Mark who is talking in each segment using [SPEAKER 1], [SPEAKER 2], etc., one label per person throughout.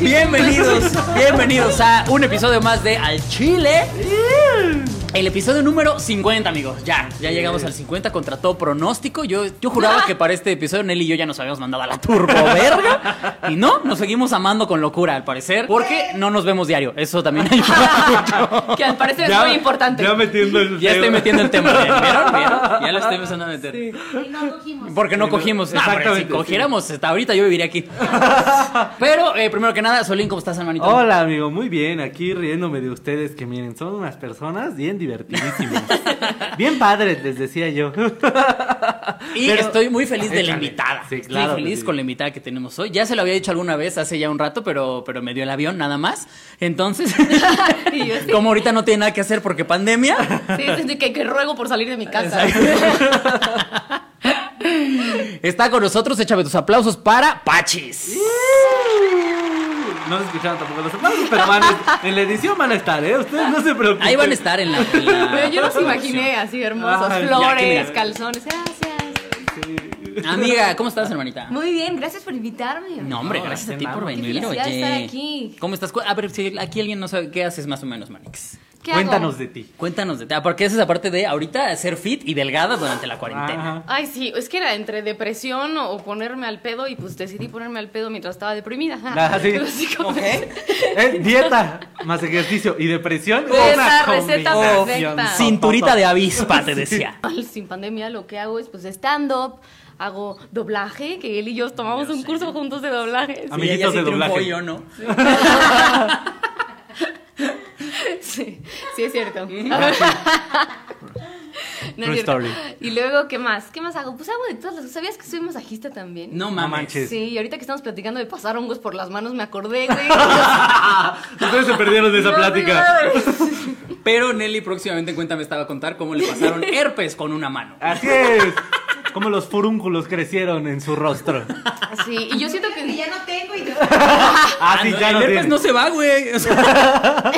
[SPEAKER 1] Bienvenidos, bienvenidos a un episodio más de Al Chile. El episodio número 50, amigos. Ya, ya llegamos al 50 contra todo pronóstico. Yo, yo juraba que para este episodio Nelly y yo ya nos habíamos mandado a la turbo verga. Y no, nos seguimos amando con locura, al parecer. Porque no nos vemos diario. Eso también ayuda mucho.
[SPEAKER 2] Que al parecer es muy importante.
[SPEAKER 3] Ya metiendo el
[SPEAKER 1] Ya estoy
[SPEAKER 3] dedo.
[SPEAKER 1] metiendo el tema. ¿Vieron? ¿Vieron? Ya lo estoy empezando a meter.
[SPEAKER 4] Y no cogimos.
[SPEAKER 1] Porque no
[SPEAKER 3] Sí, no,
[SPEAKER 1] cogimos. Nah, hombre, si
[SPEAKER 3] exactamente,
[SPEAKER 1] cogiéramos hasta ahorita yo viviría aquí. Pero eh, primero que nada, Solín, ¿cómo estás, hermanito?
[SPEAKER 3] Hola amigo, muy bien, aquí riéndome de ustedes que miren, son unas personas bien divertidísimas. bien padres, les decía yo.
[SPEAKER 1] Y
[SPEAKER 3] Pero-
[SPEAKER 1] estoy muy feliz de la
[SPEAKER 3] Échale.
[SPEAKER 1] invitada.
[SPEAKER 3] Sí,
[SPEAKER 1] estoy
[SPEAKER 3] claro que
[SPEAKER 1] feliz
[SPEAKER 3] sí.
[SPEAKER 1] con la invitada que tenemos hoy. Ya se lo había dicho alguna vez hace ya un rato, pero, pero me dio el avión, nada más. Entonces,
[SPEAKER 2] Y yo sí,
[SPEAKER 1] como ahorita no tiene nada que hacer porque pandemia,
[SPEAKER 2] sí, sí, sí, que, que ruego por salir de mi casa.
[SPEAKER 1] está con nosotros. Échame tus aplausos para Pachis.
[SPEAKER 3] No se escucharon tampoco los aplausos, pero van a- en la edición van a estar, ¿eh? Ustedes no se preocupen.
[SPEAKER 1] Ahí van a estar en la. en la
[SPEAKER 2] Pero yo los
[SPEAKER 1] producción.
[SPEAKER 2] imaginé así hermosos,
[SPEAKER 3] Ay,
[SPEAKER 1] que
[SPEAKER 3] ya
[SPEAKER 2] flores,
[SPEAKER 1] mira.
[SPEAKER 2] calzones. Gracias.
[SPEAKER 1] Amiga, ¿cómo estás, hermanita?
[SPEAKER 4] Muy bien, gracias por invitarme.
[SPEAKER 1] No, hombre,
[SPEAKER 3] No,
[SPEAKER 1] gracias a
[SPEAKER 3] qué
[SPEAKER 1] ti por
[SPEAKER 3] maravilla.
[SPEAKER 1] venir,
[SPEAKER 4] Qué
[SPEAKER 1] oye.
[SPEAKER 4] felicidad estar aquí.
[SPEAKER 1] ¿Cómo estás? Cu- A ver, si aquí alguien no sabe qué haces más o menos, Manix.
[SPEAKER 4] ¿Qué
[SPEAKER 3] Cuéntanos
[SPEAKER 4] hago?
[SPEAKER 3] de ti.
[SPEAKER 1] Cuéntanos de ti. Ah, Porque esa es la parte de ahorita ser fit y delgada durante la cuarentena.
[SPEAKER 3] Ajá.
[SPEAKER 2] Ay, sí, es que era entre depresión o ponerme al pedo y pues decidí ponerme al pedo mientras estaba deprimida.
[SPEAKER 3] Ah, sí.
[SPEAKER 2] Así como-
[SPEAKER 3] Eh, dieta más ejercicio y depresión.
[SPEAKER 1] Pues,
[SPEAKER 2] Esa
[SPEAKER 3] una
[SPEAKER 2] receta
[SPEAKER 3] combinación.
[SPEAKER 2] perfecta.
[SPEAKER 1] Cinturita de avispa, te decía.
[SPEAKER 2] Sin pandemia lo que hago es pues stand-up, hago doblaje, que él y yo tomamos un curso juntos de doblaje.
[SPEAKER 3] A mí- Amiguitos
[SPEAKER 1] Sí, ella sí
[SPEAKER 3] de doblaje.
[SPEAKER 1] triunfó y yo no.
[SPEAKER 2] Sí, sí es cierto. No es
[SPEAKER 3] Ah, True
[SPEAKER 2] cierto.
[SPEAKER 3] story.
[SPEAKER 2] Y luego, ¿qué más? ¿Qué más hago? Pues hago de todas las ¿Sabías que soy masajista también?
[SPEAKER 1] No
[SPEAKER 3] No
[SPEAKER 1] mames.
[SPEAKER 3] manches.
[SPEAKER 2] Sí, y ahorita que estamos platicando de pasar hongos por las manos, me acordé, güey.
[SPEAKER 3] Ustedes se perdieron de esa plática.
[SPEAKER 1] Pero Nelly próximamente en Cuéntame estaba a contar cómo le pasaron herpes con una mano.
[SPEAKER 3] Así es. Como los furúnculos crecieron en su rostro.
[SPEAKER 2] Sí, y yo siento
[SPEAKER 4] Que
[SPEAKER 2] que...
[SPEAKER 4] ya no tengo y no.
[SPEAKER 3] Así
[SPEAKER 1] Ah, no,
[SPEAKER 3] ya
[SPEAKER 1] el
[SPEAKER 3] no
[SPEAKER 1] herpes
[SPEAKER 3] tiene.
[SPEAKER 1] no se va, güey. O sea,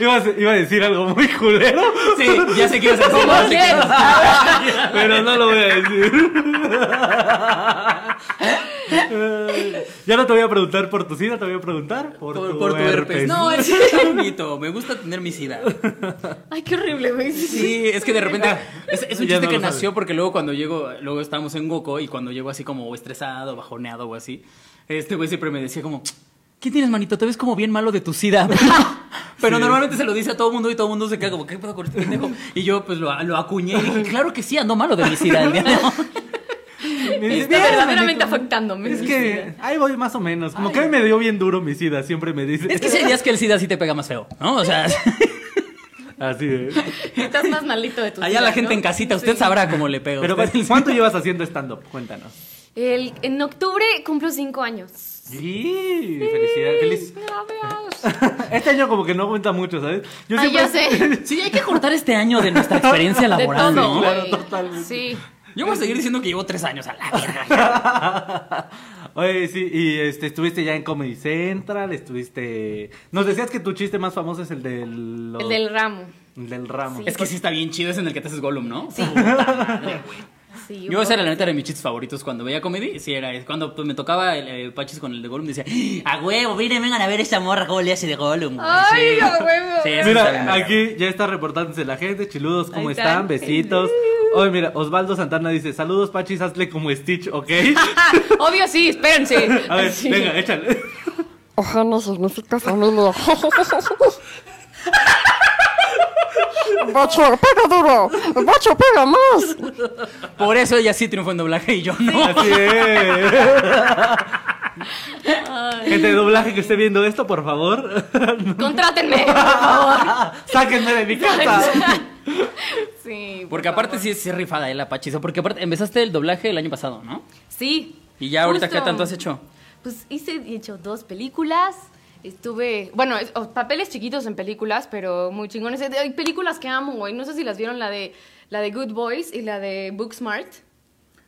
[SPEAKER 3] Iba, a, se- iba a decir algo muy culero,
[SPEAKER 1] sí, ya sé que ibas a decir.
[SPEAKER 2] ¿Cómo
[SPEAKER 1] ya sé que ibas a decir.
[SPEAKER 3] pero no lo voy a decir. ya no te voy a preguntar por tu sida, te voy a preguntar por,
[SPEAKER 1] Por,
[SPEAKER 3] tu,
[SPEAKER 1] por tu herpes. No,
[SPEAKER 3] No,
[SPEAKER 1] es que bonito. Me gusta tener mi sida.
[SPEAKER 2] Ay, qué horrible, güey.
[SPEAKER 1] Sí, es que de repente es, es un
[SPEAKER 3] Ya
[SPEAKER 1] chiste
[SPEAKER 3] no
[SPEAKER 1] que
[SPEAKER 3] lo sabe.
[SPEAKER 1] nació porque luego cuando llego, luego estábamos en Goku y cuando llego así como estresado, bajoneado o así, este güey siempre me decía como, ¿qué tienes manito? Te ves como bien malo de tu sida. Pero
[SPEAKER 3] Sí.
[SPEAKER 1] normalmente se lo dice a todo mundo y todo mundo se queda como, ¿qué pedo con este pendejo? Y yo pues lo, lo acuñé y dije, claro que sí, ando malo de mi sida el día de hoy".
[SPEAKER 2] Está verdaderamente afectándome.
[SPEAKER 3] Es que ahí voy más o menos. Como que hoy me dio bien duro mi sida, siempre me dice.
[SPEAKER 1] Es que sí hay días que el sida sí te pega más feo, ¿no? O sea,
[SPEAKER 3] Así es.
[SPEAKER 2] Estás más malito de tu
[SPEAKER 1] allá la
[SPEAKER 2] vida,
[SPEAKER 1] gente
[SPEAKER 2] ¿no?
[SPEAKER 1] en casita, usted
[SPEAKER 2] Sí.
[SPEAKER 1] sabrá cómo le pega.
[SPEAKER 3] Pero
[SPEAKER 1] Usted-
[SPEAKER 3] ¿cuánto llevas haciendo stand-up? Cuéntanos.
[SPEAKER 2] El- en octubre cumplo cinco años.
[SPEAKER 3] Sí, felicidad, feliz.
[SPEAKER 2] Gracias.
[SPEAKER 3] Este año como que no cuenta mucho, ¿sabes? Yo
[SPEAKER 2] Ay, ya sé.
[SPEAKER 1] Sí, hay que cortar este año de nuestra experiencia
[SPEAKER 2] De
[SPEAKER 1] laboral,
[SPEAKER 2] todo,
[SPEAKER 1] ¿no?
[SPEAKER 2] güey.
[SPEAKER 3] Claro, totalmente.
[SPEAKER 2] Sí.
[SPEAKER 1] Yo voy a seguir diciendo que llevo tres años a la verga.
[SPEAKER 3] Oye, sí, y este, estuviste ya en Comedy Central, estuviste... Nos decías que tu chiste más famoso es el del...
[SPEAKER 2] El del ramo.
[SPEAKER 3] el del ramo.
[SPEAKER 1] Es que sí está bien chido, es en el que te haces Gollum, ¿no? Sí.
[SPEAKER 2] Sí,
[SPEAKER 1] Yo ese era la neta de mis chistes favoritos cuando veía comedy. Sí, era cuando pues, me tocaba el eh, Pachis con el de Gollum, decía, a huevo, miren, vengan a ver esta morra cómo le hace de Gollum. güey".
[SPEAKER 2] Ay,
[SPEAKER 1] Sí.
[SPEAKER 2] a huevo.
[SPEAKER 1] Sí, eso está bien,
[SPEAKER 3] Mira,
[SPEAKER 1] verga.
[SPEAKER 3] aquí ya está reportándose la gente, chiludos, ¿cómo
[SPEAKER 2] Ahí
[SPEAKER 3] están?
[SPEAKER 2] están.
[SPEAKER 3] Besitos. Oye, mira, Osvaldo Santana dice, saludos, Pachis, hazle como Stitch, ¿ok?
[SPEAKER 2] Ah, obvio sí, espérense.
[SPEAKER 3] A ver,
[SPEAKER 2] Sí.
[SPEAKER 3] venga, échale.
[SPEAKER 5] Ojana significa familia. Bacho, pega duro. Bacho, pega más.
[SPEAKER 1] Por eso ella sí triunfó en doblaje y yo no.
[SPEAKER 3] Así es. Gente de doblaje que esté viendo esto, por favor,
[SPEAKER 2] Contrátenme, por favor.
[SPEAKER 3] sáquenme de mi casa.
[SPEAKER 2] Sí.
[SPEAKER 1] Porque aparte sí es sí es rifada eh, la Pachis. Porque aparte empezaste el doblaje el año pasado, ¿no?
[SPEAKER 2] Sí.
[SPEAKER 1] Y ya ahorita,
[SPEAKER 2] Justo.
[SPEAKER 1] ¿qué tanto has hecho?
[SPEAKER 2] Pues hice, he hecho dos películas. Estuve, bueno, es- o- papeles chiquitos en películas, pero muy chingones. Hay películas que amo, güey. No sé si las vieron, la de, la de Good Boys y la de Booksmart.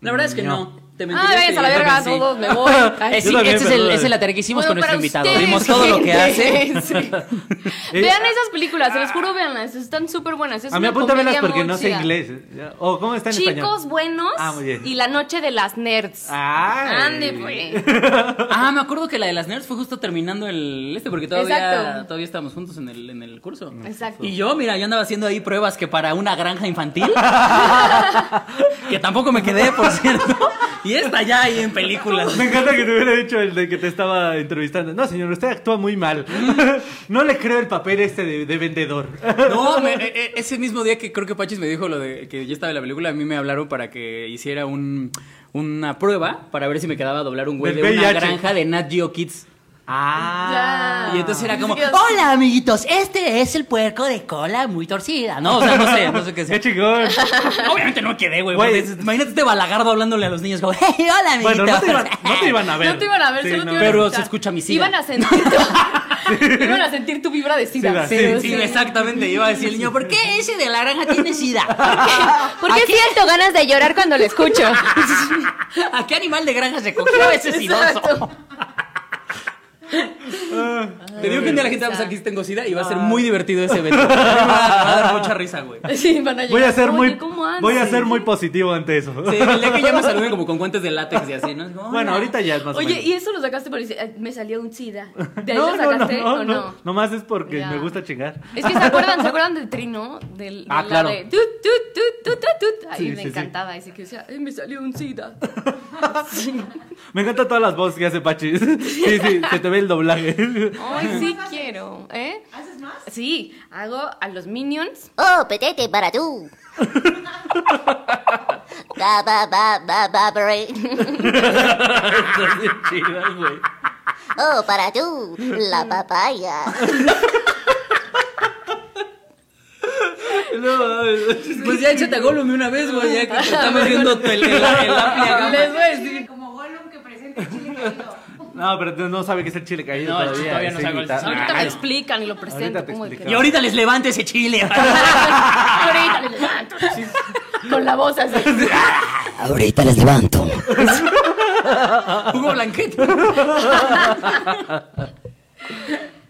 [SPEAKER 1] La verdad es que
[SPEAKER 3] Mm, No.
[SPEAKER 1] no. Te
[SPEAKER 2] Ah,
[SPEAKER 1] mentiría
[SPEAKER 2] váyanse
[SPEAKER 1] si
[SPEAKER 2] a la
[SPEAKER 1] digo
[SPEAKER 2] verga,
[SPEAKER 1] que sí.
[SPEAKER 2] todos me voy. Ay,
[SPEAKER 1] Es,
[SPEAKER 3] Yo
[SPEAKER 1] Eh, sí,
[SPEAKER 3] también,
[SPEAKER 1] este es el,
[SPEAKER 3] perdón.
[SPEAKER 1] es el ataque que hicimos
[SPEAKER 2] Bueno,
[SPEAKER 1] con nuestro invitado.
[SPEAKER 2] para ustedes,
[SPEAKER 1] Vimos todo lo que hace.
[SPEAKER 2] gente. Sí. Vean esas películas, se los juro, veanlas. Están súper buenas. Es
[SPEAKER 3] A mí
[SPEAKER 2] una
[SPEAKER 3] apúntamelas
[SPEAKER 2] comedia
[SPEAKER 3] porque
[SPEAKER 2] muy
[SPEAKER 3] no sé
[SPEAKER 2] chida.
[SPEAKER 3] inglés. ¿O cómo está en español?
[SPEAKER 2] Chicos buenos
[SPEAKER 3] Ah, muy bien. Ah,
[SPEAKER 2] y la noche de las nerds.
[SPEAKER 3] Ay.
[SPEAKER 2] Ande, pues.
[SPEAKER 1] Ah, me acuerdo que la de las nerds fue justo terminando el este, porque todavía,
[SPEAKER 2] Exacto.
[SPEAKER 1] todavía estábamos juntos en el, en el curso.
[SPEAKER 2] Exacto.
[SPEAKER 1] Y yo, mira, yo andaba haciendo ahí pruebas que para una granja infantil, que tampoco me quedé, por cierto. Y esta ya ahí en películas.
[SPEAKER 3] Me encanta que te hubiera dicho el de que te estaba entrevistando. No, señor, usted actúa muy mal. No le creo el papel este de, de vendedor.
[SPEAKER 1] No, me- e- e- ese mismo día que creo que Pachis me dijo lo de que ya estaba en la película, a mí me hablaron para que hiciera un, una prueba para ver si me quedaba a doblar un güey
[SPEAKER 3] Del
[SPEAKER 1] de una
[SPEAKER 3] VIH.
[SPEAKER 1] granja de Nat Geo Kids.
[SPEAKER 3] Ah.
[SPEAKER 1] Y entonces era como,
[SPEAKER 2] Dios.
[SPEAKER 1] hola amiguitos, este es el puerco de cola muy torcida. No, o sea, no sé, no sé qué
[SPEAKER 3] Qué
[SPEAKER 1] sea.
[SPEAKER 3] chingón.
[SPEAKER 1] Obviamente no quedé, güey.
[SPEAKER 3] Güey.
[SPEAKER 1] porque es- Imagínate este balagardo hablándole a los niños como, hey, hola amiguitos.
[SPEAKER 3] Bueno, no te, iban, no te iban a ver.
[SPEAKER 2] No te iban a ver,
[SPEAKER 3] Sí,
[SPEAKER 2] solo
[SPEAKER 3] no.
[SPEAKER 2] te iban a
[SPEAKER 1] Pero
[SPEAKER 2] escuchar.
[SPEAKER 1] se escucha mi sida.
[SPEAKER 2] Iban a sentir tu, iban a sentir tu vibra de sida.
[SPEAKER 1] Sí,
[SPEAKER 3] Sí,
[SPEAKER 1] sí,
[SPEAKER 3] sí.
[SPEAKER 1] exactamente. Iba a decir el niño, ¿por qué ese de la granja tiene sida?
[SPEAKER 2] ¿Por qué siento ganas de llorar cuando lo escucho?
[SPEAKER 1] ¿A qué animal de granja se cogió ese sidoso?
[SPEAKER 2] Exacto.
[SPEAKER 1] Te digo que un día la gente va a pensar que sí tengo sida y va a
[SPEAKER 3] Ah.
[SPEAKER 1] ser muy divertido ese evento. A mí me va a dar mucha risa, güey.
[SPEAKER 2] Sí, van a
[SPEAKER 3] Voy a
[SPEAKER 2] llegar,
[SPEAKER 3] ser
[SPEAKER 2] "Oye,
[SPEAKER 3] muy,
[SPEAKER 2] ¿cómo andas?".
[SPEAKER 3] voy a ser muy positivo ante eso.
[SPEAKER 1] Sí, el día que ya me saluden como con guantes de látex y así, ¿no? Es como,
[SPEAKER 3] Bueno,
[SPEAKER 1] "Hola".
[SPEAKER 3] ahorita ya es más o
[SPEAKER 2] Oye,
[SPEAKER 3] menos.
[SPEAKER 2] ¿y eso lo sacaste por dice, "Ay, me salió un sida? ¿De ahí
[SPEAKER 3] no,
[SPEAKER 2] lo
[SPEAKER 3] no, no,
[SPEAKER 2] sacaste
[SPEAKER 3] no,
[SPEAKER 2] o
[SPEAKER 3] no,
[SPEAKER 2] no?
[SPEAKER 3] Nomás es porque
[SPEAKER 2] Ya.
[SPEAKER 3] me gusta chingar.
[SPEAKER 2] Es que se acuerdan, se acuerdan del trino, del de
[SPEAKER 1] Ah,
[SPEAKER 2] la
[SPEAKER 1] claro.
[SPEAKER 2] de tut, tut, tut, tut, tut, tut. Ay,
[SPEAKER 3] Sí,
[SPEAKER 2] me
[SPEAKER 3] sí, sí.
[SPEAKER 2] encantaba ese que decía, "Ay, me salió un sida.
[SPEAKER 3] Me encantan todas las voces que hace Pachi. Sí, sí, se te ve el doblaje.
[SPEAKER 2] Ay, sí quiero, ¿eh?
[SPEAKER 4] ¿Haces más?
[SPEAKER 2] Sí, hago a los minions.
[SPEAKER 6] Oh, petete para tú. Ba, ba, ba, ba, ba, bre.
[SPEAKER 3] Están bien chidas, güey.
[SPEAKER 6] Oh, para tú, la papaya.
[SPEAKER 1] Pues ya échate a Gollum de una vez, güey, ya que te estamos viendo el, el, el amplia gama.
[SPEAKER 2] Les voy a decir.
[SPEAKER 4] Como Gollum que presenta chile caído.
[SPEAKER 3] No, pero no sabe qué es el chile caído
[SPEAKER 1] No, el
[SPEAKER 3] todavía.
[SPEAKER 1] chile todavía no
[SPEAKER 3] es
[SPEAKER 1] sabe cuál es.
[SPEAKER 3] imitar-
[SPEAKER 2] Ahorita me
[SPEAKER 1] Ay.
[SPEAKER 2] explican y lo
[SPEAKER 3] Ahorita
[SPEAKER 2] presento.
[SPEAKER 3] te
[SPEAKER 2] ¿cómo de que-
[SPEAKER 1] Y ahorita les levanto ese chile.
[SPEAKER 2] Ahorita les levanto. Con la voz así.
[SPEAKER 5] Ahorita les levanto.
[SPEAKER 1] Hugo Blanquet.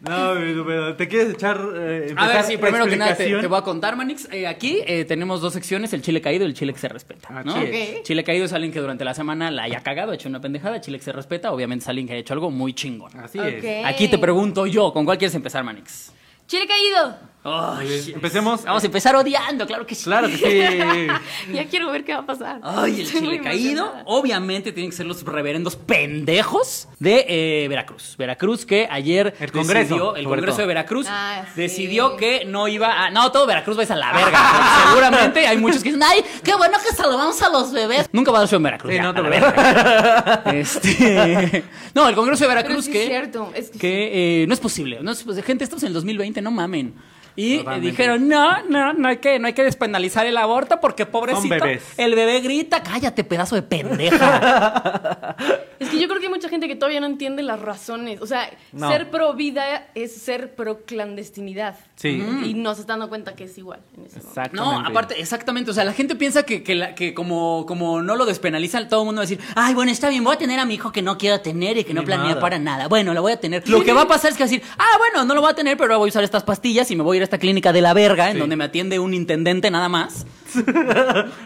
[SPEAKER 3] No, pero, pero, te quieres echar. eh,
[SPEAKER 1] A ver,
[SPEAKER 3] empezar
[SPEAKER 1] sí,
[SPEAKER 3] la
[SPEAKER 1] primero que nada te,
[SPEAKER 3] explicación?
[SPEAKER 1] te voy a contar, Manix. Eh, aquí eh, tenemos dos secciones, el chile caído y el chile que se respeta.
[SPEAKER 3] Ah,
[SPEAKER 1] ¿no?
[SPEAKER 3] chile.
[SPEAKER 1] Chile caído es alguien que durante la semana la haya cagado, ha hecho una pendejada. Chile que se respeta, obviamente es alguien que ha hecho algo muy chingón.
[SPEAKER 3] Así es.
[SPEAKER 2] Ok.
[SPEAKER 1] Aquí te pregunto yo, ¿con cuál quieres empezar, Manix?
[SPEAKER 2] Chile caído.
[SPEAKER 1] Ay,
[SPEAKER 3] bien, Pues, empecemos.
[SPEAKER 1] Vamos a empezar odiando, claro que sí.
[SPEAKER 3] Claro que sí.
[SPEAKER 2] Ya quiero ver qué va a pasar.
[SPEAKER 1] Ay, el
[SPEAKER 2] Estoy muy
[SPEAKER 1] chile caído.
[SPEAKER 2] emocionada.
[SPEAKER 1] Obviamente tienen que ser los reverendos pendejos de eh, Veracruz. Veracruz que ayer
[SPEAKER 3] El Congreso,
[SPEAKER 1] decidió, el
[SPEAKER 3] sobre
[SPEAKER 1] Congreso
[SPEAKER 3] todo.
[SPEAKER 1] de Veracruz
[SPEAKER 2] Ah, sí.
[SPEAKER 1] decidió que no iba a. No, todo Veracruz vais a la verga. porque Seguramente hay muchos que dicen, ay, qué bueno que salvamos a los bebés. Nunca va a dar show en Veracruz.
[SPEAKER 3] Sí,
[SPEAKER 1] ya,
[SPEAKER 3] no te
[SPEAKER 1] a la
[SPEAKER 3] voy a-
[SPEAKER 1] verga. Este, No, el Congreso de
[SPEAKER 2] Pero
[SPEAKER 1] Veracruz
[SPEAKER 2] sí
[SPEAKER 1] que.
[SPEAKER 2] es cierto. Es que
[SPEAKER 1] que eh, no es posible. No es, pues, gente, estamos en el 2020, no mamen. Y eh,
[SPEAKER 3] Totalmente.
[SPEAKER 1] dijeron, no, no, no hay que, no hay que despenalizar el aborto porque pobrecito,
[SPEAKER 3] bebés.
[SPEAKER 1] el bebé grita, cállate, pedazo de pendeja.
[SPEAKER 2] Es que yo creo que hay mucha gente que todavía no entiende las razones. O sea,
[SPEAKER 3] No.
[SPEAKER 2] ser pro vida es ser pro clandestinidad.
[SPEAKER 3] Sí.
[SPEAKER 2] Y no se están dando cuenta que es igual en ese momento.
[SPEAKER 1] Mm. no, aparte, exactamente. O sea, la gente piensa que, que, la- que como, como no lo despenalizan, todo el mundo va a decir, ay, bueno, está bien, voy a tener a mi hijo que no quiero tener y que no
[SPEAKER 3] Ni
[SPEAKER 1] planea
[SPEAKER 3] nada.
[SPEAKER 1] para nada. Bueno, lo voy a tener. Lo que va a pasar es que va a decir, ah, bueno, no lo voy a tener, pero voy a usar estas pastillas y me voy a ir a esta clínica de la verga, en
[SPEAKER 3] Sí.
[SPEAKER 1] donde me atiende un intendente nada más.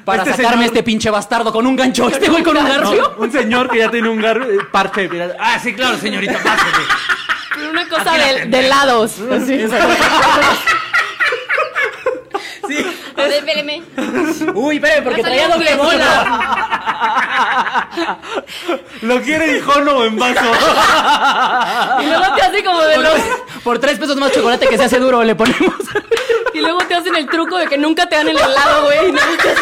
[SPEAKER 1] para
[SPEAKER 3] Este
[SPEAKER 1] sacarme
[SPEAKER 3] señor-
[SPEAKER 1] este pinche bastardo con un gancho, este güey con un
[SPEAKER 3] No,
[SPEAKER 1] garfio.
[SPEAKER 3] un señor que ya tiene un gar eh, parche de pirata. Ah, sí, claro, señorita, pásate.
[SPEAKER 2] Pero una cosa de, de lados.
[SPEAKER 3] Mm.
[SPEAKER 2] Así.
[SPEAKER 1] Sí.
[SPEAKER 2] A ver, espéreme.
[SPEAKER 1] Uy, espérame, porque
[SPEAKER 2] Ya
[SPEAKER 1] traía
[SPEAKER 2] salió
[SPEAKER 1] doble
[SPEAKER 2] un queso.
[SPEAKER 1] bola.
[SPEAKER 3] Lo quiere hijono o en vaso.
[SPEAKER 2] Y luego te hace como de
[SPEAKER 1] Por,
[SPEAKER 2] los.
[SPEAKER 1] por tres pesos más chocolate que se hace duro, le ponemos.
[SPEAKER 2] Y luego te hacen el truco de que nunca te dan el helado, güey. y no te-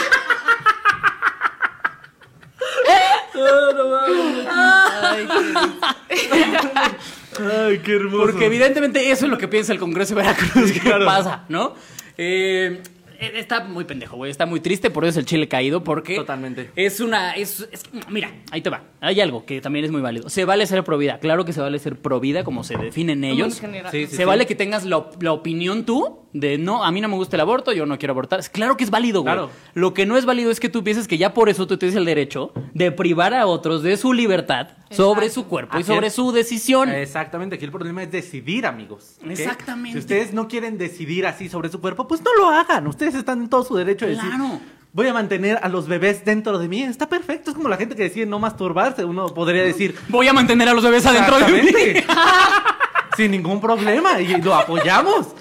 [SPEAKER 3] Ay, qué hermoso.
[SPEAKER 1] Porque evidentemente eso es lo que piensa el Congreso de Veracruz.
[SPEAKER 3] Sí,
[SPEAKER 1] ¿Qué
[SPEAKER 3] claro.
[SPEAKER 1] pasa, no? Eh, eh, está muy pendejo, güey. Está muy triste, por eso es el chile caído, porque.
[SPEAKER 3] Totalmente.
[SPEAKER 1] Es una. Es, es- mira, ahí te va. Hay algo que también es muy válido. Se vale ser pro vida. Claro que se vale ser pro vida, como se definen ellos.
[SPEAKER 2] en general.
[SPEAKER 3] Sí, sí,
[SPEAKER 1] se vale que tengas la, op- la opinión tú de no, a mí no me gusta el aborto, yo no quiero abortar. Es- Claro que es válido, güey.
[SPEAKER 3] Claro.
[SPEAKER 1] Lo que no es válido es que tú pienses que ya por eso tú tienes el derecho de privar a otros de su libertad sobre su cuerpo y
[SPEAKER 3] Así
[SPEAKER 1] sobre
[SPEAKER 3] es.
[SPEAKER 1] su decisión.
[SPEAKER 3] Exactamente, aquí el problema es decidir, amigos. ¿ok?
[SPEAKER 1] Exactamente.
[SPEAKER 3] Si ustedes no quieren decidir así sobre su cuerpo, pues no lo hagan. Ustedes están en todo su derecho de
[SPEAKER 1] Claro.
[SPEAKER 3] decir. Voy a mantener a los bebés dentro de mí. Está perfecto. Es como la gente que decide no masturbarse. Uno podría decir.
[SPEAKER 1] Voy a mantener a los bebés adentro de mí.
[SPEAKER 3] "Exactamente". Sin ningún problema. Y lo apoyamos.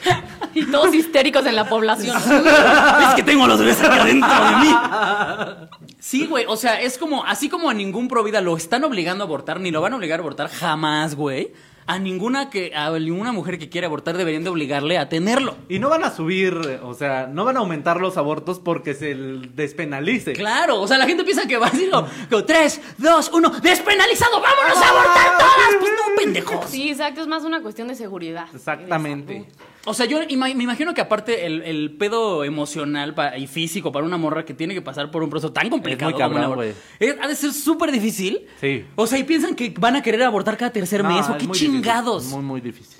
[SPEAKER 2] Y todos histéricos en la población.
[SPEAKER 1] es que tengo a los bebés aquí adentro de mí. Sí, güey, o sea, es como, así como a ningún provida lo están obligando a abortar, ni lo van a obligar a abortar jamás, güey. A ninguna que, a ninguna mujer que quiera abortar deberían de obligarle a tenerlo.
[SPEAKER 3] Y no van a subir, o sea, no van a aumentar los abortos porque se l- despenalice.
[SPEAKER 1] Claro, o sea, la gente piensa que va así, lo, lo- tres, dos, uno, despenalizado, vámonos a abortar todas. Pues no, pendejos.
[SPEAKER 2] Sí, exacto, es más una cuestión de seguridad.
[SPEAKER 3] Exactamente.
[SPEAKER 1] O sea, yo ima- me imagino que aparte el, el pedo emocional pa- y físico para una morra que tiene que pasar por un proceso tan complicado como
[SPEAKER 3] cabrón,
[SPEAKER 1] un aborto,
[SPEAKER 3] güey.
[SPEAKER 1] es- ha de ser súper difícil.
[SPEAKER 3] Sí.
[SPEAKER 1] O sea, y piensan que van a querer abortar cada tercer
[SPEAKER 3] No,
[SPEAKER 1] mes. ¿O
[SPEAKER 3] es
[SPEAKER 1] qué
[SPEAKER 3] muy difícil,
[SPEAKER 1] chingados?
[SPEAKER 3] muy, muy difícil.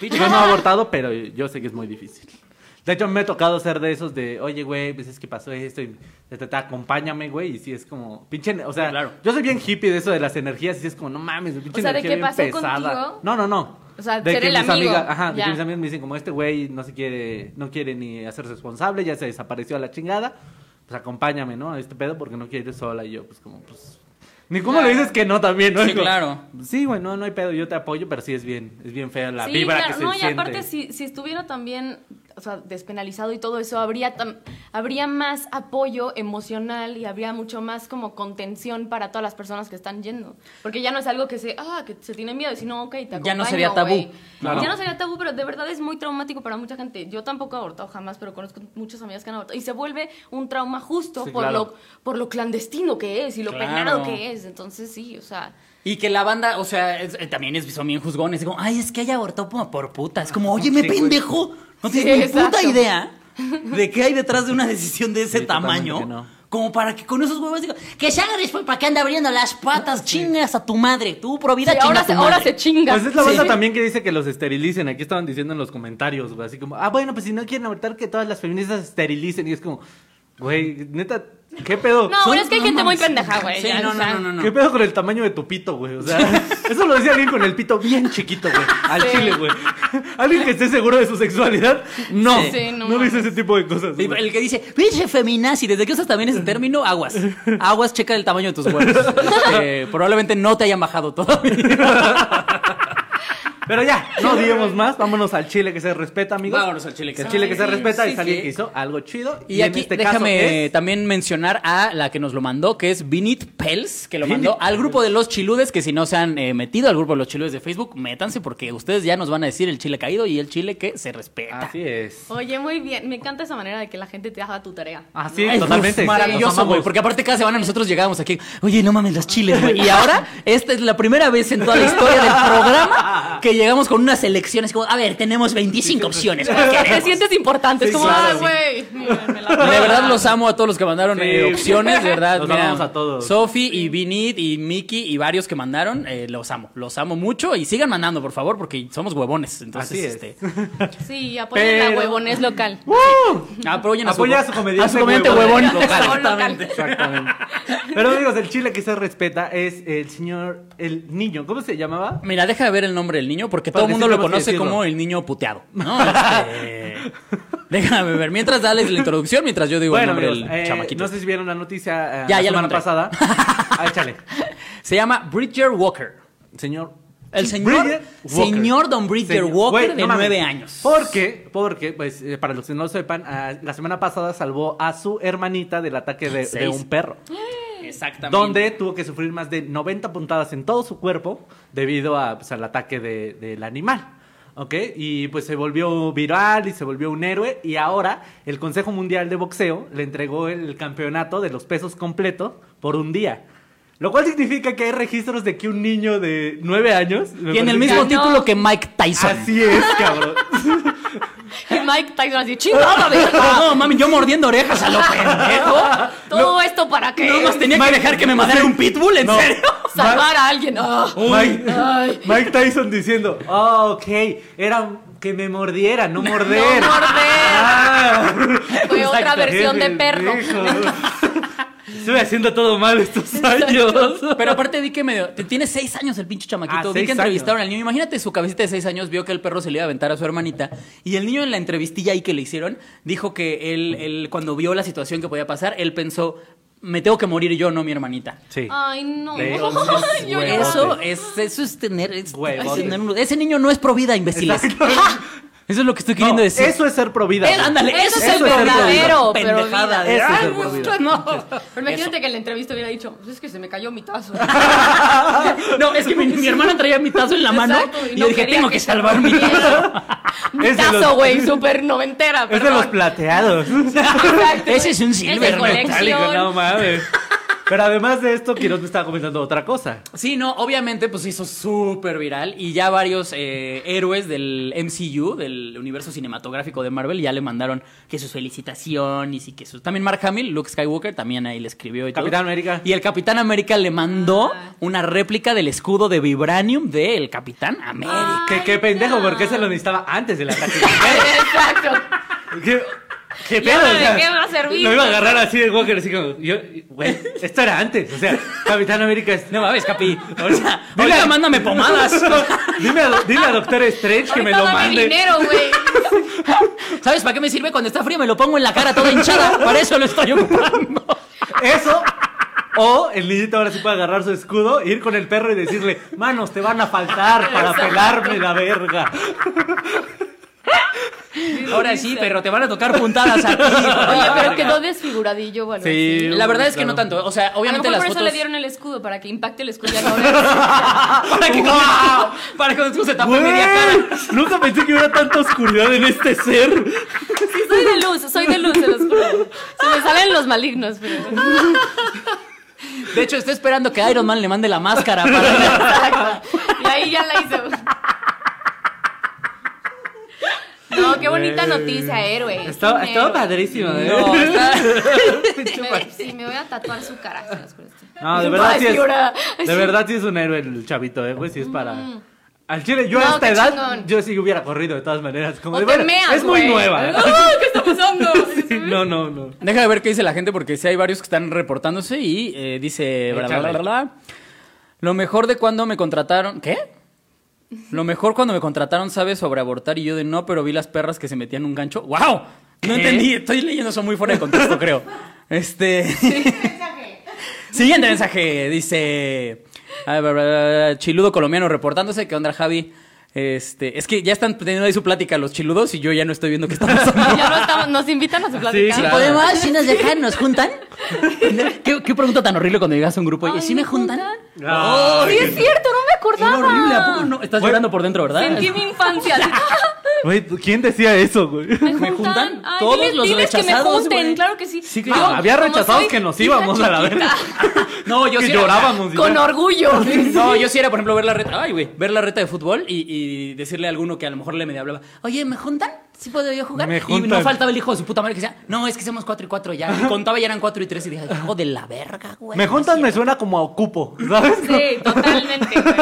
[SPEAKER 1] Pinche-
[SPEAKER 3] Yo no he abortado, pero yo sé que es muy difícil. De hecho, me ha tocado ser de esos de, oye, güey, pues es que pasó esto y ta, ta, ta, acompáñame, güey. Y sí, es como, pinche, o sea,
[SPEAKER 1] Sí, claro.
[SPEAKER 3] yo soy bien hippie de eso de las energías y sí es como, no mames, pinche
[SPEAKER 2] O sea, ¿de
[SPEAKER 3] energía
[SPEAKER 2] qué
[SPEAKER 3] bien
[SPEAKER 2] pasó
[SPEAKER 3] pesada.
[SPEAKER 2] contigo?
[SPEAKER 3] No, no, no.
[SPEAKER 2] O sea, ser el
[SPEAKER 3] mis
[SPEAKER 2] amigo,
[SPEAKER 3] amigas, ajá, de
[SPEAKER 2] ya.
[SPEAKER 3] que mis amigas me dicen, como, este güey no se quiere, no quiere ni hacerse responsable, ya se desapareció a la chingada. Pues acompáñame, ¿no? A este pedo porque no quiere ir sola. Y yo, pues como, pues... Ni cómo le dices que no también, ¿no?
[SPEAKER 1] Sí,
[SPEAKER 3] Es como,
[SPEAKER 1] claro.
[SPEAKER 3] Sí, güey, no, no hay pedo, yo te apoyo, pero sí es bien, es bien fea la
[SPEAKER 2] Sí,
[SPEAKER 3] vibra
[SPEAKER 2] claro,
[SPEAKER 3] que se
[SPEAKER 2] no, y
[SPEAKER 3] siente.
[SPEAKER 2] aparte si, si estuviera también, o sea, despenalizado y todo eso, habría tam- habría más apoyo emocional y habría mucho más como contención para todas las personas que están yendo, porque ya no es algo que se ah, que se tiene miedo, sino ok, te
[SPEAKER 1] Ya no
[SPEAKER 2] acompaño,
[SPEAKER 1] sería tabú.
[SPEAKER 2] güey.
[SPEAKER 3] Claro.
[SPEAKER 2] Ya no sería tabú, pero de verdad es muy traumático para mucha gente. Yo tampoco he abortado jamás, pero conozco muchas amigas que han abortado y se vuelve un trauma justo
[SPEAKER 3] Sí,
[SPEAKER 2] por
[SPEAKER 3] claro.
[SPEAKER 2] lo por lo clandestino que es y lo
[SPEAKER 1] Claro.
[SPEAKER 2] penado que es, entonces sí, o sea,
[SPEAKER 1] Y que la banda, o sea, es- eh, también es, son bien juzgones. Como, ay, es que ella abortó por, por puta. Es como, oye, me
[SPEAKER 3] Sí, güey.
[SPEAKER 1] pendejo. No tienes
[SPEAKER 2] Sí,
[SPEAKER 1] ni puta
[SPEAKER 2] exacto.
[SPEAKER 1] idea de qué hay detrás de una decisión de ese
[SPEAKER 3] Sí, totalmente
[SPEAKER 1] tamaño.
[SPEAKER 3] que no.
[SPEAKER 1] Como para que con esos huevos diga, que se haga después para que anda abriendo las patas, chingas a tu madre. Tú, pro vida,
[SPEAKER 2] Sí,
[SPEAKER 1] chinga
[SPEAKER 2] ahora,
[SPEAKER 1] a tu
[SPEAKER 2] se,
[SPEAKER 1] madre.
[SPEAKER 2] ahora se chinga.
[SPEAKER 3] Pues es la banda
[SPEAKER 1] Sí.
[SPEAKER 3] también que dice que los esterilicen. Aquí estaban diciendo en los comentarios, güey. Así como, ah, bueno, pues si no quieren abortar, que todas las feministas esterilicen. Y es como, güey, neta, ¿qué pedo?
[SPEAKER 2] No, bueno, es que hay
[SPEAKER 1] no
[SPEAKER 2] gente muy
[SPEAKER 1] mames.
[SPEAKER 2] pendeja, güey.
[SPEAKER 1] Sí,
[SPEAKER 2] ya,
[SPEAKER 1] no,
[SPEAKER 2] o
[SPEAKER 1] no,
[SPEAKER 2] sea.
[SPEAKER 1] no, no, no.
[SPEAKER 3] ¿Qué pedo con el tamaño de tu pito, güey? O sea, eso lo decía alguien con el pito bien chiquito, güey. Al
[SPEAKER 2] Sí.
[SPEAKER 3] chile, güey. Alguien que esté seguro de su sexualidad, no.
[SPEAKER 2] Sí, no
[SPEAKER 3] no dice
[SPEAKER 2] mames.
[SPEAKER 3] ese tipo de cosas.
[SPEAKER 1] Sí,
[SPEAKER 3] güey.
[SPEAKER 1] El que dice, pinche feminazi, desde que usas también ese término, aguas. Aguas, checa el tamaño de tus huevos. Este, probablemente no te hayan bajado todavía.
[SPEAKER 3] Pero ya, no digamos más. Vámonos al chile que se respeta, amigos.
[SPEAKER 1] Vámonos al chile que
[SPEAKER 3] El
[SPEAKER 1] se
[SPEAKER 3] chile que se
[SPEAKER 1] respeta.
[SPEAKER 3] respeta
[SPEAKER 1] Sí,
[SPEAKER 3] es
[SPEAKER 1] sí,
[SPEAKER 3] alguien
[SPEAKER 1] sí.
[SPEAKER 3] que hizo algo chido.
[SPEAKER 1] Y,
[SPEAKER 3] en
[SPEAKER 1] aquí
[SPEAKER 3] este caso
[SPEAKER 1] déjame
[SPEAKER 3] es-
[SPEAKER 1] también mencionar a la que nos lo mandó, que es Vinit Pels, que lo
[SPEAKER 3] Vinit
[SPEAKER 1] mandó al grupo de los chiludes, que si no se han eh, metido al grupo de los chiludes de Facebook, métanse porque ustedes ya nos van a decir el chile caído y el chile que se respeta.
[SPEAKER 3] Así es.
[SPEAKER 2] Oye, muy bien. Me encanta esa manera de que la gente te haga tu tarea.
[SPEAKER 3] Así,
[SPEAKER 1] Ay,
[SPEAKER 3] totalmente.
[SPEAKER 1] uf, maravilloso, güey. Porque aparte cada semana nosotros llegábamos aquí, oye, no mames, los chiles, güey. Y ahora, esta es la primera vez en toda la historia del programa que llegamos con unas elecciones como, a ver, tenemos 25 opciones. ¿cuál
[SPEAKER 2] Te
[SPEAKER 1] queremos?".
[SPEAKER 2] sientes importante.
[SPEAKER 1] Sí,
[SPEAKER 2] es como,
[SPEAKER 1] claro,
[SPEAKER 2] ah, güey. mírenme la
[SPEAKER 1] De verdad
[SPEAKER 2] cara".
[SPEAKER 1] los amo a todos los que mandaron
[SPEAKER 3] Sí.
[SPEAKER 1] eh, opciones, de verdad.
[SPEAKER 3] Los
[SPEAKER 1] mira,
[SPEAKER 3] amamos a todos.
[SPEAKER 1] Sofi y Vinit y Miki y varios que mandaron, eh, los amo, los amo mucho y sigan mandando, por favor, porque somos huevones. Entonces,
[SPEAKER 3] Así es.
[SPEAKER 1] este,
[SPEAKER 2] Sí, apoyen
[SPEAKER 3] Pero-
[SPEAKER 2] la huevonés local.
[SPEAKER 1] apoyen a su,
[SPEAKER 3] Apoya a su comediante
[SPEAKER 1] a su comediante
[SPEAKER 3] huevón.
[SPEAKER 1] huevón.
[SPEAKER 2] Local.
[SPEAKER 1] Exactamente.
[SPEAKER 3] Exactamente. Pero amigos, el chile que se respeta es el señor, el niño. ¿Cómo se llamaba?
[SPEAKER 1] Mira, deja de ver el nombre del niño porque
[SPEAKER 3] Porque
[SPEAKER 1] todo el mundo
[SPEAKER 3] sí
[SPEAKER 1] lo
[SPEAKER 3] tenemos que
[SPEAKER 1] conoce
[SPEAKER 3] decirlo.
[SPEAKER 1] como el niño puteado. ¿no? Este, déjame ver. Mientras dales la introducción, mientras yo digo
[SPEAKER 3] bueno,
[SPEAKER 1] el nombre
[SPEAKER 3] amigos,
[SPEAKER 1] del
[SPEAKER 3] eh,
[SPEAKER 1] chamaquito.
[SPEAKER 3] no sé si vieron la noticia eh,
[SPEAKER 1] Ya,
[SPEAKER 3] la
[SPEAKER 1] ya lo
[SPEAKER 3] semana
[SPEAKER 1] encontré.
[SPEAKER 3] pasada. Ah, échale.
[SPEAKER 1] Se llama Bridger Walker.
[SPEAKER 3] Señor.
[SPEAKER 1] El señor-
[SPEAKER 3] Bridger
[SPEAKER 1] señor Don Bridger Walker
[SPEAKER 3] Güey,
[SPEAKER 1] de
[SPEAKER 3] mames.
[SPEAKER 1] nueve años.
[SPEAKER 3] Porque, porque, pues, eh, para los que no lo sepan, ah, la semana pasada salvó a su hermanita del ataque de- de
[SPEAKER 1] Ah, Seis.
[SPEAKER 3] un perro.
[SPEAKER 1] Exactamente.
[SPEAKER 3] donde tuvo que sufrir más de 90 puntadas en todo su cuerpo debido a, pues, al ataque de- del animal. ¿Ok? Y pues se volvió viral y se volvió un héroe. Y ahora el Consejo Mundial de Boxeo le entregó el campeonato de los pesos completos por un día. Lo cual significa que hay registros de que un niño de 9 años. me
[SPEAKER 1] Tiene el
[SPEAKER 3] parece
[SPEAKER 1] mismo
[SPEAKER 2] que-
[SPEAKER 3] Ah,
[SPEAKER 1] título que Mike
[SPEAKER 3] que-
[SPEAKER 1] Tyson.
[SPEAKER 3] Así es, cabrón.
[SPEAKER 2] Y Mike Tyson así, chingada, vieja.
[SPEAKER 1] No, mami, yo mordiendo orejas a lo pendejo.
[SPEAKER 2] Todo esto para que
[SPEAKER 1] No más tenía que dejar que me matara un pitbull, ¿en serio?
[SPEAKER 2] salvar a alguien. Ah.
[SPEAKER 3] Mike,
[SPEAKER 2] Ay.
[SPEAKER 3] Mike Tyson diciendo, oh, ok, era que me mordiera, no morder.
[SPEAKER 2] No morder.
[SPEAKER 3] Ah.
[SPEAKER 2] Fue otra
[SPEAKER 3] Exacto.
[SPEAKER 2] versión de perro.
[SPEAKER 3] pendejo. Estuve haciendo todo mal estos años.
[SPEAKER 1] Pero aparte vi que medio. te- Tiene seis años el pinche chamaquito.
[SPEAKER 3] Ah,
[SPEAKER 1] vi
[SPEAKER 3] seis
[SPEAKER 1] que entrevistaron al niño. Imagínate su cabecita de seis años. Vio que el perro se le iba a aventar a su hermanita. Y el niño en la entrevistilla ahí que le hicieron. Dijo que él, él cuando vio la situación que podía pasar, él pensó. Me tengo que morir yo, no mi hermanita.
[SPEAKER 3] Sí.
[SPEAKER 2] Ay, no.
[SPEAKER 3] De-
[SPEAKER 2] Ay, yo
[SPEAKER 3] Huevotes.
[SPEAKER 1] Eso es, eso es tener. es-
[SPEAKER 3] Huevotes.
[SPEAKER 1] es tener un- ese niño no es pro vida, imbéciles.
[SPEAKER 3] Exactamente.
[SPEAKER 1] Eso es lo que estoy queriendo
[SPEAKER 3] No,
[SPEAKER 1] decir.
[SPEAKER 3] Eso es ser pro vida.
[SPEAKER 1] Eh, ándale, eso,
[SPEAKER 2] Eso es el
[SPEAKER 1] pro vida.
[SPEAKER 2] verdadero
[SPEAKER 1] Pendejada.
[SPEAKER 2] pro vida.
[SPEAKER 3] Eso es
[SPEAKER 1] Ay,
[SPEAKER 3] el pro
[SPEAKER 1] pues,
[SPEAKER 3] vida.
[SPEAKER 1] no.
[SPEAKER 2] Pero imagínate que en la entrevista hubiera dicho, "Pues es que se me cayó mi tazo.
[SPEAKER 1] No, es que mi, mi hermana traía mi tazo en la mano
[SPEAKER 2] Exacto,
[SPEAKER 1] y
[SPEAKER 2] no
[SPEAKER 1] yo dije,
[SPEAKER 2] quería
[SPEAKER 1] tengo que salvar mi tazo.
[SPEAKER 2] Mi
[SPEAKER 3] Es de
[SPEAKER 2] tazo,
[SPEAKER 3] los-
[SPEAKER 2] güey, súper noventera,
[SPEAKER 3] Es de los
[SPEAKER 2] perdón.
[SPEAKER 3] plateados.
[SPEAKER 2] Exacto.
[SPEAKER 1] Ese es un silver
[SPEAKER 2] de
[SPEAKER 1] metálico,
[SPEAKER 2] colección.
[SPEAKER 3] no mames. Pero además de esto, Quiroz me estaba comentando otra cosa.
[SPEAKER 1] Sí, no, obviamente pues se hizo súper viral y ya varios eh, héroes del MCU, del universo cinematográfico de Marvel, ya le mandaron que sus felicitaciones y que sus... También Mark Hamill, Luke Skywalker, también ahí le escribió y todo.
[SPEAKER 3] Capitán América.
[SPEAKER 1] Y el Capitán América le mandó
[SPEAKER 2] Ah.
[SPEAKER 1] una réplica del escudo de Vibranium del Capitán
[SPEAKER 2] Ah.
[SPEAKER 1] América.
[SPEAKER 3] Que qué pendejo, porque se lo necesitaba antes del ataque.
[SPEAKER 2] Exacto.
[SPEAKER 3] ¿Qué, qué
[SPEAKER 2] ¿Y
[SPEAKER 3] pedo?
[SPEAKER 2] ahora
[SPEAKER 3] o
[SPEAKER 2] de
[SPEAKER 3] sea,
[SPEAKER 2] qué va a servir?
[SPEAKER 3] Lo iba a agarrar así de Walker, así como. Yo, güey, esto era antes. O sea, Capitán América es.
[SPEAKER 1] No mames, Capi. O sea,
[SPEAKER 3] Dile-
[SPEAKER 1] ahorita mándame pomadas.
[SPEAKER 3] dime, a, dile a Doctor Strange que me
[SPEAKER 2] Ahorita
[SPEAKER 3] lo
[SPEAKER 2] dame
[SPEAKER 3] mande.
[SPEAKER 2] dinero, güey.
[SPEAKER 1] ¿Sabes para qué me sirve cuando está frío? Me lo pongo en la cara toda hinchada. Para eso lo estoy ocupando.
[SPEAKER 3] Eso. O el niñito ahora sí puede agarrar su escudo, ir con el perro y decirle, manos, te van a faltar para pelarme la verga.
[SPEAKER 1] Ahora sí, pero te van a tocar puntadas aquí.
[SPEAKER 2] Oye, pero quedó desfiguradillo, bueno.
[SPEAKER 3] Sí,
[SPEAKER 1] La verdad es que
[SPEAKER 3] claro.
[SPEAKER 1] no tanto. O sea, obviamente
[SPEAKER 2] a lo mejor
[SPEAKER 1] las
[SPEAKER 2] por
[SPEAKER 1] fotos.
[SPEAKER 2] eso le dieron el escudo, para que impacte el escudo. Ya no veas.
[SPEAKER 1] Para que con- para que con esto se tape
[SPEAKER 3] Güey,
[SPEAKER 1] media cara.
[SPEAKER 3] Nunca pensé que hubiera tanta oscuridad en este ser.
[SPEAKER 2] Sí, soy de luz, soy de luz, se los juro. Se me salen los malignos, pero...
[SPEAKER 1] De hecho, estoy esperando que Iron Man le mande la máscara para.
[SPEAKER 2] Y ahí ya la hizo. No, qué bonita noticia, héroe.
[SPEAKER 3] Estaba,
[SPEAKER 2] Es un
[SPEAKER 3] estaba
[SPEAKER 2] héroe.
[SPEAKER 3] padrísimo, ¿eh?
[SPEAKER 1] No, está-
[SPEAKER 2] Me- Sí, me voy a tatuar su cara. se los juro.
[SPEAKER 3] No, de verdad
[SPEAKER 2] Ay,
[SPEAKER 3] sí es.
[SPEAKER 2] llora.
[SPEAKER 3] De verdad sí es un héroe el chavito, eh, güey, sí es para. Al chile, yo
[SPEAKER 2] Mm. No,
[SPEAKER 3] a esta
[SPEAKER 2] qué
[SPEAKER 3] edad,
[SPEAKER 2] chingón.
[SPEAKER 3] yo sí hubiera corrido de todas maneras. Como
[SPEAKER 2] O
[SPEAKER 3] de,
[SPEAKER 2] te
[SPEAKER 3] bueno,
[SPEAKER 2] meas,
[SPEAKER 3] es muy
[SPEAKER 2] güey.
[SPEAKER 3] nueva.
[SPEAKER 2] Ah, ¿Qué está pasando?
[SPEAKER 3] Sí, no, no, no.
[SPEAKER 1] Deja de ver qué dice la gente porque sí hay varios que están reportándose y eh, dice. bla, bla, bla,
[SPEAKER 3] Échale.
[SPEAKER 1] bla, bla. Lo mejor de cuando me contrataron. ¿Qué? Lo mejor cuando me contrataron, sabe sobre abortar y yo de no, pero vi las perras que se metían un gancho. ¡Wow! No entendí, estoy leyendo eso muy fuera de contexto, creo. Este.
[SPEAKER 4] Mensaje.
[SPEAKER 1] Siguiente mensaje, dice ah, bla, bla, bla, Chiludo colombiano reportándose, ¿qué onda Javi? Este, es que ya están teniendo ahí su plática los chiludos y yo ya no estoy viendo qué está pasando.
[SPEAKER 2] Ya no estamos, nos invitan a su plática.
[SPEAKER 3] claro.
[SPEAKER 1] ¿Podemos? ¿Si nos dejan? ¿Nos juntan? ¿Qué, qué pregunta tan horrible cuando llegas a un grupo? Oye,
[SPEAKER 2] Ay,
[SPEAKER 1] ¿sí me juntan? Ah.
[SPEAKER 3] Ay,
[SPEAKER 2] Sí, es cierto, no me
[SPEAKER 1] Qué
[SPEAKER 2] acordaba.
[SPEAKER 1] horrible, ¿a poco no? Estás
[SPEAKER 3] Bueno,
[SPEAKER 1] llorando por dentro, ¿verdad?
[SPEAKER 2] Sentí mi infancia. Ah, así,
[SPEAKER 3] Güey, ¿quién decía eso, güey?
[SPEAKER 2] Pues,
[SPEAKER 1] ¿Me juntan? Todos
[SPEAKER 2] diles,
[SPEAKER 1] los
[SPEAKER 2] diles que me
[SPEAKER 1] rechazados,
[SPEAKER 2] junten,
[SPEAKER 1] güey.
[SPEAKER 2] claro que sí.
[SPEAKER 1] Sí,
[SPEAKER 2] Yo,
[SPEAKER 1] claro.
[SPEAKER 2] como
[SPEAKER 3] Había rechazados
[SPEAKER 2] soy
[SPEAKER 3] que nos
[SPEAKER 2] hija
[SPEAKER 3] íbamos a la
[SPEAKER 2] chiquita,
[SPEAKER 3] verga.
[SPEAKER 1] No, yo
[SPEAKER 3] que
[SPEAKER 1] sí era-
[SPEAKER 3] llorábamos. y
[SPEAKER 2] Con
[SPEAKER 3] ya.
[SPEAKER 2] orgullo.
[SPEAKER 1] No, yo sí era, por ejemplo, ver la reta. Ay, güey. Ver la reta de fútbol y, y decirle a alguno que a lo mejor le medio hablaba. Oye, ¿me juntan? ¿Sí puedo yo jugar?
[SPEAKER 3] Me
[SPEAKER 1] y no
[SPEAKER 3] juntan.
[SPEAKER 1] faltaba el hijo de su puta madre que decía, no, es que somos cuatro y cuatro ya. Y contaba y eran cuatro y tres y dije, hijo de la verga, güey.
[SPEAKER 3] Me juntas me suena como a ocupo, ¿sabes?
[SPEAKER 2] Sí, totalmente. güey.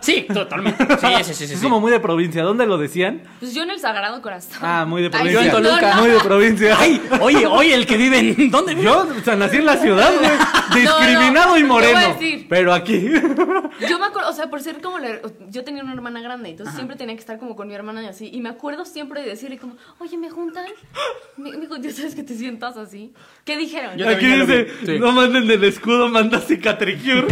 [SPEAKER 1] Sí, totalmente. Sí, sí, sí, sí.
[SPEAKER 3] es
[SPEAKER 1] sí.
[SPEAKER 3] como muy de provincia. ¿Dónde lo decían?
[SPEAKER 2] Pues yo en el Sagrado Corazón.
[SPEAKER 3] Ah, muy de
[SPEAKER 2] Ay,
[SPEAKER 3] provincia.
[SPEAKER 1] yo en Toluca.
[SPEAKER 3] Muy de provincia.
[SPEAKER 1] Ay, oye, oye, el que vive en. ¿Dónde vive?
[SPEAKER 3] Yo o sea, nací en la ciudad, güey.
[SPEAKER 2] no,
[SPEAKER 3] Discriminado y
[SPEAKER 2] te voy a
[SPEAKER 3] moreno.
[SPEAKER 2] decir.
[SPEAKER 3] Pero aquí.
[SPEAKER 2] Yo me acuerdo, o sea, por ser como la- yo tenía una hermana grande, entonces siempre tenía que estar como con mi hermana y así. Y me acuerdo siempre de decirle como, oye, ¿me juntan? Me, me juntan, ¿sabes que te sientas así? ¿Qué dijeron?
[SPEAKER 1] Yo-
[SPEAKER 3] Aquí
[SPEAKER 1] también ya lo
[SPEAKER 3] dice,
[SPEAKER 1] vi, sí.
[SPEAKER 3] no manden del escudo, manda cicatricure.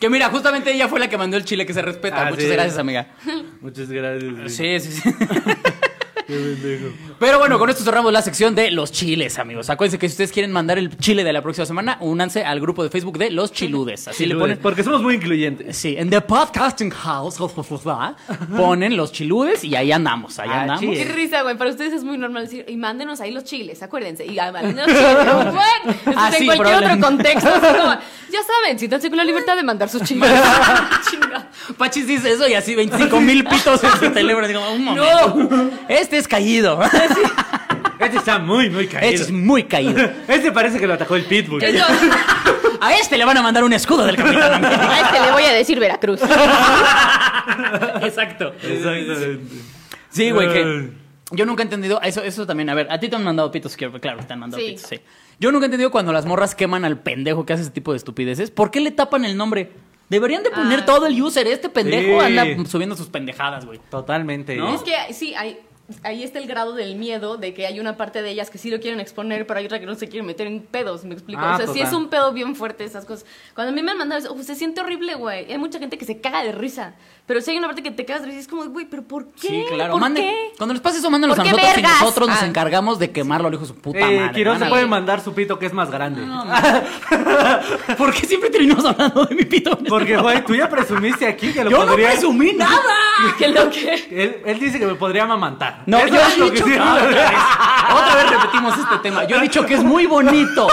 [SPEAKER 1] Que mira, justamente ella fue la que mandó el chile que se respeta.
[SPEAKER 3] Ah,
[SPEAKER 1] Muchas
[SPEAKER 3] sí.
[SPEAKER 1] gracias, amiga.
[SPEAKER 3] Muchas gracias. güey.
[SPEAKER 1] Sí, sí, sí.
[SPEAKER 3] Qué pendejo.
[SPEAKER 1] Pero bueno, con esto cerramos la sección de los chiles, amigos. Acuérdense que si ustedes quieren mandar el chile de la próxima semana, únanse al grupo de Facebook de Los Chiludes. Así le ponen.
[SPEAKER 3] Porque somos muy incluyentes.
[SPEAKER 1] Sí, en The Podcasting House ponen los chiludes y ahí andamos, ahí
[SPEAKER 3] Ah,
[SPEAKER 1] andamos.
[SPEAKER 3] sí.
[SPEAKER 2] Qué risa, güey. Para ustedes es muy normal decir, y mándenos ahí los chiles, acuérdense. Y ah, mándenos los chiles, güey. Entonces,
[SPEAKER 1] Ah, sí,
[SPEAKER 2] en cualquier otro
[SPEAKER 1] probablemente.
[SPEAKER 2] contexto, así como, ya saben, siéntanse con la libertad de mandar sus chiles. Chinga.
[SPEAKER 1] Pachis dice eso y así 25 mil pitos en su teléfono. Digo, un momento. Este es caído.
[SPEAKER 3] Este está muy, muy
[SPEAKER 1] Este
[SPEAKER 3] caído.
[SPEAKER 1] es muy caído.
[SPEAKER 3] Este parece que lo atajó el Pitbull.
[SPEAKER 2] Yo-
[SPEAKER 1] A este le van a mandar un escudo del Capitán América.
[SPEAKER 2] a este le voy a decir Veracruz.
[SPEAKER 1] Exacto.
[SPEAKER 3] Exactamente.
[SPEAKER 1] Sí, güey, que yo nunca he entendido eso, eso también. A ver, a ti te han mandado pitos, que- claro, te han mandado
[SPEAKER 2] Sí.
[SPEAKER 1] pitos, sí. Yo nunca he entendido cuando las morras queman al pendejo que hace ese tipo de estupideces. ¿Por qué le tapan el nombre? Deberían de poner
[SPEAKER 2] Ah.
[SPEAKER 1] todo el user. Este pendejo
[SPEAKER 3] Sí.
[SPEAKER 1] anda subiendo sus pendejadas, güey.
[SPEAKER 3] Totalmente.
[SPEAKER 1] ¿No?
[SPEAKER 2] Es que sí, hay- ahí está el grado del miedo de que hay una parte de ellas que sí lo quieren exponer, pero hay otra que no se quieren meter en pedos, ¿me explico?
[SPEAKER 3] Ah,
[SPEAKER 2] o sea, sí
[SPEAKER 3] total.
[SPEAKER 2] es un pedo bien fuerte esas cosas. Cuando a mí me han mandado eso, "Uf, se siente horrible, güey. Hay mucha gente que se caga de risa, pero sí hay una parte que te cagas de risa y es como, güey, ¿pero por qué?
[SPEAKER 1] Sí, claro.
[SPEAKER 2] ¿Por
[SPEAKER 1] Manden-
[SPEAKER 2] qué?
[SPEAKER 1] Cuando les pase eso, mándenlos a
[SPEAKER 2] ¿Por qué
[SPEAKER 1] nosotros y
[SPEAKER 2] vergas?
[SPEAKER 1] nosotros nos
[SPEAKER 2] Ah.
[SPEAKER 1] encargamos de quemarlo, al hijo de su puta
[SPEAKER 3] Eh,
[SPEAKER 1] madre.
[SPEAKER 3] Quiroz se
[SPEAKER 1] Ándale.
[SPEAKER 3] puede mandar su pito que es más grande.
[SPEAKER 1] ¿Por qué siempre terminamos hablando de mi pito? en este
[SPEAKER 3] Porque,
[SPEAKER 1] programa?
[SPEAKER 3] güey, tú ya presumiste aquí que lo
[SPEAKER 1] yo no
[SPEAKER 3] podría.
[SPEAKER 1] presumí nada.
[SPEAKER 2] ¿Qué lo que?
[SPEAKER 3] Él, él dice que me podría amamantar.
[SPEAKER 1] No,
[SPEAKER 3] Eso
[SPEAKER 1] yo
[SPEAKER 3] es
[SPEAKER 1] he
[SPEAKER 3] lo que
[SPEAKER 1] dicho
[SPEAKER 3] sí-
[SPEAKER 1] Ah, otra, vez, Otra vez repetimos este tema. Yo he dicho que es muy bonito.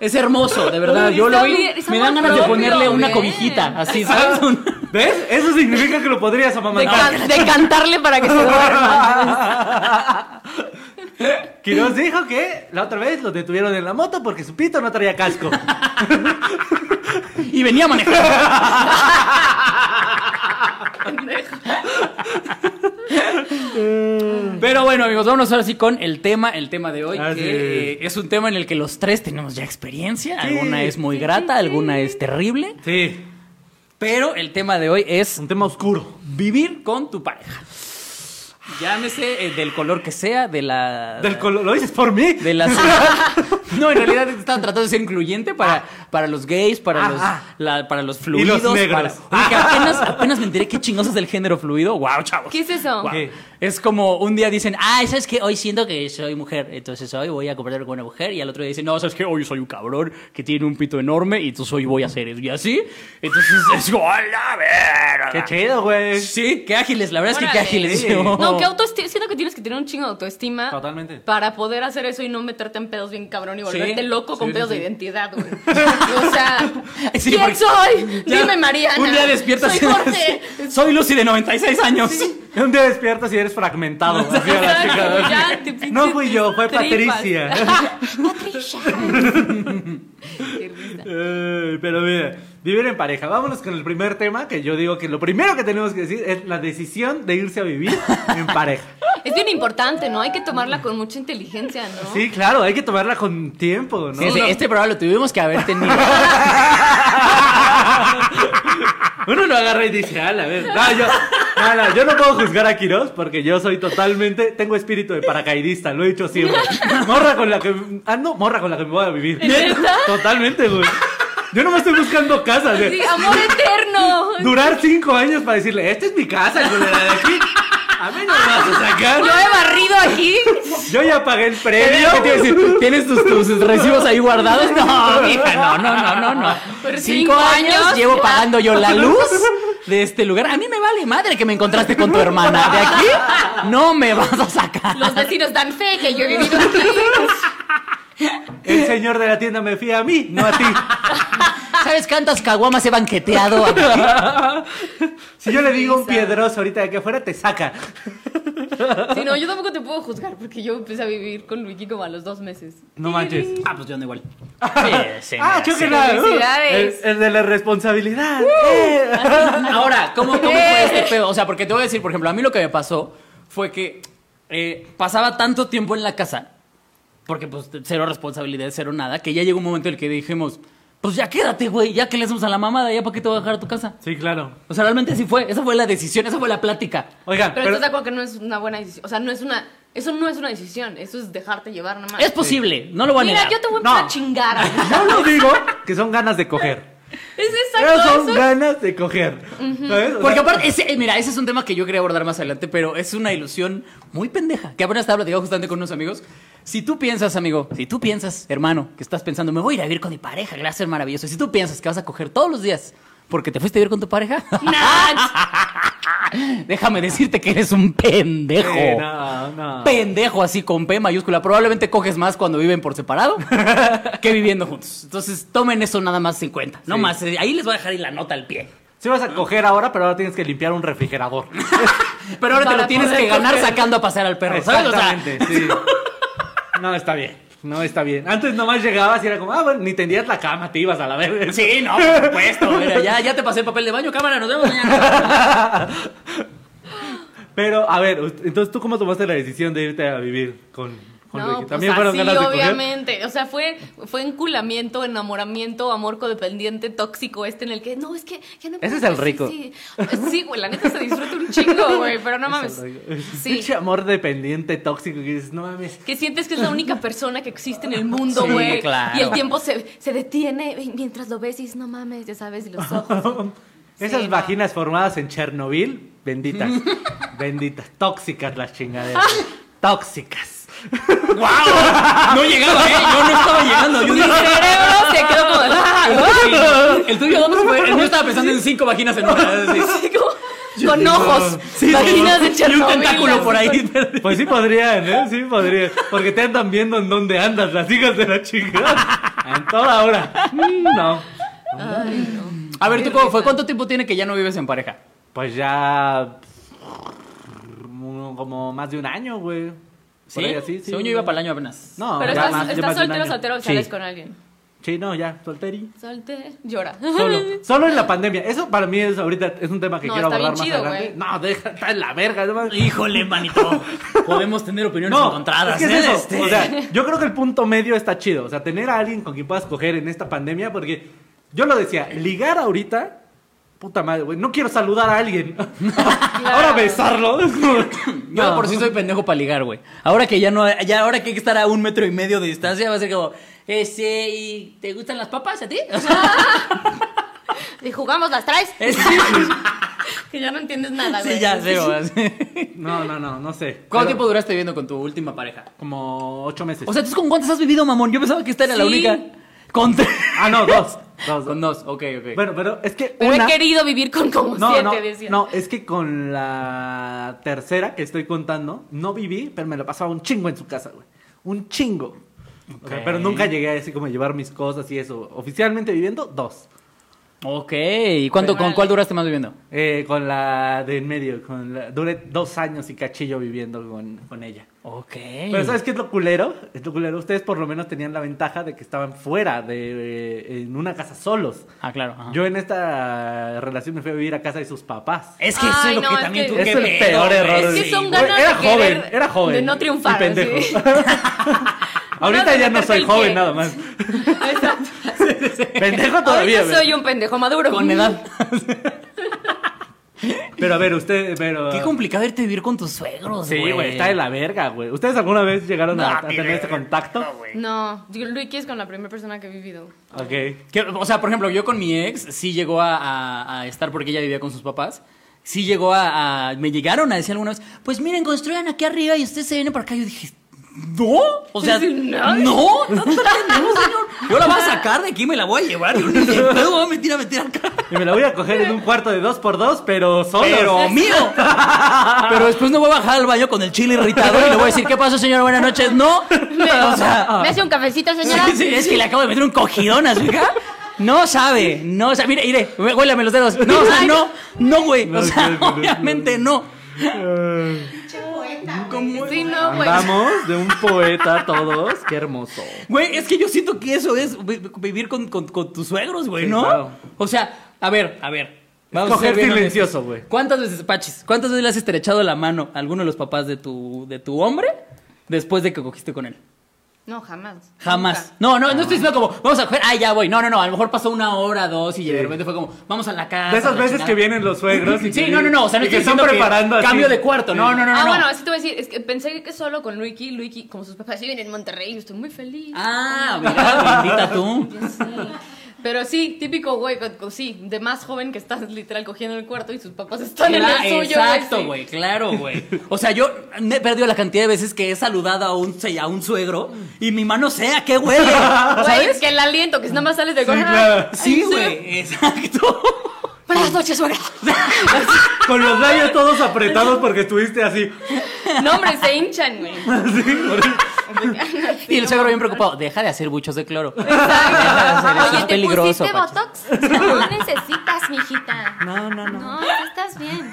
[SPEAKER 1] Es hermoso, de verdad. Yo lo
[SPEAKER 2] Está
[SPEAKER 1] vi.
[SPEAKER 2] bien, es
[SPEAKER 1] Me dan
[SPEAKER 2] amor
[SPEAKER 1] ganas de
[SPEAKER 2] propio,
[SPEAKER 1] ponerle una
[SPEAKER 2] bien.
[SPEAKER 1] cobijita. Así, ¿sabes? Un-
[SPEAKER 3] ¿Ves? Eso significa que lo podrías
[SPEAKER 2] De,
[SPEAKER 3] amamantar.
[SPEAKER 2] can- de cantarle para que se duerma.
[SPEAKER 3] Quiroz dijo que la otra vez lo detuvieron en la moto porque su pito no traía casco.
[SPEAKER 1] Y venía manejando. Pero bueno, amigos, vámonos ahora sí con el tema, el tema de hoy,
[SPEAKER 3] Así
[SPEAKER 1] que eh, es un tema en el que los tres tenemos ya experiencia.
[SPEAKER 3] Sí.
[SPEAKER 1] Alguna es muy grata, alguna es terrible.
[SPEAKER 3] Sí.
[SPEAKER 1] Pero el tema de hoy es
[SPEAKER 3] Un tema oscuro.
[SPEAKER 1] vivir con tu pareja. Llámese eh, del color que sea, de la.
[SPEAKER 3] Del colo- ¿Lo dices por mí?
[SPEAKER 1] de la No, en realidad estaba tratando de ser incluyente para, para los gays, para,
[SPEAKER 3] Ah,
[SPEAKER 1] los,
[SPEAKER 3] ah.
[SPEAKER 1] la- para los
[SPEAKER 3] los
[SPEAKER 1] fluidos.
[SPEAKER 3] negros. Ah.
[SPEAKER 1] para- Oye, que apenas, apenas me enteré qué chingoso es el género fluido. ¡Wow, chavos!
[SPEAKER 2] ¿Qué es eso?
[SPEAKER 1] Guau.
[SPEAKER 3] ¿Qué?
[SPEAKER 1] Es como un día dicen, ah, ¿sabes qué? Hoy siento que soy mujer, entonces hoy voy a convertirme con una mujer. Y al otro día dicen, no, ¿sabes qué? Hoy soy un cabrón que tiene un pito enorme y entonces hoy voy a hacer eso. Y así, entonces es como, ¡a la verga!
[SPEAKER 3] Qué chido, güey.
[SPEAKER 1] Sí, qué ágiles, la verdad es que qué
[SPEAKER 2] Órale.
[SPEAKER 1] ágiles. oh.
[SPEAKER 3] Sí.
[SPEAKER 1] yo.
[SPEAKER 2] No, que autoestima. Siento que tienes que tener un chingo de autoestima.
[SPEAKER 3] Totalmente.
[SPEAKER 2] Para poder hacer eso y no meterte en pedos bien cabrón y volverte loco
[SPEAKER 1] sí,
[SPEAKER 2] con
[SPEAKER 1] sí,
[SPEAKER 2] pedos
[SPEAKER 1] sí.
[SPEAKER 2] de identidad, güey. O sea,
[SPEAKER 1] Sí, porque-
[SPEAKER 2] ¿quién soy?
[SPEAKER 1] Ya,
[SPEAKER 2] Dime, Mariana.
[SPEAKER 1] Un día despiertas
[SPEAKER 2] Soy Jorge.
[SPEAKER 1] Soy Lucy de 96 años.
[SPEAKER 3] Un día despiertas y eres fragmentado. así a la
[SPEAKER 2] Exacto,
[SPEAKER 3] chica.
[SPEAKER 2] ya, te pinches
[SPEAKER 3] No fui yo, fue
[SPEAKER 2] tripas.
[SPEAKER 3] Patricia.
[SPEAKER 2] Patricia. Qué risa.
[SPEAKER 3] Ay, pero mira, vivir en pareja. Vámonos con el primer tema que yo digo que lo primero que tenemos que decir es la decisión de irse a vivir en pareja.
[SPEAKER 2] Es bien importante, ¿no? Hay que tomarla con mucha inteligencia, ¿no?
[SPEAKER 3] Sí, claro, hay que tomarla con tiempo, ¿no?
[SPEAKER 1] Sí, sí, este programa lo tuvimos que haber tenido.
[SPEAKER 3] Uno lo agarra y dice, "Ala, a ver. No, yo, no, no, yo no puedo juzgar a Quiroz porque yo soy totalmente, tengo espíritu de paracaidista, lo he dicho siempre. Morra con la que ando, morra con la que me voy a vivir.
[SPEAKER 2] ¿Neta?
[SPEAKER 3] Totalmente, güey. Yo no me estoy buscando casa, güey.
[SPEAKER 2] Sí, amor eterno.
[SPEAKER 3] Durar cinco años para decirle, esta es mi casa, culera, de aquí. A mí no me vas a sacar.
[SPEAKER 2] Yo he barrido aquí.
[SPEAKER 3] Yo ya pagué el premio.
[SPEAKER 1] ¿Qué te iba a decir? ¿Tienes tus, tus recibos ahí guardados? No, mija, no, no, no, no, no.
[SPEAKER 2] Por cinco años.
[SPEAKER 1] llevo pagando yo la luz de este lugar. A mí me vale madre que me encontraste con tu hermana. De aquí no me vas a sacar.
[SPEAKER 2] Los vecinos dan fe que yo he vivido aquí.
[SPEAKER 3] El señor de la tienda me fía a mí, no a ti.
[SPEAKER 1] ¿Sabes cuántas caguamas he banqueteado aquí?
[SPEAKER 3] Si yo le digo a un
[SPEAKER 2] Risa.
[SPEAKER 3] piedroso ahorita de que afuera, te saca.
[SPEAKER 2] Sí, no, yo tampoco te puedo juzgar porque yo empecé a vivir con Luigi como a los dos meses.
[SPEAKER 3] No manches.
[SPEAKER 1] Ah, pues yo ando igual. Sí, sí,
[SPEAKER 3] Ah,
[SPEAKER 1] sí.
[SPEAKER 3] chóquenla. uh, el,
[SPEAKER 2] Felicidades.
[SPEAKER 3] el de la responsabilidad. Eh.
[SPEAKER 1] Ahora, ¿cómo, cómo
[SPEAKER 2] Eh.
[SPEAKER 1] fue este pedo? O sea, porque te voy a decir, por ejemplo, a mí lo que me pasó fue que eh, pasaba tanto tiempo en la casa, porque pues cero responsabilidad, cero nada, que ya llegó un momento en el que dijimos, pues ya quédate, güey, ya que le hacemos a la mamada, ya para qué te voy a dejar a tu casa.
[SPEAKER 3] Sí, claro.
[SPEAKER 1] O sea, realmente así fue, esa fue la decisión, esa fue la plática.
[SPEAKER 3] Oigan,
[SPEAKER 2] Pero,
[SPEAKER 3] pero,
[SPEAKER 2] estás de acuerdo que no es una buena decisión. O sea, no es una. Eso no es una decisión. Eso es dejarte llevar nada más.
[SPEAKER 1] Es posible, no lo voy a
[SPEAKER 2] Mira,
[SPEAKER 1] negar.
[SPEAKER 2] yo te voy a empezar
[SPEAKER 3] No.
[SPEAKER 2] a chingar. amiga.
[SPEAKER 3] yo lo digo que son ganas de coger.
[SPEAKER 2] es
[SPEAKER 3] Pero
[SPEAKER 2] exacto
[SPEAKER 3] son
[SPEAKER 2] eso.
[SPEAKER 3] ganas de coger. ¿Sabes? O
[SPEAKER 1] Porque
[SPEAKER 3] sea,
[SPEAKER 1] aparte, ese, eh, mira, ese es un tema que yo quería abordar más adelante, pero es una ilusión muy pendeja. Que apenas estaba platicando justamente con unos amigos. Si tú piensas, amigo, si tú piensas, hermano, que estás pensando, me voy a ir a vivir con mi pareja, que va a ser maravilloso. Y si tú piensas que vas a coger todos los días porque te fuiste a vivir con tu pareja, déjame decirte que eres un pendejo.
[SPEAKER 3] eh, no, no.
[SPEAKER 1] Pendejo así con P mayúscula. Probablemente coges más cuando viven por separado que viviendo juntos. Entonces tomen eso nada más en cuenta. No
[SPEAKER 3] Sí.
[SPEAKER 1] más. eh, Ahí les voy a dejar ahí la nota al pie.
[SPEAKER 3] Sí vas a coger ahora, pero ahora tienes que limpiar un refrigerador.
[SPEAKER 1] Pero ahora te lo
[SPEAKER 2] Para
[SPEAKER 1] tienes que
[SPEAKER 2] poder
[SPEAKER 1] ganar
[SPEAKER 2] coger.
[SPEAKER 1] sacando a pasear al perro, ¿sabes? O sea,
[SPEAKER 3] Exactamente, sí. No, está bien. No está bien. Antes nomás llegabas y era como, ah, bueno, ni tendías la cama, te ibas a la vez.
[SPEAKER 1] sí, no, por supuesto. Mira, ya, ya te pasé el papel de baño, cámara, nos vemos mañana.
[SPEAKER 3] Pero, a ver, ust- entonces tú cómo tomaste la decisión de irte a vivir con, con
[SPEAKER 2] No,
[SPEAKER 3] Ricky?
[SPEAKER 2] pues
[SPEAKER 3] También
[SPEAKER 2] así,
[SPEAKER 3] fueron ganas de coger?
[SPEAKER 2] obviamente. O sea, fue, fue enculamiento, enamoramiento, amor codependiente, tóxico, este en el que, no, es que ya no
[SPEAKER 3] Ese es
[SPEAKER 2] puedo
[SPEAKER 3] el
[SPEAKER 2] ser
[SPEAKER 3] rico.
[SPEAKER 2] así". Sí, güey, la neta se disfruta un chingo, güey, pero no mames. Sí.
[SPEAKER 3] Pinche amor dependiente tóxico que dices, no mames.
[SPEAKER 2] Que sientes que es la única persona que existe en el mundo,
[SPEAKER 1] Sí,
[SPEAKER 2] güey.
[SPEAKER 1] claro.
[SPEAKER 2] Y el tiempo se, se detiene y mientras lo ves y dices, no mames, ya sabes, y los ojos.
[SPEAKER 3] Esas
[SPEAKER 2] no.
[SPEAKER 3] vaginas formadas en Chernobyl, benditas. benditas. Tóxicas las chingaderas. tóxicas.
[SPEAKER 1] ¡Wow! No llegaba, ¿eh? Yo no estaba llegando. Yo
[SPEAKER 2] Mi
[SPEAKER 1] dije,
[SPEAKER 2] cerebro se quedó como...
[SPEAKER 1] "Ah". El tuyo, ¿dónde se fue? El mío estaba pensando en cinco vaginas en una. así.
[SPEAKER 2] Así como- Con ojos, vaginas de
[SPEAKER 1] Y
[SPEAKER 2] Chernobyl.
[SPEAKER 1] un tentáculo
[SPEAKER 2] así
[SPEAKER 1] por ahí.
[SPEAKER 2] con-
[SPEAKER 3] Pues sí podrían, ¿eh? Sí podrían. Porque te andan viendo en dónde andas, las hijas de la chingada. En toda hora. Mm, No.
[SPEAKER 2] Ay, no.
[SPEAKER 1] A ver, ¿tú cómo fue? ¿Cuánto tiempo tiene que ya no vives en pareja?
[SPEAKER 3] Pues ya. mm, Como más de un año, güey. Por
[SPEAKER 1] ¿Sí?
[SPEAKER 3] ahí así, sí,
[SPEAKER 1] Según yo
[SPEAKER 3] un
[SPEAKER 1] iba
[SPEAKER 3] año.
[SPEAKER 1] para el año apenas.
[SPEAKER 3] No,
[SPEAKER 2] Pero
[SPEAKER 3] ya
[SPEAKER 2] estás,
[SPEAKER 3] más- ya
[SPEAKER 2] estás
[SPEAKER 3] más de un
[SPEAKER 2] soltero,
[SPEAKER 3] año.
[SPEAKER 2] soltero, o
[SPEAKER 3] Sí.
[SPEAKER 2] sales con alguien.
[SPEAKER 3] Sí, no, ya, solteri.
[SPEAKER 2] Solte, llora.
[SPEAKER 3] Solo, solo en la pandemia. Eso para mí es ahorita es un tema que
[SPEAKER 2] No,
[SPEAKER 3] quiero
[SPEAKER 2] está
[SPEAKER 3] abordar
[SPEAKER 2] bien
[SPEAKER 3] más
[SPEAKER 2] chido,
[SPEAKER 3] adelante.
[SPEAKER 2] güey.
[SPEAKER 3] No, deja, está en la verga. No, mames.
[SPEAKER 1] Híjole, manito. Podemos tener opiniones
[SPEAKER 3] no
[SPEAKER 1] encontradas.
[SPEAKER 3] es que es
[SPEAKER 1] ¿eh?
[SPEAKER 3] eso.
[SPEAKER 1] Este-
[SPEAKER 3] O sea, yo creo que el punto medio está chido. O sea, tener a alguien con quien puedas coger en esta pandemia, porque yo lo decía, ligar ahorita, puta madre, güey, no quiero saludar a alguien. Ahora besarlo.
[SPEAKER 1] Yo de por sí soy pendejo para ligar, güey. Ahora que ya no, ya ahora que hay que estar a un metro y medio de distancia, va a ser como, este, ¿y te gustan las papas a ti? O sea,
[SPEAKER 6] ¿Y jugamos las traes?
[SPEAKER 3] Eh.
[SPEAKER 1] es-
[SPEAKER 2] que ya no entiendes nada, güey.
[SPEAKER 1] sí, ya sé, güey.
[SPEAKER 3] No, no, no, no sé.
[SPEAKER 1] ¿Cuánto
[SPEAKER 3] Pero
[SPEAKER 1] tiempo duraste viviendo con tu última pareja?
[SPEAKER 3] Como ocho meses.
[SPEAKER 1] O sea, ¿tú con cuántas has vivido, mamón? Yo pensaba que esta era la
[SPEAKER 2] Sí.
[SPEAKER 1] única. Con tres.
[SPEAKER 3] ah, no, dos. dos,
[SPEAKER 1] Con
[SPEAKER 3] dos.
[SPEAKER 1] dos, ok, ok.
[SPEAKER 3] Bueno, pero es que
[SPEAKER 2] Pero
[SPEAKER 3] una...
[SPEAKER 2] he querido vivir con como
[SPEAKER 3] No,
[SPEAKER 2] siete,
[SPEAKER 3] no,
[SPEAKER 2] decía.
[SPEAKER 3] no, es que con la tercera que estoy contando, no viví, pero me la pasaba un chingo en su casa, güey. Un chingo. O sea,
[SPEAKER 1] Ok.
[SPEAKER 3] pero nunca llegué a así como a llevar mis cosas y eso. Oficialmente viviendo, dos.
[SPEAKER 1] ok, ¿y cuánto, con
[SPEAKER 2] Órale.
[SPEAKER 1] cuál duraste más viviendo?
[SPEAKER 3] Eh, con la de en medio, con la- duré dos años y cachillo viviendo con, con ella.
[SPEAKER 1] Ok.
[SPEAKER 3] Pero ¿sabes qué es lo culero? Es lo culero. Ustedes por lo menos tenían la ventaja de que estaban fuera, de, eh, en una casa solos.
[SPEAKER 1] Ah, claro. ajá.
[SPEAKER 3] Yo en esta relación me fui a vivir a casa de sus papás.
[SPEAKER 1] Es que eso
[SPEAKER 2] Ay,
[SPEAKER 1] es lo
[SPEAKER 2] no,
[SPEAKER 1] que
[SPEAKER 2] es
[SPEAKER 1] también
[SPEAKER 2] que-
[SPEAKER 1] tú
[SPEAKER 3] Es
[SPEAKER 1] qué pedo,
[SPEAKER 3] el peor
[SPEAKER 1] güey.
[SPEAKER 3] error.
[SPEAKER 2] Es
[SPEAKER 3] Sí,
[SPEAKER 2] que son
[SPEAKER 3] güey.
[SPEAKER 2] ganas
[SPEAKER 3] Era
[SPEAKER 2] de querer-
[SPEAKER 3] joven, era joven.
[SPEAKER 2] de no triunfar,
[SPEAKER 3] Y pendejo.
[SPEAKER 2] sí.
[SPEAKER 3] Ahorita
[SPEAKER 2] de
[SPEAKER 3] ya no
[SPEAKER 2] meterte
[SPEAKER 3] soy
[SPEAKER 2] el
[SPEAKER 3] joven
[SPEAKER 2] pie.
[SPEAKER 3] nada más.
[SPEAKER 2] Exacto.
[SPEAKER 3] Pendejo todavía.
[SPEAKER 2] Ahorita
[SPEAKER 3] güey.
[SPEAKER 2] soy un pendejo maduro.
[SPEAKER 1] Con edad.
[SPEAKER 3] Pero a ver, usted, pero...
[SPEAKER 1] Qué complicado irte a vivir con tus suegros,
[SPEAKER 3] Sí, güey, está de la verga, güey. ¿Ustedes alguna vez llegaron a, a tener este contacto?
[SPEAKER 2] No, yo- Ricky es con la primera persona que he vivido.
[SPEAKER 3] ok.
[SPEAKER 1] Que, o sea, por ejemplo, yo con mi ex sí llegó a, a- a estar porque ella vivía con sus papás. Sí llegó a, a- Me llegaron a decir alguna vez, pues miren, construyan aquí arriba y ustedes se vienen para acá. Yo dije, ¿no? O sea, Pues, no,
[SPEAKER 2] No.
[SPEAKER 1] no, no, señor. Yo la voy a sacar de aquí, me la voy a llevar. Yo ni de pedo voy a meter a meter acá.
[SPEAKER 3] Y me la voy a coger en un cuarto de dos por dos, pero solo.
[SPEAKER 1] Pero mío. Pero después no voy a bajar al baño con el chile irritado y le voy a decir, ¿qué pasó, señora? Buenas noches. No. O sea,
[SPEAKER 6] ¿Me hace un cafecito, señora?
[SPEAKER 1] Sí, sí, es que le acabo de meter un cogidón a su hija. No sabe, no sabe. Mire, mire, huélame los dedos. No, o sea, no, no, güey. O sea,
[SPEAKER 3] No, no, no,
[SPEAKER 1] obviamente no.
[SPEAKER 4] Pinche poeta.
[SPEAKER 2] Sí, no, pues. güey.
[SPEAKER 3] Vamos de un poeta todos. Qué hermoso.
[SPEAKER 1] Güey, es que yo siento que eso es vi- vivir con, con- con tus suegros, güey,
[SPEAKER 3] Sí,
[SPEAKER 1] ¿no?
[SPEAKER 3] claro.
[SPEAKER 1] O sea, a ver, a ver. a
[SPEAKER 3] Coger
[SPEAKER 1] ser bien honestos.
[SPEAKER 3] silencioso, güey.
[SPEAKER 1] ¿Cuántas veces, Pachis, cuántas veces le has estrechado la mano a alguno de los papás de tu, de tu hombre después de que cogiste con él?
[SPEAKER 2] No, jamás.
[SPEAKER 1] Jamás.
[SPEAKER 2] Nunca.
[SPEAKER 1] No, no, no estoy diciendo como, vamos a coger, ay, ya voy. No, no, no, a lo mejor pasó una hora, dos y de repente fue como, vamos a la casa.
[SPEAKER 3] De esas
[SPEAKER 1] Ah, la
[SPEAKER 3] veces
[SPEAKER 1] chingada.
[SPEAKER 3] que vienen los suegros. Y
[SPEAKER 1] Sí,
[SPEAKER 3] que-
[SPEAKER 1] no, no, no, o sea, no
[SPEAKER 3] y
[SPEAKER 1] estoy
[SPEAKER 3] que están
[SPEAKER 1] diciendo que
[SPEAKER 3] preparando así.
[SPEAKER 1] cambio de cuarto. No, no, no, no.
[SPEAKER 2] ah,
[SPEAKER 1] no.
[SPEAKER 2] bueno, así te voy a decir. Es que pensé que solo con Ricky, Ricky, como sus papás viven en Monterrey, yo estoy muy feliz.
[SPEAKER 1] Ah, mira, bendita tú.
[SPEAKER 2] Ya sé. Pero sí, típico güey, co- co- sí, de más joven que estás literal cogiendo el cuarto y sus papás están
[SPEAKER 1] Cla-
[SPEAKER 2] en el suyo.
[SPEAKER 1] Exacto,
[SPEAKER 2] sí.
[SPEAKER 1] güey, claro, güey. O sea, yo me he perdido la cantidad de veces que he saludado a un, a un suegro y mi mano sea, qué huele.
[SPEAKER 2] Güey,
[SPEAKER 1] ¿Sabes?
[SPEAKER 2] es que el aliento, que nada más sales de
[SPEAKER 3] Sí, claro.
[SPEAKER 1] Sí, güey, exacto.
[SPEAKER 2] Buenas noches, suegra.
[SPEAKER 3] Con los labios todos apretados porque estuviste así.
[SPEAKER 2] No, hombre, se hinchan, güey.
[SPEAKER 3] Así, por eso.
[SPEAKER 1] Y el suegro bien preocupado, deja de hacer buchos de cloro.
[SPEAKER 2] Exacto.
[SPEAKER 1] Deja de hacer eso,
[SPEAKER 6] Oye,
[SPEAKER 1] es
[SPEAKER 6] ¿te
[SPEAKER 1] peligroso.
[SPEAKER 6] pusiste
[SPEAKER 1] Pachi.
[SPEAKER 6] botox? No necesitas, mijita.
[SPEAKER 3] No, no, no.
[SPEAKER 7] No, tú estás bien.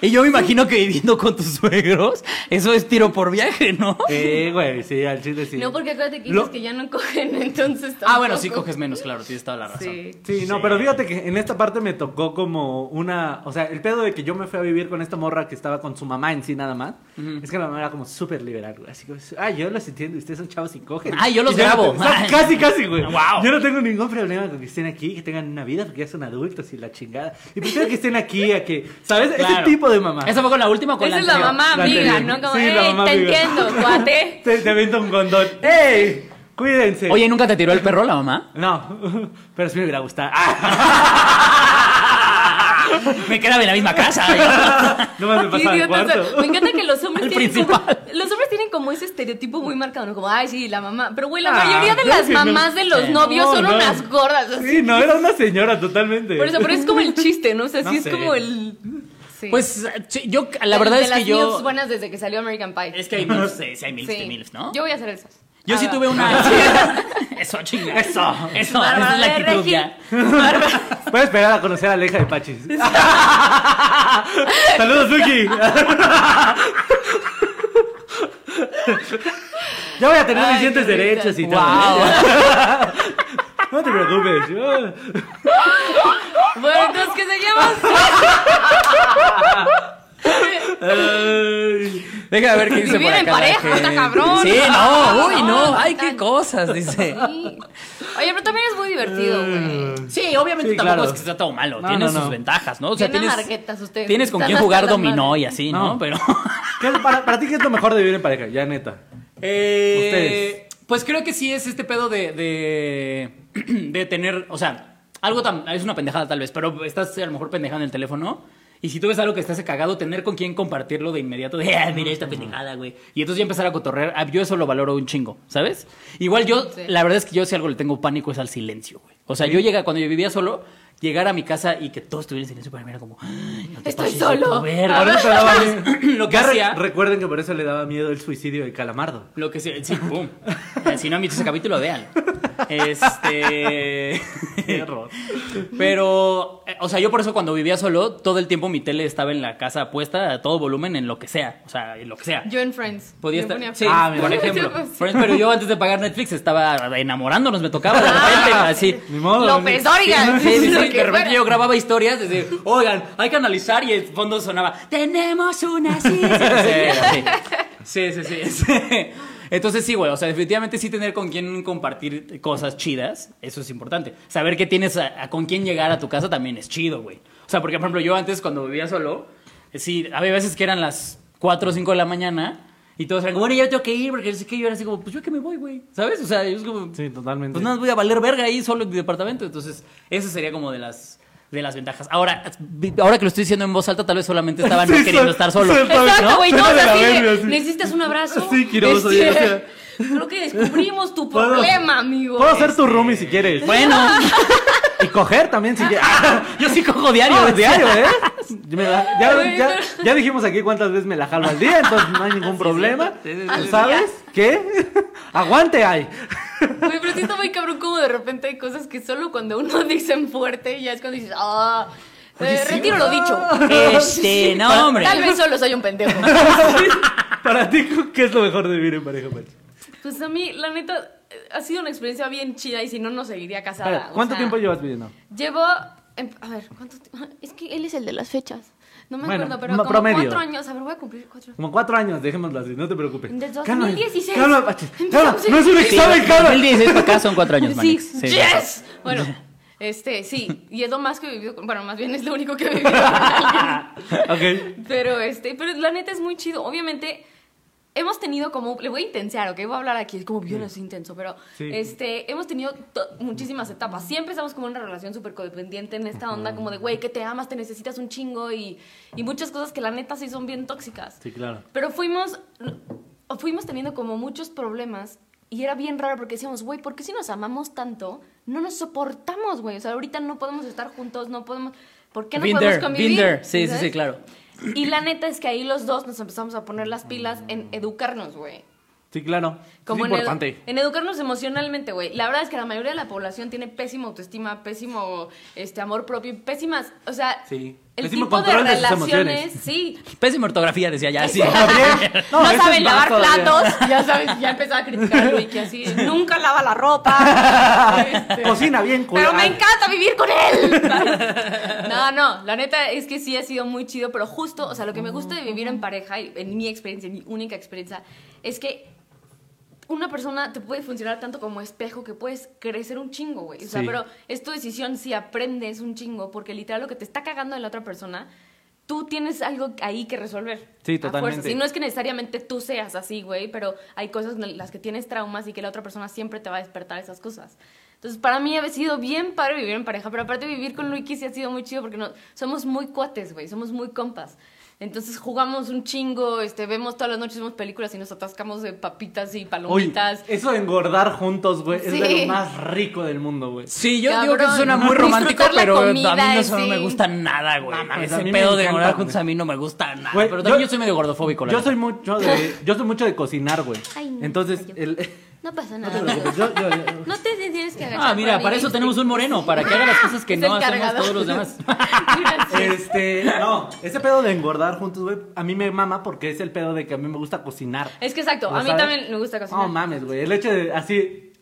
[SPEAKER 1] Y yo me imagino que viviendo con tus suegros, eso es tiro por viaje, ¿no?
[SPEAKER 3] Sí, güey, sí, al chile sí.
[SPEAKER 2] No, porque acuérdate que
[SPEAKER 3] Lo-
[SPEAKER 2] dices que ya no cogen, entonces
[SPEAKER 1] Ah, bueno, sí
[SPEAKER 2] tampoco.
[SPEAKER 1] coges menos, claro, tienes toda la razón.
[SPEAKER 2] Sí.
[SPEAKER 3] Sí, no, pero fíjate que en esta parte me tocó como una, o sea, el pedo de que yo me fui a vivir con esta morra que estaba con su mamá en sí nada más, es que la mamá era como súper liberal, güey, así como, ah, yo los entiendo, ustedes son chavos y cogen.
[SPEAKER 1] Ay, yo los
[SPEAKER 3] Y no
[SPEAKER 1] grabo.
[SPEAKER 3] tengo- o sea,
[SPEAKER 1] Ay.
[SPEAKER 3] casi, casi, güey.
[SPEAKER 1] Wow.
[SPEAKER 3] Yo no tengo ningún problema con que estén aquí, que tengan una vida, porque ya son adultos y la chingada. Y prefiero que estén aquí, a que, ¿sabes? Ese
[SPEAKER 1] Claro.
[SPEAKER 3] tipo de mamá.
[SPEAKER 1] ¿Esa fue con la última o con
[SPEAKER 2] Esa
[SPEAKER 1] la
[SPEAKER 2] es la
[SPEAKER 1] anterior?
[SPEAKER 2] mamá
[SPEAKER 3] La
[SPEAKER 2] Ah, amiga,
[SPEAKER 3] anterior.
[SPEAKER 2] ¿no? Como,
[SPEAKER 3] Sí,
[SPEAKER 2] "Ey,
[SPEAKER 3] la mamá
[SPEAKER 2] te
[SPEAKER 3] amiga".
[SPEAKER 2] entiendo, cuate.
[SPEAKER 3] Te, te avienta un condón. ¡Ey! Cuídense.
[SPEAKER 1] Oye, ¿y ¿nunca te tiró el perro la mamá?
[SPEAKER 3] No, pero sí me hubiera gustado. ¡Ah!
[SPEAKER 1] Me quedaba en la misma casa.
[SPEAKER 3] No me
[SPEAKER 2] Qué
[SPEAKER 3] pasaba el
[SPEAKER 2] idiota, o sea,
[SPEAKER 3] cuarto.
[SPEAKER 2] me encanta que los hombres
[SPEAKER 1] El
[SPEAKER 2] tienen como,
[SPEAKER 1] principal.
[SPEAKER 2] los hombres tienen como ese estereotipo muy marcado, ¿no? Como, ay, sí, la mamá. Pero, güey, la
[SPEAKER 3] Ah,
[SPEAKER 2] mayoría de
[SPEAKER 3] claro
[SPEAKER 2] las
[SPEAKER 3] que no.
[SPEAKER 2] mamás de los novios
[SPEAKER 3] No,
[SPEAKER 2] son
[SPEAKER 3] no.
[SPEAKER 2] unas gordas. así.
[SPEAKER 3] Sí, no, era una señora totalmente.
[SPEAKER 2] Por eso, pero es como el chiste, ¿no? O sea,
[SPEAKER 3] No
[SPEAKER 2] sí es
[SPEAKER 3] sé.
[SPEAKER 2] como el. sí.
[SPEAKER 1] Pues sí, yo, la verdad
[SPEAKER 2] de
[SPEAKER 1] es que
[SPEAKER 2] las news
[SPEAKER 1] yo.
[SPEAKER 2] buenas desde que salió American Pie.
[SPEAKER 1] Es que hay miles, sí, sí hay miles
[SPEAKER 2] Sí.
[SPEAKER 1] de miles, ¿no?
[SPEAKER 2] Yo voy a hacer esas.
[SPEAKER 1] Yo sí
[SPEAKER 2] Ah,
[SPEAKER 1] tuve una. Eso, chinga. Eso. Eso, esa es la
[SPEAKER 2] Bárbara de
[SPEAKER 1] actitud
[SPEAKER 2] Regil.
[SPEAKER 1] ya.
[SPEAKER 3] Puedes esperar a conocer a Aleja de Pachis. Saludos, Suki. ya voy a tener
[SPEAKER 2] Ay,
[SPEAKER 3] mis dientes
[SPEAKER 2] qué rico.
[SPEAKER 3] derechos y todo. ¿eh?
[SPEAKER 1] Wow.
[SPEAKER 3] No te preocupes. yo-
[SPEAKER 2] Bueno, entonces que seguimos.
[SPEAKER 3] Ay.
[SPEAKER 1] Déjame ver qué dice
[SPEAKER 2] Vivir
[SPEAKER 1] por acá.
[SPEAKER 2] en
[SPEAKER 1] la
[SPEAKER 2] pareja, está
[SPEAKER 1] gente.
[SPEAKER 2] cabrón.
[SPEAKER 1] Sí, no, uy, no.
[SPEAKER 2] No,
[SPEAKER 1] Ay, qué
[SPEAKER 2] tan-
[SPEAKER 1] cosas, dice.
[SPEAKER 2] Sí. Oye, pero también es muy divertido, güey.
[SPEAKER 1] Sí, obviamente
[SPEAKER 3] Sí,
[SPEAKER 1] tampoco
[SPEAKER 3] claro.
[SPEAKER 1] es que sea todo malo.
[SPEAKER 3] No,
[SPEAKER 1] tiene
[SPEAKER 3] no,
[SPEAKER 1] sus
[SPEAKER 3] no.
[SPEAKER 1] ventajas, ¿no? O sea,
[SPEAKER 2] Tienen
[SPEAKER 1] tienes.
[SPEAKER 2] marquetas ustedes.
[SPEAKER 1] Tienes con
[SPEAKER 2] Están
[SPEAKER 1] quién
[SPEAKER 2] hasta
[SPEAKER 1] jugar
[SPEAKER 2] la
[SPEAKER 1] dominó
[SPEAKER 2] madre.
[SPEAKER 1] y así,
[SPEAKER 3] No.
[SPEAKER 1] ¿no? Pero.
[SPEAKER 3] ¿Qué- para, para ti, ¿qué es lo mejor de vivir en pareja? Ya, neta.
[SPEAKER 1] Eh, Pues creo que sí es este pedo de, de, de tener, o sea, algo tan, es una pendejada tal vez, pero estás a lo mejor pendejando en el teléfono. Y si tú ves algo que estás cagado, tener con quién compartirlo de inmediato, de, ah, mira esta pendejada, güey. Y entonces ya empezar a cotorrear, ah, yo eso lo valoro un chingo, ¿sabes? Igual yo,
[SPEAKER 2] Sí.
[SPEAKER 1] la verdad es que yo si algo le tengo pánico es al silencio, güey. O sea, yo llega, cuando yo vivía solo, llegar a mi casa y que todo estuviera en silencio para mí era como, "Ay, no te
[SPEAKER 2] Estoy
[SPEAKER 1] pases de tu
[SPEAKER 2] solo.
[SPEAKER 1] verga".
[SPEAKER 3] Por eso daba miedo.
[SPEAKER 1] Lo que
[SPEAKER 3] Ya re-
[SPEAKER 1] hacía-
[SPEAKER 3] Recuerden que por eso le daba miedo el suicidio de Calamardo.
[SPEAKER 1] Lo que se. Sí, pum. Eh, Si no han visto ese capítulo, véanlo. Este.
[SPEAKER 3] Error.
[SPEAKER 1] Pero, eh, o sea, yo por eso cuando vivía solo, todo el tiempo mi tele estaba en la casa puesta a todo volumen, en lo que sea. O sea, en lo que sea.
[SPEAKER 2] Yo en Friends.
[SPEAKER 1] Podía
[SPEAKER 2] Me
[SPEAKER 1] estar.
[SPEAKER 2] ponía
[SPEAKER 1] Sí,
[SPEAKER 2] Friends.
[SPEAKER 3] Ah, mira.
[SPEAKER 1] por ejemplo.
[SPEAKER 2] Yo, pues,
[SPEAKER 1] Por ejemplo, Pero yo antes de pagar Netflix estaba enamorándonos, me tocaba de repente, así.
[SPEAKER 3] Ni modo.
[SPEAKER 2] López
[SPEAKER 3] ni-
[SPEAKER 2] Dóriga.
[SPEAKER 1] Sí, sí, sí,
[SPEAKER 2] Lo que
[SPEAKER 1] de repente
[SPEAKER 2] fuera.
[SPEAKER 1] yo grababa historias desde, oigan, hay que analizar y el fondo sonaba, tenemos una cita". Sí, sí, sí, sí, sí. Entonces sí, güey, o sea, definitivamente sí tener con quién compartir cosas chidas, eso es importante. Saber que tienes a- a con quién llegar a tu casa también es chido, güey. O sea, porque por ejemplo yo antes cuando vivía solo, eh, sí, había veces que eran las 4 o 5 de la mañana. Y todos eran como, bueno, ya me tengo que ir, porque no sé qué. Y yo era así como, pues yo que me voy, güey. ¿Sabes? O sea, yo es como,
[SPEAKER 3] Sí, totalmente.
[SPEAKER 1] pues no voy a valer verga ahí solo en mi departamento. Entonces, esa sería como de las de las ventajas. Ahora, vi- ahora que lo estoy diciendo en voz alta, tal vez solamente estaba no
[SPEAKER 3] Sí,
[SPEAKER 1] queriendo
[SPEAKER 3] soy-
[SPEAKER 1] estar solo.
[SPEAKER 3] soy-
[SPEAKER 2] Exacto,
[SPEAKER 1] ¿no?
[SPEAKER 2] güey, no,
[SPEAKER 3] Suena
[SPEAKER 2] o sea,
[SPEAKER 3] de la
[SPEAKER 2] sí,
[SPEAKER 3] verga,
[SPEAKER 2] de-
[SPEAKER 3] sí.
[SPEAKER 2] necesitas un abrazo.
[SPEAKER 3] Sí, Quiroz,
[SPEAKER 2] Este,
[SPEAKER 3] oye, o sea.
[SPEAKER 2] Creo que descubrimos tu problema, amigo.
[SPEAKER 3] Puedo ser
[SPEAKER 1] este-
[SPEAKER 3] tu roomie si quieres.
[SPEAKER 1] Bueno,
[SPEAKER 3] Y coger también si quieres.
[SPEAKER 1] yo sí cojo diario.
[SPEAKER 3] No,
[SPEAKER 1] güey.
[SPEAKER 3] diario, ¿eh? Me la- ya,
[SPEAKER 2] Güey,
[SPEAKER 3] ya- ya dijimos aquí cuántas veces me la jalo al día, entonces no hay ningún problema. ¿Tú sabes qué? Aguante hay.
[SPEAKER 2] Güey, pero sí está muy cabrón como de repente hay cosas que solo cuando uno dicen fuerte ya es cuando dices, ah, eh, retiro lo dicho.
[SPEAKER 1] Este, no, hombre.
[SPEAKER 2] Tal vez solo soy un pendejo.
[SPEAKER 3] Para ti, ¿qué es lo mejor de vivir en pareja, Pachi?
[SPEAKER 2] Pues a mí, la neta, eh, ha sido una experiencia bien chida y si no, no seguiría casada.
[SPEAKER 3] Espera,
[SPEAKER 2] o
[SPEAKER 3] ¿Cuánto
[SPEAKER 2] sea,
[SPEAKER 3] tiempo llevas viviendo?
[SPEAKER 2] Llevo, em, a ver, ¿cuánto tiempo? Es que él es el de las fechas. No me
[SPEAKER 3] Bueno,
[SPEAKER 2] acuerdo, pero
[SPEAKER 3] ma-
[SPEAKER 2] como
[SPEAKER 3] promedio.
[SPEAKER 2] cuatro años. A ver, voy a cumplir cuatro años.
[SPEAKER 3] Como cuatro años, dejémoslo así, no te preocupes.
[SPEAKER 2] Desde
[SPEAKER 3] Calma,
[SPEAKER 2] 2016.
[SPEAKER 3] Calma, Pachi.
[SPEAKER 2] Empezamos
[SPEAKER 3] Calma, no es un
[SPEAKER 2] en-
[SPEAKER 3] examen, calma.
[SPEAKER 1] 2016 para acá son cuatro años,
[SPEAKER 2] Sí,
[SPEAKER 1] Manix. Sí.
[SPEAKER 2] yes. Bueno, este, sí, y es lo más que he vivido con- Bueno, más bien es lo único que he vivido con alguien.
[SPEAKER 3] Ok.
[SPEAKER 2] Pero este, pero la neta es muy chido. Obviamente hemos tenido como le voy a intensear, ¿ok? Voy a hablar aquí, es como bien así intenso, pero
[SPEAKER 3] Sí.
[SPEAKER 2] este hemos tenido to- muchísimas etapas. Sí empezamos como una relación súper codependiente en esta onda como de, güey, que te amas, te necesitas un chingo y, y muchas cosas que la neta sí son bien tóxicas.
[SPEAKER 3] Sí, claro.
[SPEAKER 2] Pero fuimos, fuimos teniendo como muchos problemas y era bien raro porque decíamos, güey, ¿por qué si nos amamos tanto? No nos soportamos, güey. O sea, ahorita no podemos estar juntos, no podemos... ¿Por qué no
[SPEAKER 1] Been
[SPEAKER 2] podemos
[SPEAKER 1] there, been
[SPEAKER 2] convivir?
[SPEAKER 1] there. Sí, sí,
[SPEAKER 2] ¿Sabes?
[SPEAKER 1] sí, claro.
[SPEAKER 2] Y la neta es que ahí los dos nos empezamos a poner las pilas en educarnos, güey.
[SPEAKER 3] Sí, claro.
[SPEAKER 2] Como
[SPEAKER 3] es
[SPEAKER 2] en, edu-
[SPEAKER 3] importante.
[SPEAKER 2] en educarnos emocionalmente, güey. La verdad es que la mayoría de la población tiene pésima autoestima, pésimo este amor propio, y pésimas, o sea,
[SPEAKER 3] Sí.
[SPEAKER 2] el
[SPEAKER 3] Pésimo
[SPEAKER 2] tipo de
[SPEAKER 3] control de sus
[SPEAKER 2] relaciones,
[SPEAKER 3] emociones.
[SPEAKER 2] sí.
[SPEAKER 1] Pésima ortografía, decía ya. Sí.
[SPEAKER 2] No,
[SPEAKER 3] eso es
[SPEAKER 2] saben
[SPEAKER 3] más
[SPEAKER 2] lavar
[SPEAKER 3] todavía.
[SPEAKER 2] platos, ya sabes, ya empezaba a criticar a Wiki así, nunca lava la ropa. Este,
[SPEAKER 3] Cocina bien, culera.
[SPEAKER 2] Pero me encanta vivir con él. No, no, la neta es que sí ha sido muy chido, pero justo, o sea, lo que me gusta de vivir en pareja, y en mi experiencia, en mi única experiencia, es que una persona te puede funcionar tanto como espejo que puedes crecer un chingo, güey. O sea,
[SPEAKER 3] Sí.
[SPEAKER 2] pero es tu decisión si aprendes un chingo, porque literal lo que te está cagando de la otra persona, tú tienes algo ahí que resolver.
[SPEAKER 3] Sí,
[SPEAKER 2] a fuerzas.
[SPEAKER 3] totalmente.
[SPEAKER 2] Y no es que necesariamente tú seas así, güey, pero hay cosas en las que tienes traumas y que la otra persona siempre te va a despertar esas cosas. Entonces, para mí ha sido bien padre vivir en pareja, pero aparte vivir con Luiki sí ha sido muy chido porque no, somos muy cuates, güey, somos muy compas. Entonces jugamos un chingo, este, vemos todas las noches, vemos películas y nos atascamos de papitas y
[SPEAKER 3] Oye,
[SPEAKER 2] palomitas.
[SPEAKER 3] eso de engordar juntos, güey, es de
[SPEAKER 2] Sí.
[SPEAKER 3] lo más rico del mundo, güey.
[SPEAKER 1] Sí, yo digo
[SPEAKER 2] Cabrón.
[SPEAKER 1] que eso suena muy romántico,
[SPEAKER 2] Disfrutar la
[SPEAKER 1] pero
[SPEAKER 2] comida,
[SPEAKER 1] a mí no, eso no
[SPEAKER 2] sí.
[SPEAKER 1] me gusta nada, güey.
[SPEAKER 3] No mames, a
[SPEAKER 1] Ese
[SPEAKER 3] mí me
[SPEAKER 1] pedo de
[SPEAKER 3] encanta,
[SPEAKER 1] engordar juntos
[SPEAKER 3] güey.
[SPEAKER 1] a mí no me gusta nada.
[SPEAKER 3] Güey,
[SPEAKER 1] pero también
[SPEAKER 3] yo-
[SPEAKER 1] yo, soy medio gordofóbico, la
[SPEAKER 3] Yo
[SPEAKER 1] neta.
[SPEAKER 3] soy mucho de, yo soy mucho de cocinar, güey.
[SPEAKER 6] Ay, no,
[SPEAKER 3] Entonces,
[SPEAKER 6] yo-
[SPEAKER 3] el,
[SPEAKER 6] No pasa
[SPEAKER 3] no te
[SPEAKER 6] nada.
[SPEAKER 3] preocupes, yo- yo- yo-
[SPEAKER 6] No te tienes que agachar.
[SPEAKER 1] Ah, mira, para eso tenemos un moreno, para que haga las cosas que
[SPEAKER 2] Es
[SPEAKER 1] no hacemos
[SPEAKER 2] encargado.
[SPEAKER 1] todos los demás. Eh,
[SPEAKER 3] Este, no, ese pedo de engordar juntos, güey, a mí me mama porque es el pedo de que a mí me gusta cocinar.
[SPEAKER 2] Es que exacto,
[SPEAKER 3] ¿Lo
[SPEAKER 2] a mí
[SPEAKER 3] sabes?
[SPEAKER 2] también me gusta
[SPEAKER 1] Oh,
[SPEAKER 2] cocinar.
[SPEAKER 3] No mames, güey, el hecho de así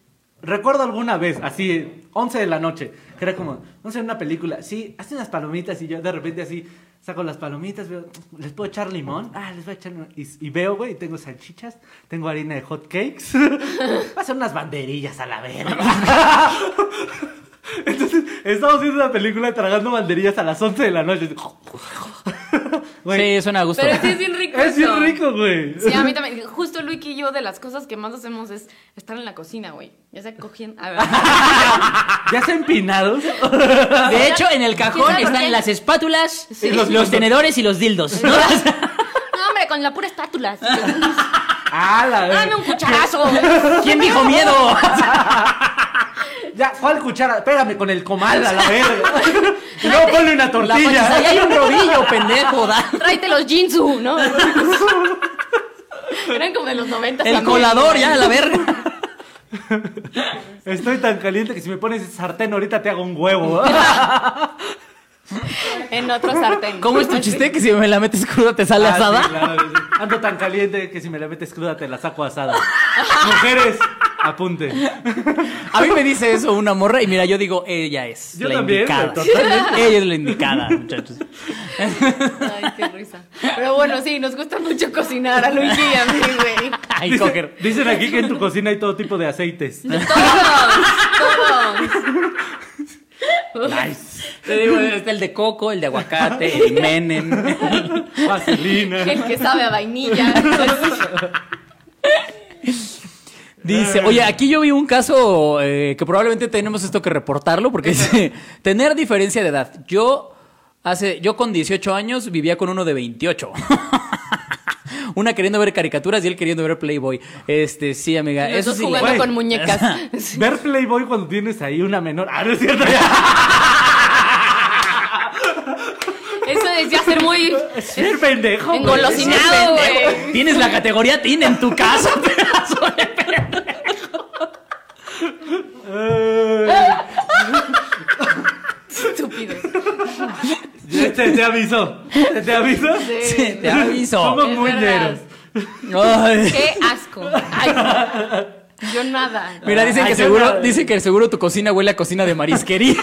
[SPEAKER 3] recuerdo alguna vez, así 11 de la noche, que era como, no sé, una película, sí, hace unas palomitas y yo de repente así saco las palomitas, veo, les puedo echar limón, ah, les voy a echar limón. y, y veo, güey, tengo salchichas, tengo harina de hot cakes. Va a ser unas banderillas a la verga. Entonces, estamos viendo una película tragando banderillas a las 11 de la noche. Güey,
[SPEAKER 1] Sí, suena a gusto.
[SPEAKER 2] Pero sí es bien rico.
[SPEAKER 3] es
[SPEAKER 2] eso.
[SPEAKER 3] bien rico, güey.
[SPEAKER 2] Sí, a mí también. Justo Luiki y yo, de las cosas que más hacemos es estar en la cocina, güey. Ya sea cogiendo. A ver.
[SPEAKER 3] Ya se empinados.
[SPEAKER 1] De hecho, en el
[SPEAKER 2] ¿Quién
[SPEAKER 1] cajón
[SPEAKER 2] sabe por
[SPEAKER 1] están
[SPEAKER 2] qué?
[SPEAKER 1] las espátulas,
[SPEAKER 2] Sí.
[SPEAKER 1] los, los tenedores y los dildos. ¿no?
[SPEAKER 2] No, hombre, con la pura espátula. sí.
[SPEAKER 3] ¡Ah, la verga!
[SPEAKER 2] Dame un cucharazo.
[SPEAKER 1] ¿Quién dijo miedo?
[SPEAKER 3] Ya, ¿cuál cuchara? Pégame con el comal a la verga. Y luego ponle una
[SPEAKER 1] La pachis- ahí hay
[SPEAKER 3] tortilla.
[SPEAKER 1] un rodillo, pendejo. da.
[SPEAKER 2] Tráete los jinsu, ¿no? Eran como de los 90.
[SPEAKER 1] El
[SPEAKER 2] también.
[SPEAKER 1] colador, ya, la verga.
[SPEAKER 3] Estoy tan caliente que si me pones ese sartén ahorita te hago un huevo.
[SPEAKER 2] En otro sartén.
[SPEAKER 1] ¿Cómo es tu chiste que si me la metes cruda te sale
[SPEAKER 3] Ah, sí,
[SPEAKER 1] asada?
[SPEAKER 3] claro, sí. Ando tan caliente que si me la metes cruda te la saco asada. Mujeres, apunte.
[SPEAKER 1] A mí me dice eso una morra y mira, yo digo, ella es
[SPEAKER 3] Yo
[SPEAKER 1] la
[SPEAKER 3] también,
[SPEAKER 1] indicada.
[SPEAKER 3] totalmente.
[SPEAKER 1] Ella es la indicada, muchachos.
[SPEAKER 2] Ay, qué risa. Pero bueno, sí, nos gusta mucho cocinar a Luiki y a mí, güey.
[SPEAKER 1] Ay,
[SPEAKER 3] Dice-
[SPEAKER 1] coger.
[SPEAKER 3] Dicen aquí que en tu cocina hay todo tipo de aceites.
[SPEAKER 2] Todos, todos.
[SPEAKER 1] Te digo, está el de coco, el de aguacate, el menem.
[SPEAKER 3] Vaselina.
[SPEAKER 2] El que sabe a vainilla.
[SPEAKER 1] Dice, oye, aquí yo vi un caso eh, que probablemente tenemos esto que reportarlo porque dice, tener diferencia de edad. Yo hace, yo con 18 años vivía con uno de 28. Una queriendo ver caricaturas y él queriendo ver Playboy. Este, sí, amiga.
[SPEAKER 2] Los
[SPEAKER 1] Eso
[SPEAKER 2] dos
[SPEAKER 1] sí.
[SPEAKER 2] jugando
[SPEAKER 3] Güey.
[SPEAKER 2] con muñecas.
[SPEAKER 3] Ver Playboy cuando tienes ahí una menor. Ah, no es cierto.
[SPEAKER 2] Eso decía ser muy
[SPEAKER 3] Ser pendejo. güey.
[SPEAKER 2] engolosinado, güey.
[SPEAKER 1] Tienes la categoría TIN en tu casa, pedazo de perro.
[SPEAKER 3] Ay,
[SPEAKER 2] Estúpido.
[SPEAKER 3] Se te avisó. Se te avisó.
[SPEAKER 1] Sí, te aviso.
[SPEAKER 3] Somos
[SPEAKER 2] Es
[SPEAKER 3] muy
[SPEAKER 2] verdad.
[SPEAKER 3] ñeros.
[SPEAKER 1] Ay.
[SPEAKER 2] Qué asco. Ay, yo nada.
[SPEAKER 1] Mira, dicen
[SPEAKER 3] Ay,
[SPEAKER 1] que
[SPEAKER 3] yo
[SPEAKER 1] seguro,
[SPEAKER 3] nada.
[SPEAKER 1] dicen que seguro tu cocina huele a cocina de marisquería.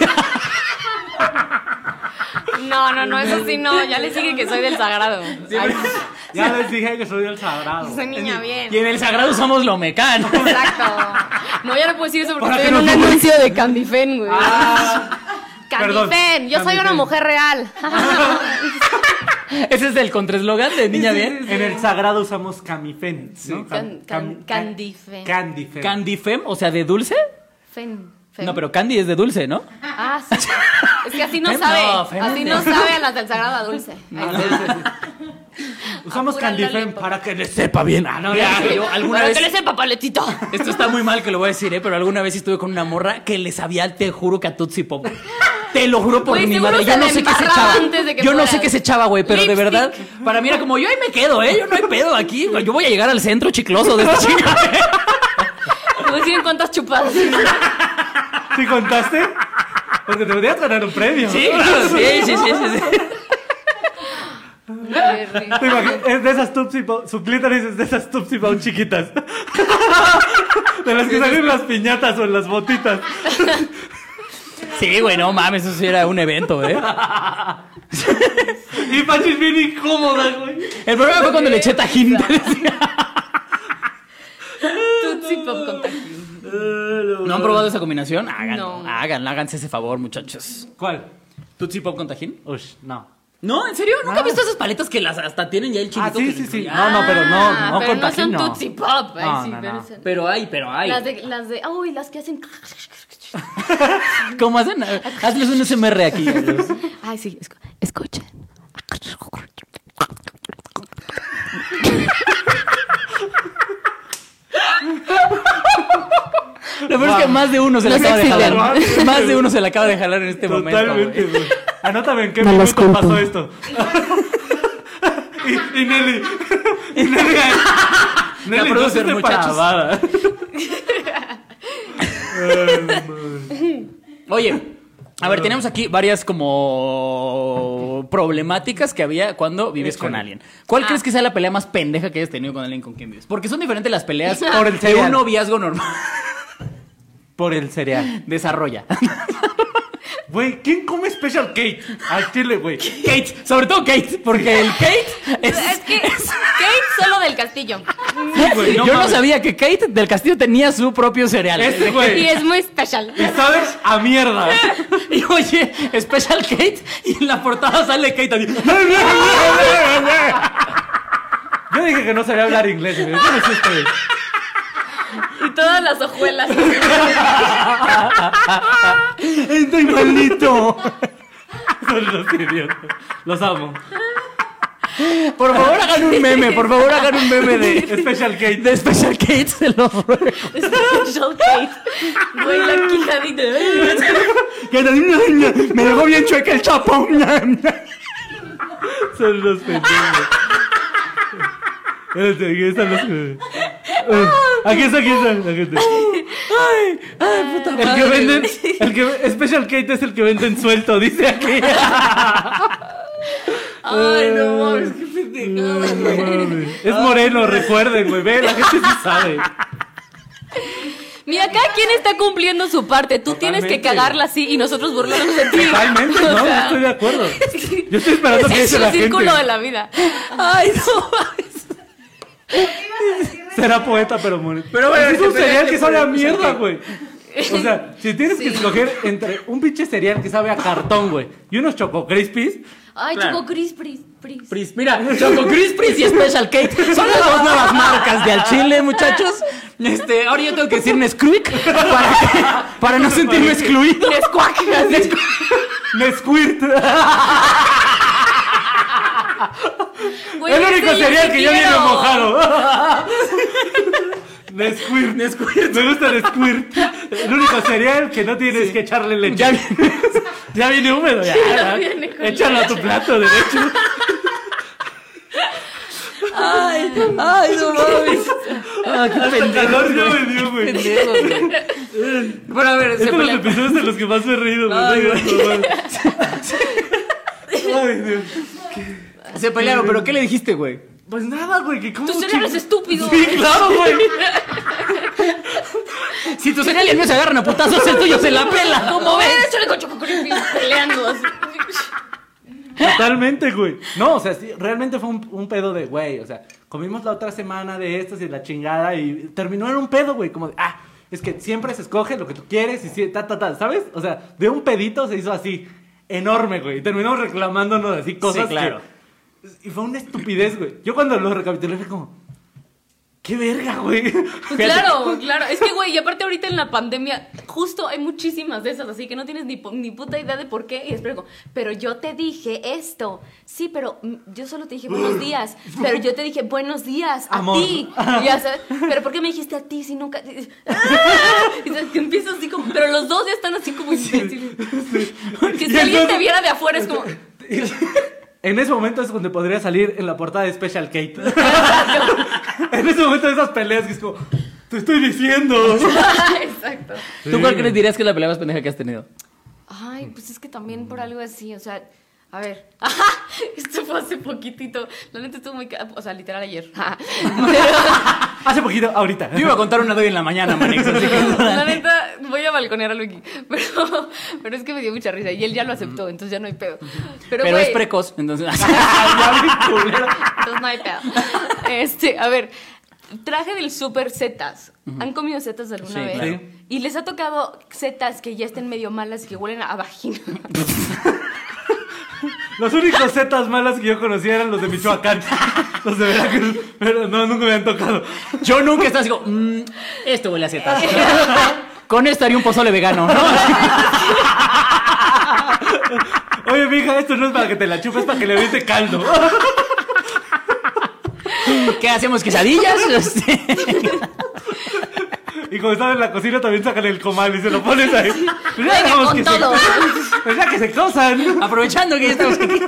[SPEAKER 2] No, no, no, eso sí no. Ya le sigue que soy del sagrado. Ay,
[SPEAKER 3] Ya les dije que soy del sagrado.
[SPEAKER 2] soy niña
[SPEAKER 1] Y
[SPEAKER 2] bien.
[SPEAKER 1] en el sagrado somos lo mecano.
[SPEAKER 2] Exacto. No, ya no puedo decir eso porque
[SPEAKER 3] Para
[SPEAKER 2] estoy
[SPEAKER 3] que
[SPEAKER 2] en
[SPEAKER 3] no
[SPEAKER 2] un
[SPEAKER 3] te
[SPEAKER 2] anuncio de Candifén, güey.
[SPEAKER 3] perdón,
[SPEAKER 2] Candifén, yo soy una
[SPEAKER 3] Candifén.
[SPEAKER 2] mujer real.
[SPEAKER 1] Ese es el contraeslogan de Niña Bien.
[SPEAKER 3] En el sagrado usamos camifen. ¿no?
[SPEAKER 2] Can-
[SPEAKER 3] Cam-
[SPEAKER 2] can-
[SPEAKER 3] cam-
[SPEAKER 2] candifen.
[SPEAKER 3] Candifen.
[SPEAKER 1] Candy Fem, o sea, de dulce.
[SPEAKER 2] Fen, fen.
[SPEAKER 1] No, pero Candy es de dulce, ¿no?
[SPEAKER 2] Ah, sí. Es que así no
[SPEAKER 1] Fem,
[SPEAKER 2] sabe.
[SPEAKER 1] no, Fem
[SPEAKER 2] así
[SPEAKER 1] no.
[SPEAKER 2] no sabe a las del sagrado a dulce. Ay, sí.
[SPEAKER 3] usamos
[SPEAKER 2] Apura el
[SPEAKER 3] candifen
[SPEAKER 2] lollipop.
[SPEAKER 3] para que le sepa bien. Ah, no, ya.
[SPEAKER 1] yo alguna
[SPEAKER 2] Para
[SPEAKER 1] vez.
[SPEAKER 2] que le sepa, paletito.
[SPEAKER 1] Esto está muy mal que lo voy a decir, ¿eh? Pero alguna vez estuve con una morra que le sabía, te juro, que a Tootsie Pop. Te lo juro por
[SPEAKER 2] Güey,
[SPEAKER 1] mi
[SPEAKER 2] seguro
[SPEAKER 1] madre.
[SPEAKER 2] se
[SPEAKER 1] Yo no
[SPEAKER 2] me
[SPEAKER 1] sé qué se
[SPEAKER 2] embarraba
[SPEAKER 1] echaba.
[SPEAKER 2] antes de que
[SPEAKER 1] yo no sé
[SPEAKER 2] fueras.
[SPEAKER 1] qué se echaba, güey, pero de
[SPEAKER 2] Lipstick.
[SPEAKER 1] verdad, para mí era como, yo ahí me quedo, ¿eh? Yo no hay pedo aquí. güey, Yo voy a llegar al centro chicloso de esta chingada.
[SPEAKER 2] Reciben cuántas chupadas.
[SPEAKER 3] ¿Sí contaste? Porque te podías ganar un premio.
[SPEAKER 1] Sí, claro, sí, sí, sí, sí, sí.
[SPEAKER 3] Te imagi- Es de esas Tupsi Bow- su clítoris es de esas Tupsi Bow chiquitas. De las que salen en las piñatas o en las botitas.
[SPEAKER 1] Sí, güey, no mames, eso sí era un evento, ¿eh?
[SPEAKER 3] Y Pachis bien incómoda, güey.
[SPEAKER 1] El problema fue cuando le eché tajín.
[SPEAKER 2] Tootsie Pop con tajín.
[SPEAKER 1] ¿No han probado esa combinación? Háganlo,
[SPEAKER 2] No.
[SPEAKER 1] háganlo, háganse ese favor, muchachos.
[SPEAKER 3] ¿Cuál?
[SPEAKER 1] ¿Tutsi Pop con tajín?
[SPEAKER 3] Ush, no.
[SPEAKER 1] No, ¿en serio? ¿Nunca he visto esas paletas que las hasta tienen ya el chiquito?
[SPEAKER 3] Ah, sí,
[SPEAKER 1] que
[SPEAKER 3] sí,
[SPEAKER 1] les-
[SPEAKER 3] sí. No,
[SPEAKER 1] Ah,
[SPEAKER 3] no, pero no, no
[SPEAKER 2] Ah, pero
[SPEAKER 3] con
[SPEAKER 2] no
[SPEAKER 3] tajín,
[SPEAKER 2] son
[SPEAKER 3] no.
[SPEAKER 2] Tootsie Pop. Ay,
[SPEAKER 3] No,
[SPEAKER 2] sí,
[SPEAKER 3] no,
[SPEAKER 2] pero
[SPEAKER 3] no.
[SPEAKER 2] son-
[SPEAKER 1] Pero hay, pero hay.
[SPEAKER 2] Las de, las de, uy, las que hacen.
[SPEAKER 1] ¿Cómo hacen? Hazles un SMR aquí.
[SPEAKER 2] Ay, sí, escu- escuchen.
[SPEAKER 1] Lo peor es que más de uno se la
[SPEAKER 2] No
[SPEAKER 1] acaba de
[SPEAKER 2] se
[SPEAKER 1] jalar.
[SPEAKER 3] exhiben.
[SPEAKER 1] Más de uno se la acaba de jalar en este momento.
[SPEAKER 3] Totalmente,
[SPEAKER 1] güey.
[SPEAKER 2] eh.
[SPEAKER 3] güey. Anótame en qué
[SPEAKER 5] No los
[SPEAKER 3] momento
[SPEAKER 5] culpo.
[SPEAKER 3] pasó esto. y, y Nelly. Y Nelly. Nelly, no
[SPEAKER 1] producer,
[SPEAKER 3] hiciste
[SPEAKER 1] muchachos.
[SPEAKER 3] parabada.
[SPEAKER 1] Oye, a ver, tenemos aquí varias como problemáticas que había cuando vives con alguien. ¿Cuál crees que sea la pelea más pendeja que hayas tenido con alguien con quien vives? Porque son diferentes las peleas
[SPEAKER 3] Por el
[SPEAKER 1] de un
[SPEAKER 3] cereal.
[SPEAKER 1] noviazgo normal.
[SPEAKER 3] Por el cereal.
[SPEAKER 1] Desarrolla.
[SPEAKER 3] Güey, ¿quién come Special Cake? Al chile, güey.
[SPEAKER 1] Kate, sobre todo Kate, porque el Kate es...
[SPEAKER 2] Es que Kate solo del castillo.
[SPEAKER 3] güey, no
[SPEAKER 1] Yo no
[SPEAKER 3] mames.
[SPEAKER 1] sabía que Kate del Castillo tenía su propio cereal.
[SPEAKER 3] Ese,
[SPEAKER 2] Y
[SPEAKER 3] güey.
[SPEAKER 2] es muy especial.
[SPEAKER 3] Y sabes a mierda.
[SPEAKER 1] Y oye, Special Kate, y en la portada sale Kate así.
[SPEAKER 3] Yo dije que no sabía hablar inglés, güey. Yo no sé ustedes.
[SPEAKER 2] Y todas las hojuelas.
[SPEAKER 3] Estoy maldito. Son los idiotas. Los amo.
[SPEAKER 1] Por favor, hagan un meme, por favor, hagan un meme de,
[SPEAKER 3] Special Cake.
[SPEAKER 1] de Special Kate, se lo ruego.
[SPEAKER 2] Special Kate. Güey, la quijadita.
[SPEAKER 1] Me dejó bien chueca el chapón.
[SPEAKER 3] Son los pendejos. Espérate, Aquí están los. Eh, Aquí está, aquí está la gente.
[SPEAKER 1] Ah, Ay, ay, puta madre.
[SPEAKER 3] El que venden.
[SPEAKER 1] güey.
[SPEAKER 3] El que, Special Kate es el que venden suelto, dice aquí.
[SPEAKER 2] Ay, no mames, qué
[SPEAKER 3] No
[SPEAKER 2] pendejada.
[SPEAKER 3] mames. Es moreno, recuerden, güey. Ve, la gente sí sabe.
[SPEAKER 2] Mira, cada quien está cumpliendo su parte. Tú tienes que
[SPEAKER 3] Totalmente.
[SPEAKER 2] cagarla así y nosotros burlarnos de ti.
[SPEAKER 3] Totalmente,
[SPEAKER 2] O
[SPEAKER 3] no, no
[SPEAKER 2] sea,
[SPEAKER 3] estoy de acuerdo.
[SPEAKER 2] sí.
[SPEAKER 3] Yo estoy esperando que
[SPEAKER 2] Ese es
[SPEAKER 3] dice
[SPEAKER 2] el
[SPEAKER 3] la gente.
[SPEAKER 2] círculo de la vida. Ay, no mames.
[SPEAKER 3] Será poeta, pero moreno.
[SPEAKER 1] Pero bueno, este,
[SPEAKER 3] es un
[SPEAKER 1] te peleaste
[SPEAKER 3] cereal que
[SPEAKER 1] por
[SPEAKER 3] sabe a
[SPEAKER 1] el Special
[SPEAKER 3] mierda,
[SPEAKER 1] K.
[SPEAKER 3] güey. O sea, si tienes que escoger entre un pinche cereal que sabe a cartón, güey, y unos choco crispies,
[SPEAKER 2] Ay,
[SPEAKER 1] Claro.
[SPEAKER 2] Choco Cris, Pris, Pris.
[SPEAKER 1] Pris, mira, Choco Cris, Pris y Special Kate son las dos nuevas marcas de al chile, muchachos. Este, ahora yo tengo que decir Nesquik para, que- para no sentirme excluido. Nesquack.
[SPEAKER 3] Nesquirt.
[SPEAKER 2] Güey,
[SPEAKER 3] El
[SPEAKER 2] ese
[SPEAKER 3] único cereal
[SPEAKER 2] sí
[SPEAKER 3] que yo viene
[SPEAKER 2] quiero.
[SPEAKER 3] mojado. Nesquirt. Me gusta Nesquirt. El único cereal que no tienes que echarle leche.
[SPEAKER 1] Ya
[SPEAKER 3] Ya,
[SPEAKER 1] viene-
[SPEAKER 3] viene húmedo, ya.
[SPEAKER 2] Ya viene con
[SPEAKER 3] Échalo a tu plato, de hecho.
[SPEAKER 1] Ay, ay, no mames. Ah, qué pendejo.
[SPEAKER 3] calor ya me dio, güey.
[SPEAKER 1] pendejo, güey. Bueno, a ver,
[SPEAKER 3] Este
[SPEAKER 1] se
[SPEAKER 3] es de los
[SPEAKER 1] pelea.
[SPEAKER 3] episodios de los que más me he reído, güey.
[SPEAKER 1] Ay,
[SPEAKER 3] Ay,
[SPEAKER 1] güey.
[SPEAKER 3] Dios.
[SPEAKER 1] Se pelearon, pero ¿qué le dijiste, güey?
[SPEAKER 3] Pues nada, güey, que cómo
[SPEAKER 2] Tu cereal es
[SPEAKER 3] ching-
[SPEAKER 2] estúpido.
[SPEAKER 3] Sí, claro, güey.
[SPEAKER 1] Si tus señales no se agarran a putazos, el tuyo se la pela. ¿Cómo
[SPEAKER 2] Como ven,
[SPEAKER 1] ves?
[SPEAKER 2] échale con Choco Crispis peleando así.
[SPEAKER 3] Totalmente, güey. No, o sea, sí, realmente fue un, un pedo de, güey, o sea, comimos la otra semana de estas y la chingada y terminó en un pedo, güey, como de, ah, es que siempre se escoge lo que tú quieres y sí, ta, ta, ta, ¿sabes? O sea, de un pedito se hizo así, enorme, güey, y terminamos reclamándonos así cosas.
[SPEAKER 1] Sí, claro.
[SPEAKER 3] que- y fue una estupidez, güey. Yo cuando lo recapitulé fue como, qué verga, güey.
[SPEAKER 2] Pues claro, claro. Es que, güey, y aparte ahorita en la pandemia, justo hay muchísimas de esas, así que no tienes ni, pu- ni puta idea de por qué. Y después como, pero yo te dije esto. Sí, pero mm, yo solo te dije buenos días. Pero yo te dije buenos días a
[SPEAKER 3] Amor.
[SPEAKER 2] ti. Y ya sabes, pero ¿por qué me dijiste a ti si nunca...? Y sabes que empiezas así como... Pero los dos ya están así como imbéciles. Porque Si alguien te
[SPEAKER 3] entonces-
[SPEAKER 2] viera de afuera es como.
[SPEAKER 3] En ese momento es donde podría salir en la portada de Special Kate. en ese momento de esas peleas que es como, te estoy diciendo.
[SPEAKER 2] Exacto.
[SPEAKER 1] ¿Tú cuál crees dirías que es la pelea más pendeja que has tenido?
[SPEAKER 2] Ay, pues es que también
[SPEAKER 1] Mm.
[SPEAKER 2] por algo así, o sea, a ver, esto fue hace poquitito, la neta estuvo muy, ca- o sea, literal ayer, pero
[SPEAKER 3] Hace poquito, ahorita.
[SPEAKER 1] Yo iba a contar una de hoy en la mañana, Manix. así que-
[SPEAKER 2] la neta voy a balconear a Luigi, pero, pero es que me dio mucha risa y él ya lo aceptó, entonces ya no hay pedo, pero,
[SPEAKER 1] Pero,
[SPEAKER 2] güey,
[SPEAKER 1] es precoz, entonces.
[SPEAKER 2] entonces no hay pedo, este, a ver, traje del super setas, ¿han comido setas alguna
[SPEAKER 1] Sí,
[SPEAKER 2] vez?
[SPEAKER 1] claro.
[SPEAKER 2] Y les ha tocado setas que ya estén medio malas y que huelen a vagina.
[SPEAKER 3] Los únicos zetas malas que yo conocía eran los de Michoacán. Los de Veracruz. Pero no, nunca me han tocado.
[SPEAKER 1] Yo nunca estaba así como, "Mm, esto huele a setas. Con esto haría un pozole vegano, ¿no?
[SPEAKER 3] Oye, mija, esto no es para que te la chupes, es para que le des caldo.
[SPEAKER 1] ¿Qué hacemos? ¿Quesadillas? Este,
[SPEAKER 3] Y como estaba en la cocina, también sacan el comal y se lo pones ahí. Pues ya
[SPEAKER 2] Venga,
[SPEAKER 3] dejamos
[SPEAKER 2] con
[SPEAKER 3] que
[SPEAKER 2] todo.
[SPEAKER 3] Se, pues ya que se cosan.
[SPEAKER 1] Aprovechando que ya estamos aquí.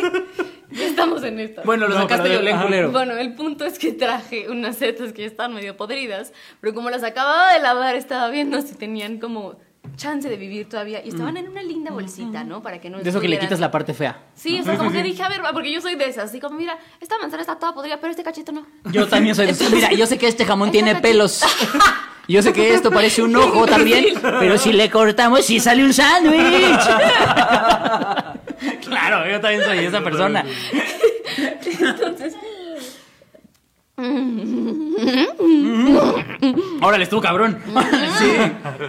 [SPEAKER 2] Ya estamos en esto.
[SPEAKER 1] Bueno, lo
[SPEAKER 3] No,
[SPEAKER 1] sacaste
[SPEAKER 3] pero-
[SPEAKER 1] yo olé
[SPEAKER 3] ajá.
[SPEAKER 1] culero.
[SPEAKER 2] Bueno, el punto es que traje unas setas que ya estaban medio podridas, pero como las acababa de lavar, estaba viendo si tenían como chance de vivir todavía y estaban en una linda bolsita, ¿no? Para que no
[SPEAKER 1] Mm. De eso que le
[SPEAKER 2] estuvieran-
[SPEAKER 1] quitas la parte fea.
[SPEAKER 2] Sí, o sea, como que dije, a ver, porque yo soy de esas, así como, mira, esta manzana está toda podrida, pero este cachito no.
[SPEAKER 1] Yo también soy de esos. Mira, yo sé que este jamón
[SPEAKER 2] Esta
[SPEAKER 1] tiene
[SPEAKER 2] cachita-
[SPEAKER 1] pelos. Yo sé que esto parece un ojo también, pero si le cortamos, sí sale un sándwich. Claro, yo también soy esa persona. Ahora le estuvo cabrón. Sí.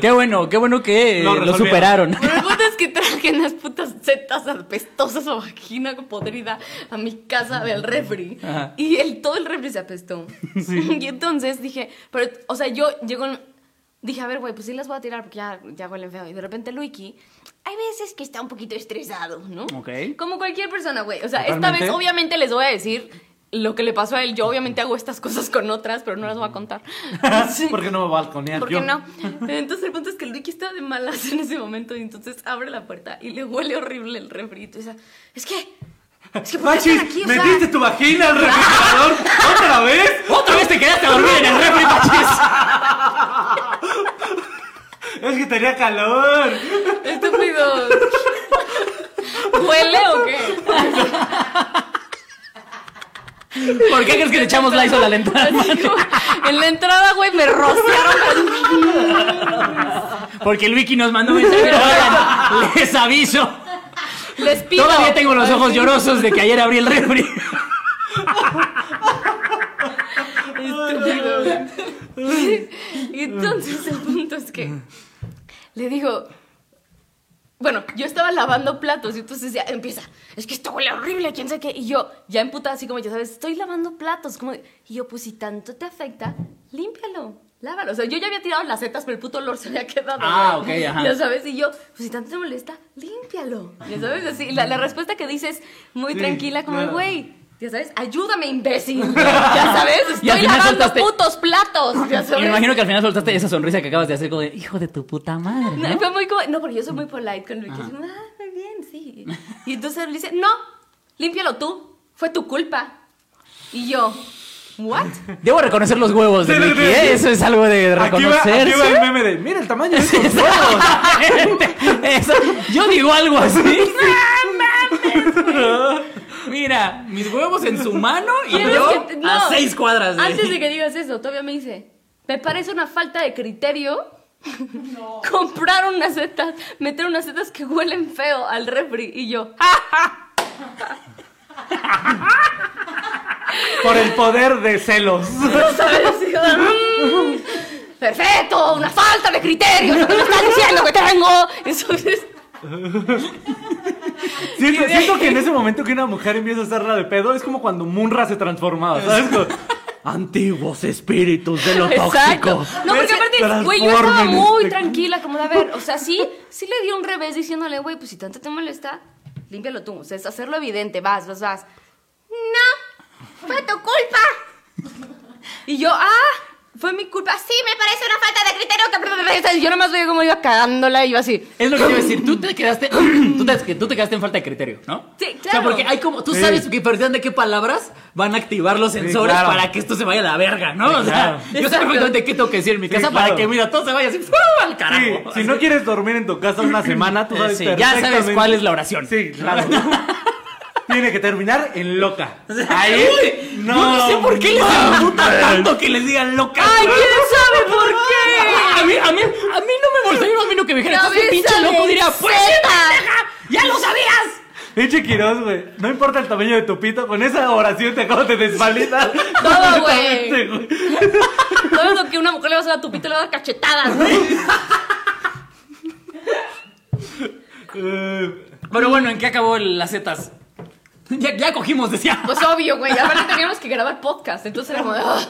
[SPEAKER 1] Qué bueno, qué bueno que eh,
[SPEAKER 3] Lo
[SPEAKER 1] lo
[SPEAKER 3] resolvieron.
[SPEAKER 1] superaron.
[SPEAKER 2] Pero el punto es que traje unas putas setas apestosas o vagina podrida a mi casa del refri.
[SPEAKER 1] Ajá.
[SPEAKER 2] Y el, todo el refri se apestó. Y entonces dije, pero, o sea, yo llego, en- dije, a ver, güey, pues sí las voy a tirar porque ya, ya huelen feo. Y de repente Luiki, hay veces que está un poquito estresado, ¿no?
[SPEAKER 1] Ok.
[SPEAKER 2] Como cualquier persona, güey. O sea,
[SPEAKER 3] Totalmente.
[SPEAKER 2] esta vez obviamente les voy a decir lo que le pasó a él. Yo obviamente hago estas cosas con otras, pero no las voy a contar. Sí.
[SPEAKER 3] Porque no me va a balconear
[SPEAKER 2] ¿Por
[SPEAKER 3] yo.
[SPEAKER 2] qué no? Entonces el punto es que el Ricky estaba de malas en ese momento y entonces abre la puerta y le huele horrible el refrito. es que, es que ¿por qué
[SPEAKER 3] Pachis,
[SPEAKER 2] están aquí? O sea,
[SPEAKER 3] metiste tu vagina al refrigerador otra vez.
[SPEAKER 1] Otra vez te quedaste a dormir en el refri, Pachis.
[SPEAKER 3] Es que tenía calor.
[SPEAKER 2] estúpidos. ¿Huele o qué?
[SPEAKER 1] ¿Por qué crees que le echamos Lysol a la entrada?
[SPEAKER 2] Así como, en la entrada, güey, me rociaron.
[SPEAKER 1] Porque Luiki nos mandó mensaje. Oigan, les aviso.
[SPEAKER 2] Les pido.
[SPEAKER 1] Todavía tengo los ojos llorosos de que ayer abrí el refri.
[SPEAKER 2] Estúpidos. Y entonces el punto es que le digo, bueno, yo estaba lavando platos y entonces ya empieza, es que esto huele horrible, quién sabe qué. Y yo, ya emputada, así como ya sabes, estoy lavando platos. Como de- y yo, pues si tanto te afecta, límpialo, lávalo. O sea, yo ya había tirado las setas, pero el puto olor se había quedado.
[SPEAKER 1] Ah,
[SPEAKER 2] güey.
[SPEAKER 1] ok, ajá.
[SPEAKER 2] Ya sabes, y yo, pues si tanto te molesta, límpialo. Ya sabes, así, la, la respuesta que dices muy
[SPEAKER 3] Sí,
[SPEAKER 2] tranquila, como,
[SPEAKER 3] claro.
[SPEAKER 2] güey. Ya sabes, ayúdame, imbécil. Ya sabes,
[SPEAKER 1] Y al
[SPEAKER 2] estoy
[SPEAKER 1] final
[SPEAKER 2] lavando
[SPEAKER 1] soltaste-
[SPEAKER 2] putos platos. Ya
[SPEAKER 1] Y
[SPEAKER 2] sabes.
[SPEAKER 1] me imagino que al final soltaste esa sonrisa que acabas de hacer como de hijo de tu puta madre.
[SPEAKER 2] No,
[SPEAKER 1] ¿no?
[SPEAKER 2] fue muy como, no, porque yo soy muy polite con Luis. Ah, muy bien, sí. Y entonces le dice, no, límpialo tú, fue tu culpa. Y yo, ¿what?
[SPEAKER 1] Debo reconocer los huevos de
[SPEAKER 3] Sí, sí,
[SPEAKER 1] Luiki,
[SPEAKER 3] sí.
[SPEAKER 1] ¿eh? Eso es algo de
[SPEAKER 3] Aquí va, aquí va el
[SPEAKER 1] reconocerse.
[SPEAKER 3] meme de, mira el tamaño de estos huevos.
[SPEAKER 1] Exactamente. Eso. Yo digo algo así. Mira, mis huevos en su mano y
[SPEAKER 2] ¿Quieres
[SPEAKER 1] yo
[SPEAKER 2] que te- no.
[SPEAKER 1] a seis cuadras de
[SPEAKER 2] Antes de que digas eso, todavía me dice, me parece una falta de criterio comprar unas setas, meter unas setas que huelen feo al refri. Y yo, ¡ah!
[SPEAKER 3] Por el poder de celos.
[SPEAKER 2] ¿no sabes? Y yo, "Mm, Perfecto, una falta de criterio, lo que me estás diciendo que tengo. Entonces.
[SPEAKER 3] Siento, siento que en ese momento que una mujer empieza a hacerla de pedo es como cuando Munra se transformaba, ¿sabes? Como, Antiguos espíritus de lo
[SPEAKER 2] Exacto.
[SPEAKER 3] tóxico.
[SPEAKER 2] No, porque aparte, güey, yo estaba
[SPEAKER 3] Transformen
[SPEAKER 2] muy
[SPEAKER 3] este-
[SPEAKER 2] tranquila, como de a ver, o sea, sí, sí le di un revés diciéndole, güey, pues si tanto te molesta, límpialo tú. O sea, es hacerlo evidente, vas, vas, vas. No, fue tu culpa. Y yo, ah, Fue mi culpa. Sí, me parece una falta de criterio que... bla, bla, bla, ¿sabes? Yo nomás veía como iba cagándola y yo así...
[SPEAKER 1] Es lo que te iba a decir, tú te quedaste, tú te, tú te quedaste en falta de criterio, ¿no?
[SPEAKER 2] Sí,
[SPEAKER 1] O sea,
[SPEAKER 2] claro.
[SPEAKER 1] porque hay como, tú sabes que perdón de qué palabras van a activar los sensores
[SPEAKER 3] claro.
[SPEAKER 1] para que esto se vaya a la verga, ¿no? o sea,
[SPEAKER 3] claro.
[SPEAKER 1] yo sé perfectamente qué tengo que decir en mi
[SPEAKER 3] Sí,
[SPEAKER 1] casa para
[SPEAKER 3] claro.
[SPEAKER 1] que, mira, todo se vaya así, ¡fuu! al
[SPEAKER 3] Sí,
[SPEAKER 1] carajo.
[SPEAKER 3] si no quieres dormir en tu casa una semana, tú
[SPEAKER 1] Eh,
[SPEAKER 3] sabes
[SPEAKER 1] sí, ya sabes
[SPEAKER 3] perfectamente-
[SPEAKER 1] cuál es la oración.
[SPEAKER 3] Sí, claro. Tiene que terminar en loca.
[SPEAKER 1] Ahí,
[SPEAKER 3] Ahí,
[SPEAKER 1] no, no sé por qué les emputa tanto que les digan loca.
[SPEAKER 2] ¡Ay,
[SPEAKER 1] güey.
[SPEAKER 2] quién sabe por qué!
[SPEAKER 1] A mí, a mí, a mí no me molestaría un amigo que me dijera,
[SPEAKER 2] No
[SPEAKER 1] estás bien
[SPEAKER 2] me
[SPEAKER 1] pinche
[SPEAKER 2] sale
[SPEAKER 1] loco, diría, pues sí,
[SPEAKER 2] zeta.
[SPEAKER 1] pendeja, ya lo sabías.
[SPEAKER 3] Pinche Quiroz, güey. No importa el tamaño de tu pito, con esa oración te acabas de desvalidar.
[SPEAKER 2] Todo, güey.
[SPEAKER 3] completamente, güey.
[SPEAKER 2] Todo lo que una mujer le va a hacer a tu pito le va a dar cachetadas, güey.
[SPEAKER 3] Eh,
[SPEAKER 1] Pero bueno, ¿en qué acabó el- las setas? Ya, ya cogimos, decía.
[SPEAKER 2] Pues obvio, güey. Aparte teníamos que grabar podcast. Entonces era como de, "Ah,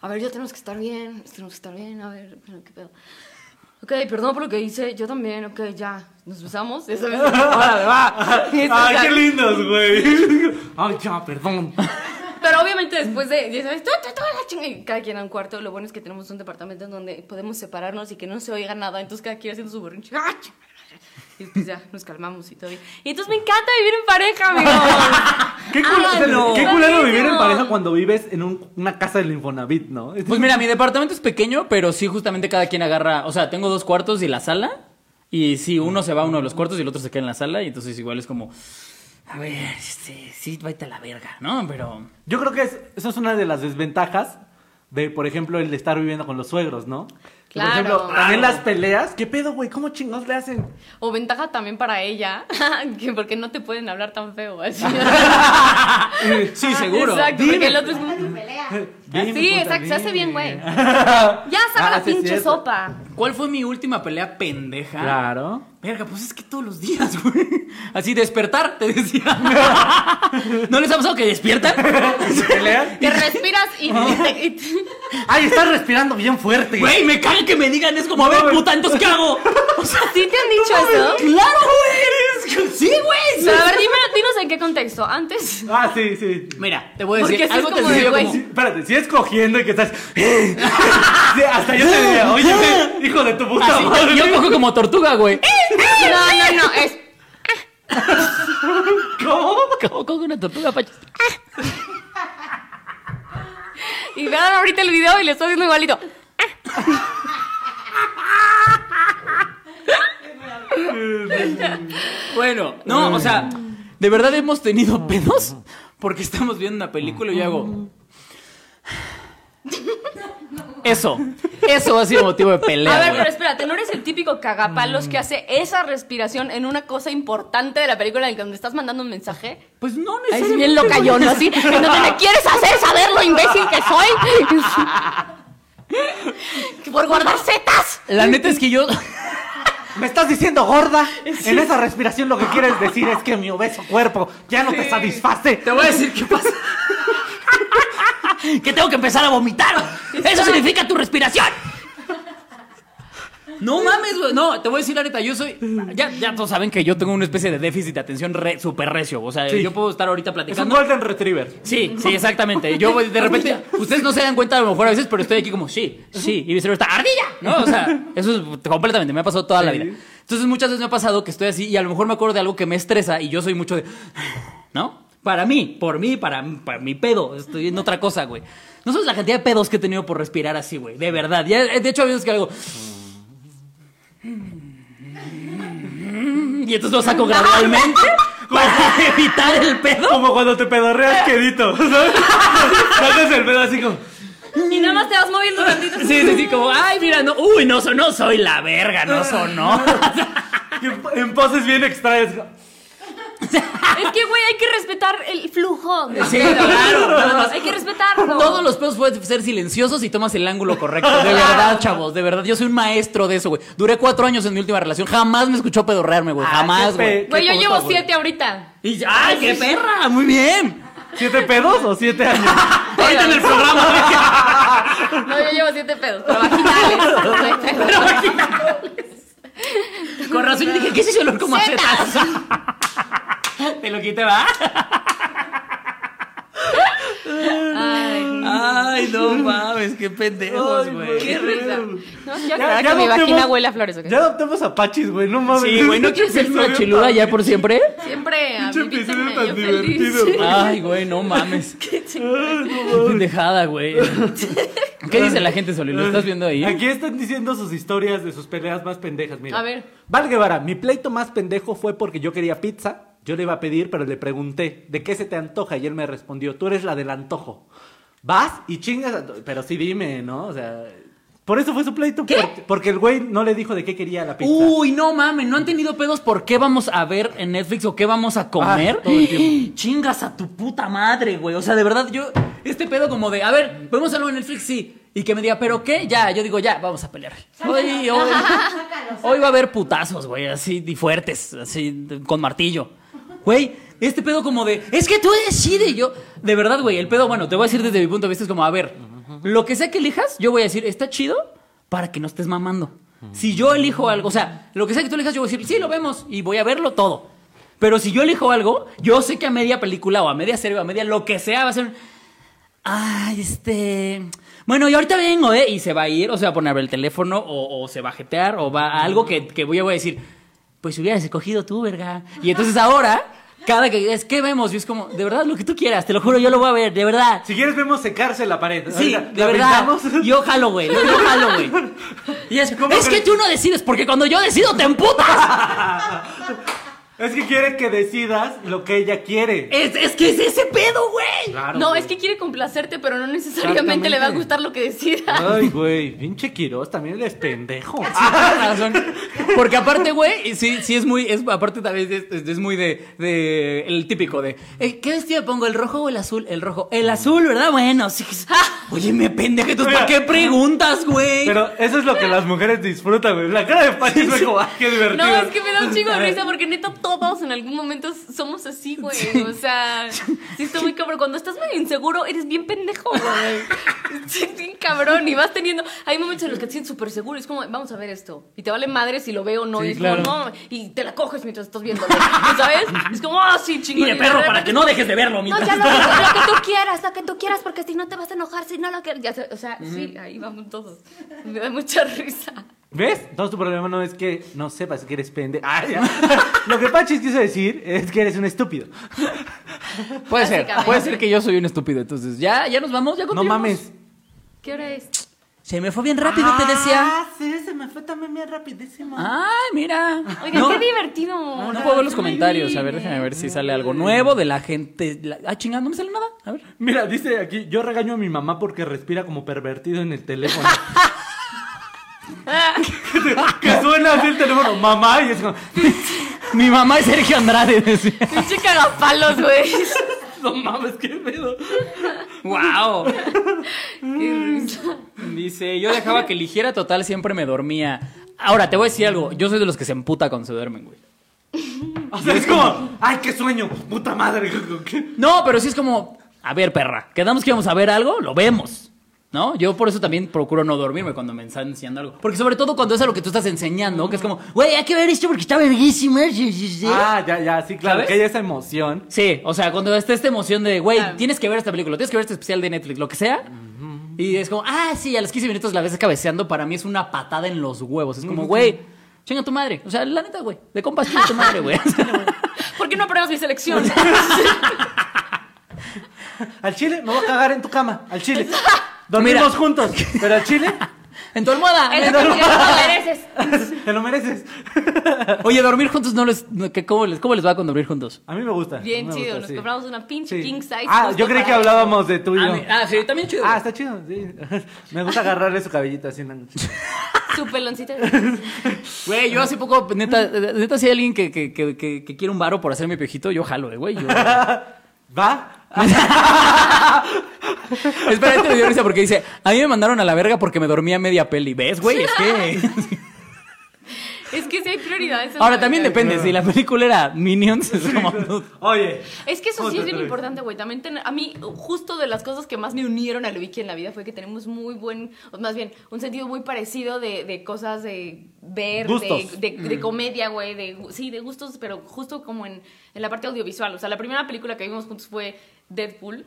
[SPEAKER 2] a ver, ya tenemos que estar bien. Tenemos que estar bien. A ver, bueno, qué pedo. Ok, perdón por lo que hice. Yo también. Ok, ya. Nos besamos. Esa vez. Órale, va.
[SPEAKER 3] Ay, qué lindos, güey. Ay, ya, perdón.
[SPEAKER 2] Pero obviamente después de, ya sabes, toda, toda la chinga y cada quien a un cuarto, lo bueno es que tenemos un departamento en donde podemos separarnos y que no se oiga nada, entonces cada quien haciendo su berrinche. ¡Ah, chinga! Y pues ya nos calmamos y todo bien. Y entonces me encanta vivir en pareja, amigos.
[SPEAKER 3] Qué, cul-
[SPEAKER 1] Háganlo.
[SPEAKER 3] qué culero vivir en
[SPEAKER 2] Buenísimo.
[SPEAKER 3] pareja cuando vives en un- una casa del Infonavit, ¿no?
[SPEAKER 1] Pues mira, mi departamento es pequeño, pero sí, justamente cada quien agarra. O sea, tengo dos cuartos y la sala. Y sí, uno se va a uno de los cuartos y el otro se queda en la sala. Y entonces, igual es como. A ver, este, sí, vete a la verga, ¿no? Pero.
[SPEAKER 3] Yo creo que es- eso es una de las desventajas de, por ejemplo, el estar viviendo con los suegros, ¿no? Que,
[SPEAKER 2] Claro.
[SPEAKER 3] Por ejemplo,
[SPEAKER 1] Claro.
[SPEAKER 3] también las peleas. ¿Qué pedo, güey? ¿Cómo chingados le hacen?
[SPEAKER 2] O ventaja también para ella, que porque no te pueden hablar tan feo. Así.
[SPEAKER 1] Sí, seguro.
[SPEAKER 2] Exacto,
[SPEAKER 3] Dime.
[SPEAKER 2] porque el otro es como-
[SPEAKER 3] Dime,
[SPEAKER 2] Sí,
[SPEAKER 3] puta, Ah,
[SPEAKER 2] exacto, se hace bien, güey.
[SPEAKER 3] Ya
[SPEAKER 2] Ya saca la pinche sopa.
[SPEAKER 1] ¿Cuál fue mi última pelea pendeja?
[SPEAKER 3] Claro.
[SPEAKER 1] Verga, pues es que todos los días, güey. Así despertar, te decía. ¿No les ha pasado que despiertan?
[SPEAKER 3] ¿Pelean?
[SPEAKER 2] Te respiras y, y- y-
[SPEAKER 3] ¡Ay, estás respirando bien fuerte!
[SPEAKER 1] Güey, me caga que me digan, es como, a ver,
[SPEAKER 3] No, güey.
[SPEAKER 1] puta, entonces ¿qué hago? O sea,
[SPEAKER 2] ¿Sí te han dicho eso?
[SPEAKER 1] Claro, güey. Sí, güey.
[SPEAKER 2] Pero a ver, dime, dinos en qué contexto. Antes.
[SPEAKER 3] Ah, sí, sí.
[SPEAKER 1] Mira, te voy a
[SPEAKER 2] Porque
[SPEAKER 1] decir
[SPEAKER 2] sí es
[SPEAKER 1] algo tan
[SPEAKER 2] como de,
[SPEAKER 1] sencillo
[SPEAKER 2] güey,
[SPEAKER 1] como-
[SPEAKER 3] Sí, espérate, si es cogiendo y que estás. "Eh, Sí, hasta yo te diría, oye, güey, hijo de tu puta
[SPEAKER 1] Así,
[SPEAKER 3] madre.
[SPEAKER 1] yo, yo cojo como tortuga, güey.
[SPEAKER 2] No, no, no, es.
[SPEAKER 3] ¿Cómo?
[SPEAKER 1] Cojo cojo una tortuga, Pacho.
[SPEAKER 2] Y vean ahorita el video y le estoy haciendo igualito.
[SPEAKER 1] Bueno, no, o sea, de verdad hemos tenido pedos porque estamos viendo una película y yo hago. Eso, eso va a ser motivo de pelea.
[SPEAKER 2] A ver,
[SPEAKER 1] güey.
[SPEAKER 2] pero espérate, ¿no eres el típico
[SPEAKER 3] Mm.
[SPEAKER 2] cagapalos que hace esa respiración en una cosa importante de la película en donde estás mandando un mensaje?
[SPEAKER 1] Pues no
[SPEAKER 2] Ahí
[SPEAKER 1] necesariamente.
[SPEAKER 2] sí bien locayón, así, en donde me quieres hacer saber lo imbécil que soy. Por guardar setas.
[SPEAKER 1] La neta es que yo.
[SPEAKER 3] Me estás diciendo gorda. En esa respiración lo que quieres decir es que mi obeso cuerpo ya no te satisface.
[SPEAKER 1] Te voy a decir qué pasa. que tengo que empezar a vomitar. Eso significa tu respiración. No mames, güey. No, te voy a decir la neta, yo soy. Ya, ya todos saben que yo tengo una especie de déficit de atención re, super recio. O sea,
[SPEAKER 3] Sí.
[SPEAKER 1] yo puedo estar ahorita
[SPEAKER 3] Es un
[SPEAKER 1] platicando.
[SPEAKER 3] Golden Retriever.
[SPEAKER 1] Sí, sí, exactamente. Yo pues, de repente, ustedes no se dan cuenta a lo mejor a veces, pero estoy aquí como, sí, sí, y mi cerebro está ardilla, ¿no? O sea, eso es completamente, me ha pasado toda la vida. Entonces muchas veces me ha pasado que estoy así y a lo mejor me acuerdo de algo que me estresa y yo soy mucho de, ¿no? Para mí, por mí, para, para mi pedo, estoy en otra cosa, güey. No sabes la cantidad de pedos que he tenido por respirar así, güey, de verdad. Ya, de hecho, a veces que hago... Y entonces lo saco gradualmente para evitar el pedo.
[SPEAKER 3] Como cuando te pedorreas quedito, ¿sabes? Sacas el pedo así como.
[SPEAKER 2] Y nada más te vas moviendo tantito.
[SPEAKER 1] Sí, sí, sí, como, ay, mira, no, uy, no, so- no soy la verga, no sonó.
[SPEAKER 3] y en- En poses bien extrañas.
[SPEAKER 2] Es que, güey, hay que respetar el flujo. de
[SPEAKER 1] Sí,
[SPEAKER 2] pedo.
[SPEAKER 1] claro, nada más.
[SPEAKER 2] Hay que respetarlo.
[SPEAKER 1] Todos los pedos pueden ser silenciosos si tomas el ángulo correcto. De verdad, chavos, de verdad, yo soy un maestro de eso, güey. Duré cuatro años en mi última relación, jamás me escuchó pedorrearme, güey,
[SPEAKER 3] Ah,
[SPEAKER 1] jamás,
[SPEAKER 3] qué
[SPEAKER 1] güey.
[SPEAKER 3] pe-
[SPEAKER 2] Güey, yo
[SPEAKER 3] cosa,
[SPEAKER 2] llevo
[SPEAKER 3] güey.
[SPEAKER 2] siete ahorita.
[SPEAKER 1] Y ya, ay, qué perra, muy bien.
[SPEAKER 3] ¿Siete pedos o siete años?
[SPEAKER 1] Ahorita en el programa.
[SPEAKER 2] No, yo llevo siete pedos, pero vaginales.
[SPEAKER 1] Pero vaginales. Con razón dije, ¿qué es ese olor como a setas? Te lo quité, va.
[SPEAKER 2] Ay.
[SPEAKER 1] Ay, Ay, no mames, qué pendejos,
[SPEAKER 3] Ay,
[SPEAKER 1] güey.
[SPEAKER 2] Qué risa. No, yo
[SPEAKER 3] Ya-
[SPEAKER 2] aclaraba
[SPEAKER 3] ya
[SPEAKER 2] que mi
[SPEAKER 3] adoptemos-
[SPEAKER 2] vagina huele a flores, ¿ok?
[SPEAKER 3] Ya adoptemos a Pachis, güey, no mames.
[SPEAKER 1] Sí, güey, ¿no quieres ser una chilura ya por siempre?
[SPEAKER 2] Siempre a
[SPEAKER 3] Pinche
[SPEAKER 2] mí
[SPEAKER 3] episodio
[SPEAKER 2] invítenme,
[SPEAKER 3] tan
[SPEAKER 2] yo
[SPEAKER 3] divertido,
[SPEAKER 2] feliz.
[SPEAKER 1] Ay, güey, no mames.
[SPEAKER 2] Qué chingón.
[SPEAKER 3] siempre?
[SPEAKER 1] Pendejada, güey. ¿Qué dice la gente, Soli? ¿Lo estás viendo ahí?
[SPEAKER 3] Aquí están diciendo sus historias de sus peleas más pendejas, mira.
[SPEAKER 2] A ver.
[SPEAKER 3] Val Guevara, mi pleito más pendejo fue porque yo quería pizza. Yo le iba a pedir, pero le pregunté, ¿de qué se te antoja? Y él me respondió, tú eres la del antojo. Vas y chingas, a tu- pero sí dime, ¿no? O sea, por eso fue su pleito. por- Porque, el güey no le dijo de qué quería la pizza.
[SPEAKER 1] Uy, no mames, ¿no han tenido pedos por qué vamos a ver en Netflix o qué vamos a comer?
[SPEAKER 3] Ah, todo el tiempo.
[SPEAKER 1] Chingas a tu puta madre, güey. O sea, de verdad, yo, este pedo como de, a ver, ¿podemos algo en Netflix? Sí. Y que me diga, ¿pero qué? Ya, yo digo, ya, vamos a pelear. Hoy, hoy, hoy va a haber putazos, güey, así, y fuertes, así, de- con martillo. Güey, este pedo como de, es que tú decides, y yo, de verdad, güey, el pedo, bueno, te voy a decir desde mi punto de vista, es como, a ver, lo que sea que elijas, yo voy a decir, está chido para que no estés mamando. Si yo elijo algo, o sea, lo que sea que tú elijas, yo voy a decir, sí, lo vemos, y voy a verlo todo. Pero si yo elijo algo, yo sé que a media película o a media serie o a media lo que sea va a ser. un, Ay, este. Bueno, y ahorita vengo, ¿eh? Y se va a ir, o se va a poner a ver el teléfono, o, o se va a jetear, o va a algo que, que voy, a- voy a decir, pues hubieras escogido tú, verga. Y entonces ahora, cada que es que vemos, y es como, de verdad, lo que tú quieras, te lo juro, yo lo voy a ver, de verdad.
[SPEAKER 3] Si quieres, vemos secarse la pared.
[SPEAKER 1] Sí,
[SPEAKER 3] Ahorita,
[SPEAKER 1] de
[SPEAKER 3] ¿la
[SPEAKER 1] verdad.
[SPEAKER 3] aventamos?
[SPEAKER 1] Yo jalo, güey. Yo jalo, güey. Y es,
[SPEAKER 3] ¿Cómo
[SPEAKER 1] es que
[SPEAKER 3] crees?
[SPEAKER 1] tú no decides, porque cuando yo decido te emputas.
[SPEAKER 3] Es que quiere que decidas lo que ella quiere.
[SPEAKER 1] Es, es que es ese pedo, güey.
[SPEAKER 3] Claro,
[SPEAKER 2] No,
[SPEAKER 3] güey.
[SPEAKER 2] es que quiere complacerte, pero no necesariamente le va a
[SPEAKER 3] Exactamente.
[SPEAKER 2] gustar lo que decida.
[SPEAKER 3] Ay, güey, pinche Quiroz, también eres pendejo.
[SPEAKER 1] Ah, razón. Porque aparte, güey, sí, sí es muy, es, aparte también es, es- es muy de, de- el típico de, eh, ¿qué vestido pongo? ¿El rojo o el azul? El rojo. El azul, ¿verdad? Bueno, sí. que es- Oye, me pendeje, ¿tú para qué preguntas, güey?
[SPEAKER 3] Pero eso es lo que las mujeres disfrutan, güey. La cara de Pachis fue como, "Ay, qué divertido.
[SPEAKER 2] No, es que me da un chingo de risa porque neta todos en algún momento somos así, güey. O sea, sí está muy cabrón. Cuando estás medio inseguro, eres bien pendejo, güey. Sí, bien cabrón. Y vas teniendo. Hay momentos en los que te sientes súper seguro. y Es como, vamos a ver esto. Y te vale madre si lo veo o no.
[SPEAKER 1] Sí,
[SPEAKER 2] y es como,
[SPEAKER 1] claro.
[SPEAKER 2] no. Y te la coges mientras estás viendo, güey. ¿Sabes? Es como, ah, sí, chingón.
[SPEAKER 1] Y de perro, para que no dejes de verlo,
[SPEAKER 2] No,
[SPEAKER 1] mientras
[SPEAKER 2] ya lo, lo que tú quieras, lo que tú quieras, porque si no te vas a enojar, si no lo quieres. ya sé, o sea, sí, ahí vamos todos. Me da mucha risa.
[SPEAKER 3] ¿Ves? Entonces tu problema no es que no sepas que eres pendejo. lo que Pachis quiso decir es que eres un estúpido.
[SPEAKER 1] Puede ser,
[SPEAKER 2] Básicamente.
[SPEAKER 1] puede ser que yo soy un estúpido, entonces, ¿ya, ya nos vamos? ¿Ya
[SPEAKER 3] No
[SPEAKER 1] continuamos?
[SPEAKER 3] mames.
[SPEAKER 2] ¿Qué hora es?
[SPEAKER 1] Se me fue bien rápido, te decía.
[SPEAKER 3] Ah, sí, se me fue también bien rapidísimo.
[SPEAKER 1] Ay, mira.
[SPEAKER 2] Ah. Oigan,
[SPEAKER 1] No.
[SPEAKER 2] qué divertido.
[SPEAKER 1] No,
[SPEAKER 2] O sea,
[SPEAKER 1] puedo ver los
[SPEAKER 2] sí,
[SPEAKER 1] comentarios.
[SPEAKER 2] sí.
[SPEAKER 1] A ver, déjame ver si sale algo nuevo de la gente. La- Ah, chingada, no me sale nada. A ver.
[SPEAKER 3] Mira, dice aquí, yo regaño a mi mamá porque respira como pervertido en el teléfono.
[SPEAKER 2] Ah,
[SPEAKER 3] que suena así el teléfono, mamá, y es como...
[SPEAKER 1] Mi mamá es Sergio Andrade, decía.
[SPEAKER 2] Pinche cagapalos, güey.
[SPEAKER 3] No mames, qué pedo.
[SPEAKER 1] ¡Wow!
[SPEAKER 2] Qué
[SPEAKER 1] Mm.
[SPEAKER 2] risa.
[SPEAKER 1] Dice, yo dejaba que eligiera, total, siempre me dormía. Ahora, te voy a decir algo. Yo soy de los que se emputa cuando se duermen, güey.
[SPEAKER 3] O sea, es como, ay, qué sueño, puta madre. ¿qué?
[SPEAKER 1] No, pero sí es como, a ver, perra, quedamos que íbamos a ver algo, lo vemos. ¿No? Yo por eso también procuro no dormirme cuando me están enseñando algo. Porque sobre todo cuando es a lo que tú estás enseñando, que es como, güey, hay que ver esto porque está verguísima. sí, sí, sí".
[SPEAKER 3] Ah, ya, ya, sí, claro,
[SPEAKER 1] ¿Sabes?
[SPEAKER 3] que hay esa emoción.
[SPEAKER 1] Sí, o sea, cuando está esta emoción de, güey,
[SPEAKER 2] Ah.
[SPEAKER 1] tienes que ver esta película, tienes que ver este especial de Netflix, lo que sea. Y es como, ah, sí, a los 15 minutos la ves cabeceando, para mí es una patada en los huevos. Es como, güey, chinga tu madre. O sea, la neta, güey, de compas chinga tu madre, güey.
[SPEAKER 2] ¿Por qué no apruebas mi selección?
[SPEAKER 3] Al chile me voy a cagar en tu cama. Al chile. Dormimos
[SPEAKER 1] Mira.
[SPEAKER 3] juntos. Pero al chile
[SPEAKER 1] en tu almohada.
[SPEAKER 2] Es lo que no mereces.
[SPEAKER 3] te lo mereces.
[SPEAKER 1] Oye, dormir juntos no les, no, que ¿cómo les, cómo les va con dormir juntos?
[SPEAKER 3] A mí me gusta.
[SPEAKER 2] Bien
[SPEAKER 3] me
[SPEAKER 2] chido,
[SPEAKER 3] gusta,
[SPEAKER 2] nos
[SPEAKER 3] sí.
[SPEAKER 2] compramos una pinche
[SPEAKER 3] Sí.
[SPEAKER 2] king size.
[SPEAKER 3] Ah,
[SPEAKER 2] justo
[SPEAKER 3] yo creí
[SPEAKER 2] para
[SPEAKER 3] que hablábamos de tú y
[SPEAKER 1] Ah,
[SPEAKER 3] yo.
[SPEAKER 1] mi- ah, sí, también chido.
[SPEAKER 3] Ah, está chido, sí. Me gusta agarrarle su cabellito así. ¿no?
[SPEAKER 2] Su peloncita.
[SPEAKER 1] Güey, yo hace poco, neta, neta, si hay alguien que, que, que, que- que quiere un varo por hacerme piojito, yo jalo, eh, güey. yo-
[SPEAKER 3] ¿Va?
[SPEAKER 1] Espera, ahí te dio risa porque dice, a mí me mandaron a la verga porque me dormía media peli. ¿Ves, güey? Es que...
[SPEAKER 2] Es que sí hay prioridades. en la
[SPEAKER 1] Ahora,
[SPEAKER 2] vida,
[SPEAKER 1] también
[SPEAKER 2] güey.
[SPEAKER 1] depende. Si la película era Minions, es como...
[SPEAKER 3] Oye.
[SPEAKER 2] Es que eso sí
[SPEAKER 3] Otra
[SPEAKER 2] es bien
[SPEAKER 3] vez.
[SPEAKER 2] importante, güey. También ten- a mí, justo de las cosas que más me unieron a Luiki en la vida fue que tenemos muy buen, o más bien, un sentido muy parecido de, de cosas de ver, de,
[SPEAKER 3] Gustos. Mm.
[SPEAKER 2] de, de comedia, güey. De, gu- sí, de gustos, pero justo como en, en la parte audiovisual. O sea, la primera película que vimos juntos fue Deadpool.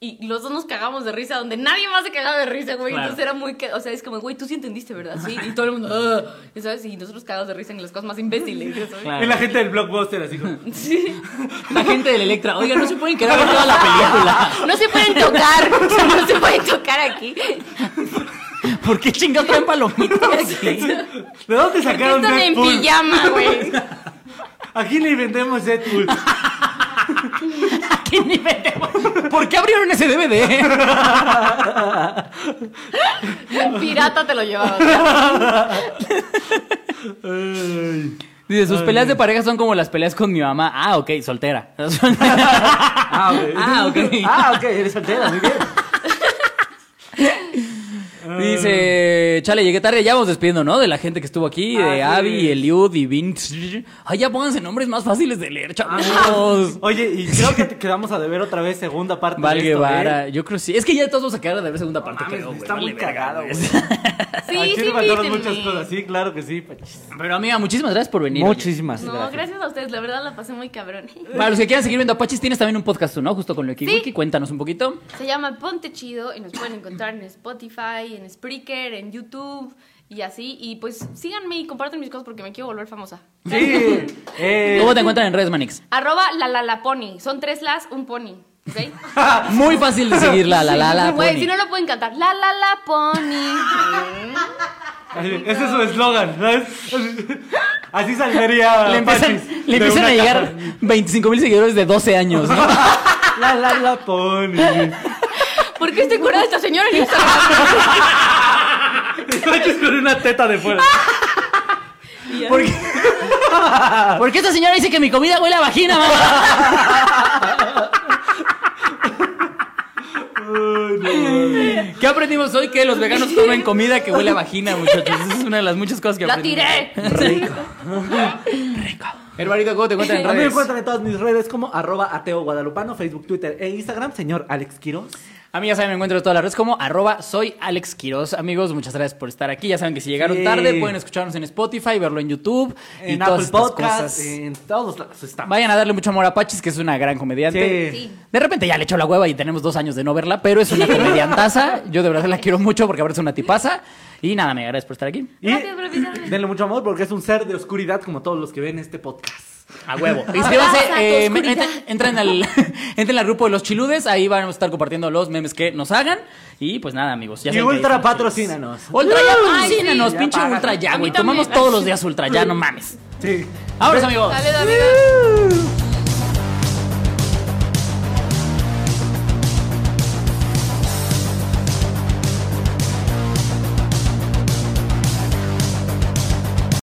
[SPEAKER 2] Y los dos nos cagamos de risa, donde nadie más se cagaba de risa, güey.
[SPEAKER 1] Claro.
[SPEAKER 2] Entonces era muy. ca- O sea, es como, güey, tú sí entendiste, ¿verdad? Sí. Y todo el mundo. "Ah", ya ¿Sabes? Y nosotros cagados de risa en las cosas más imbéciles. ya ¿sabes?
[SPEAKER 1] Claro.
[SPEAKER 3] Es la gente del blockbuster, así como.
[SPEAKER 2] Sí.
[SPEAKER 1] La gente del Electra, oiga, no se pueden quedar ver toda la película.
[SPEAKER 2] No se pueden tocar. o sea, no se pueden tocar aquí.
[SPEAKER 1] ¿Por qué chingados traen palomitas?
[SPEAKER 3] ¿De dónde sacaron
[SPEAKER 2] Están en
[SPEAKER 3] Deadpool?
[SPEAKER 2] pijama, güey.
[SPEAKER 3] Aquí le vendemos Deadpool.
[SPEAKER 1] ¿A qué nivel de- ¿Por qué abrieron ese DVD?
[SPEAKER 2] El pirata te lo llevaba.
[SPEAKER 3] Ay.
[SPEAKER 1] Dice, sus peleas de pareja son como las peleas con mi mamá. Ah, ok, soltera.
[SPEAKER 3] Ah, ok.
[SPEAKER 1] Ah, ok.
[SPEAKER 3] Ah, ok, eres soltera, muy bien.
[SPEAKER 1] Dice, chale, llegué tarde, ya vamos despidiendo, ¿no? De la gente que estuvo aquí, de
[SPEAKER 3] Ah, sí.
[SPEAKER 1] Abby, Eliud y Vince. Ay, ya pónganse nombres más fáciles de leer,
[SPEAKER 3] Ah,
[SPEAKER 1] chavos.
[SPEAKER 3] Oye, y creo que te quedamos a deber otra vez segunda parte. de
[SPEAKER 1] Val
[SPEAKER 3] esto, ¿eh?
[SPEAKER 1] Guevara, yo creo que sí. Es que ya todos vamos a quedar de ver segunda parte,
[SPEAKER 3] mames,
[SPEAKER 1] creo, güey.
[SPEAKER 3] está muy
[SPEAKER 1] verga,
[SPEAKER 3] cagado,
[SPEAKER 2] Sí,
[SPEAKER 3] Aquí
[SPEAKER 2] sí,
[SPEAKER 3] le faltaron
[SPEAKER 2] invítenme.
[SPEAKER 3] muchas cosas, sí, claro que sí. Pachis.
[SPEAKER 1] Pero amiga, muchísimas gracias por venir. oye.
[SPEAKER 3] Muchísimas
[SPEAKER 2] No, gracias a ustedes. La verdad la pasé muy cabrón.
[SPEAKER 1] Para los que quieran seguir viendo Apaches, tienes también un podcast tú, ¿no? Justo con lo
[SPEAKER 2] Sí.
[SPEAKER 1] Wiki. Cuéntanos un poquito.
[SPEAKER 2] Se llama Ponte Chido y nos pueden encontrar en Spotify, en Spreaker, en YouTube y así. Y pues síganme y compartan mis cosas porque me quiero volver famosa.
[SPEAKER 3] Sí. eh,
[SPEAKER 1] ¿Cómo te encuentran en redes, Manix?
[SPEAKER 2] Arroba la la la pony. Son tres las, un pony. ¿Ok?
[SPEAKER 1] Muy fácil de seguirla, la la la.
[SPEAKER 2] Güey,
[SPEAKER 1] pony.
[SPEAKER 2] si no lo pueden cantar. La la la pony.
[SPEAKER 3] ese es su eslogan, ¿sabes? Así saldría.
[SPEAKER 1] Le empiezan,
[SPEAKER 3] Pachis,
[SPEAKER 1] le
[SPEAKER 3] de
[SPEAKER 1] empiezan
[SPEAKER 3] una
[SPEAKER 1] a llegar
[SPEAKER 3] caja.
[SPEAKER 1] 25 mil seguidores de 12 años, ¿no?
[SPEAKER 3] La la la pony.
[SPEAKER 2] ¿Por qué estoy curada este esta señora en Instagram?
[SPEAKER 3] Pachis con una teta de fuera.
[SPEAKER 1] ¿Por qué? ¿Por qué esta señora dice que mi comida huele a vagina, mamá? ¿Qué aprendimos hoy? Que los veganos comen comida que huele a vagina, muchachos. Esa es una de las muchas cosas que
[SPEAKER 2] ¡La
[SPEAKER 1] aprendimos.
[SPEAKER 2] tiré!
[SPEAKER 1] Hermanito, ¿cómo te encuentran en
[SPEAKER 3] A mí me
[SPEAKER 1] redes?
[SPEAKER 3] encuentran en todas mis redes como arroba ateo guadalupano, Facebook, Twitter e Instagram, señor Alex Quiroz.
[SPEAKER 1] A mí ya saben, me encuentro en todas las redes como arroba soy Alex Quiroz. Amigos, muchas gracias por estar aquí. Ya saben que si llegaron
[SPEAKER 3] Sí.
[SPEAKER 1] tarde pueden escucharnos en Spotify, verlo en YouTube y
[SPEAKER 3] En
[SPEAKER 1] todas
[SPEAKER 3] Apple
[SPEAKER 1] estas
[SPEAKER 3] Podcast,
[SPEAKER 1] cosas.
[SPEAKER 3] en todos lados estamos.
[SPEAKER 1] Vayan a darle mucho amor a Pachis, que es una gran comediante.
[SPEAKER 3] Sí.
[SPEAKER 1] De repente ya le echó la hueva y tenemos dos años de no verla, pero es una comediantaza. Yo de verdad la quiero mucho porque ahora es una tipaza. Y nada, me agradezco por estar aquí.
[SPEAKER 3] Y
[SPEAKER 2] Gracias por invitarme.
[SPEAKER 3] denle mucho amor porque es un ser de oscuridad como todos los que ven este podcast.
[SPEAKER 1] A huevo.
[SPEAKER 2] Abraza tu
[SPEAKER 1] Inscríbanse, eh,
[SPEAKER 2] oscuridad.
[SPEAKER 1] entren- entren, al, entren al grupo de los chiludes, ahí van a estar compartiendo los memes que nos hagan. Y pues nada, amigos. Ya
[SPEAKER 3] Y
[SPEAKER 1] saben que
[SPEAKER 3] ultra
[SPEAKER 1] estamos
[SPEAKER 3] patrocínanos.
[SPEAKER 1] chidos. Ultra ya
[SPEAKER 2] Ay,
[SPEAKER 1] patrocínanos,
[SPEAKER 3] sí.
[SPEAKER 1] pinche
[SPEAKER 3] Ya paga.
[SPEAKER 1] ultra ya,
[SPEAKER 2] A mí
[SPEAKER 1] güey. Tomamos
[SPEAKER 2] también.
[SPEAKER 1] todos los días ultra ya, no mames.
[SPEAKER 3] Sí.
[SPEAKER 1] Ahora amigos.
[SPEAKER 2] Dale, David.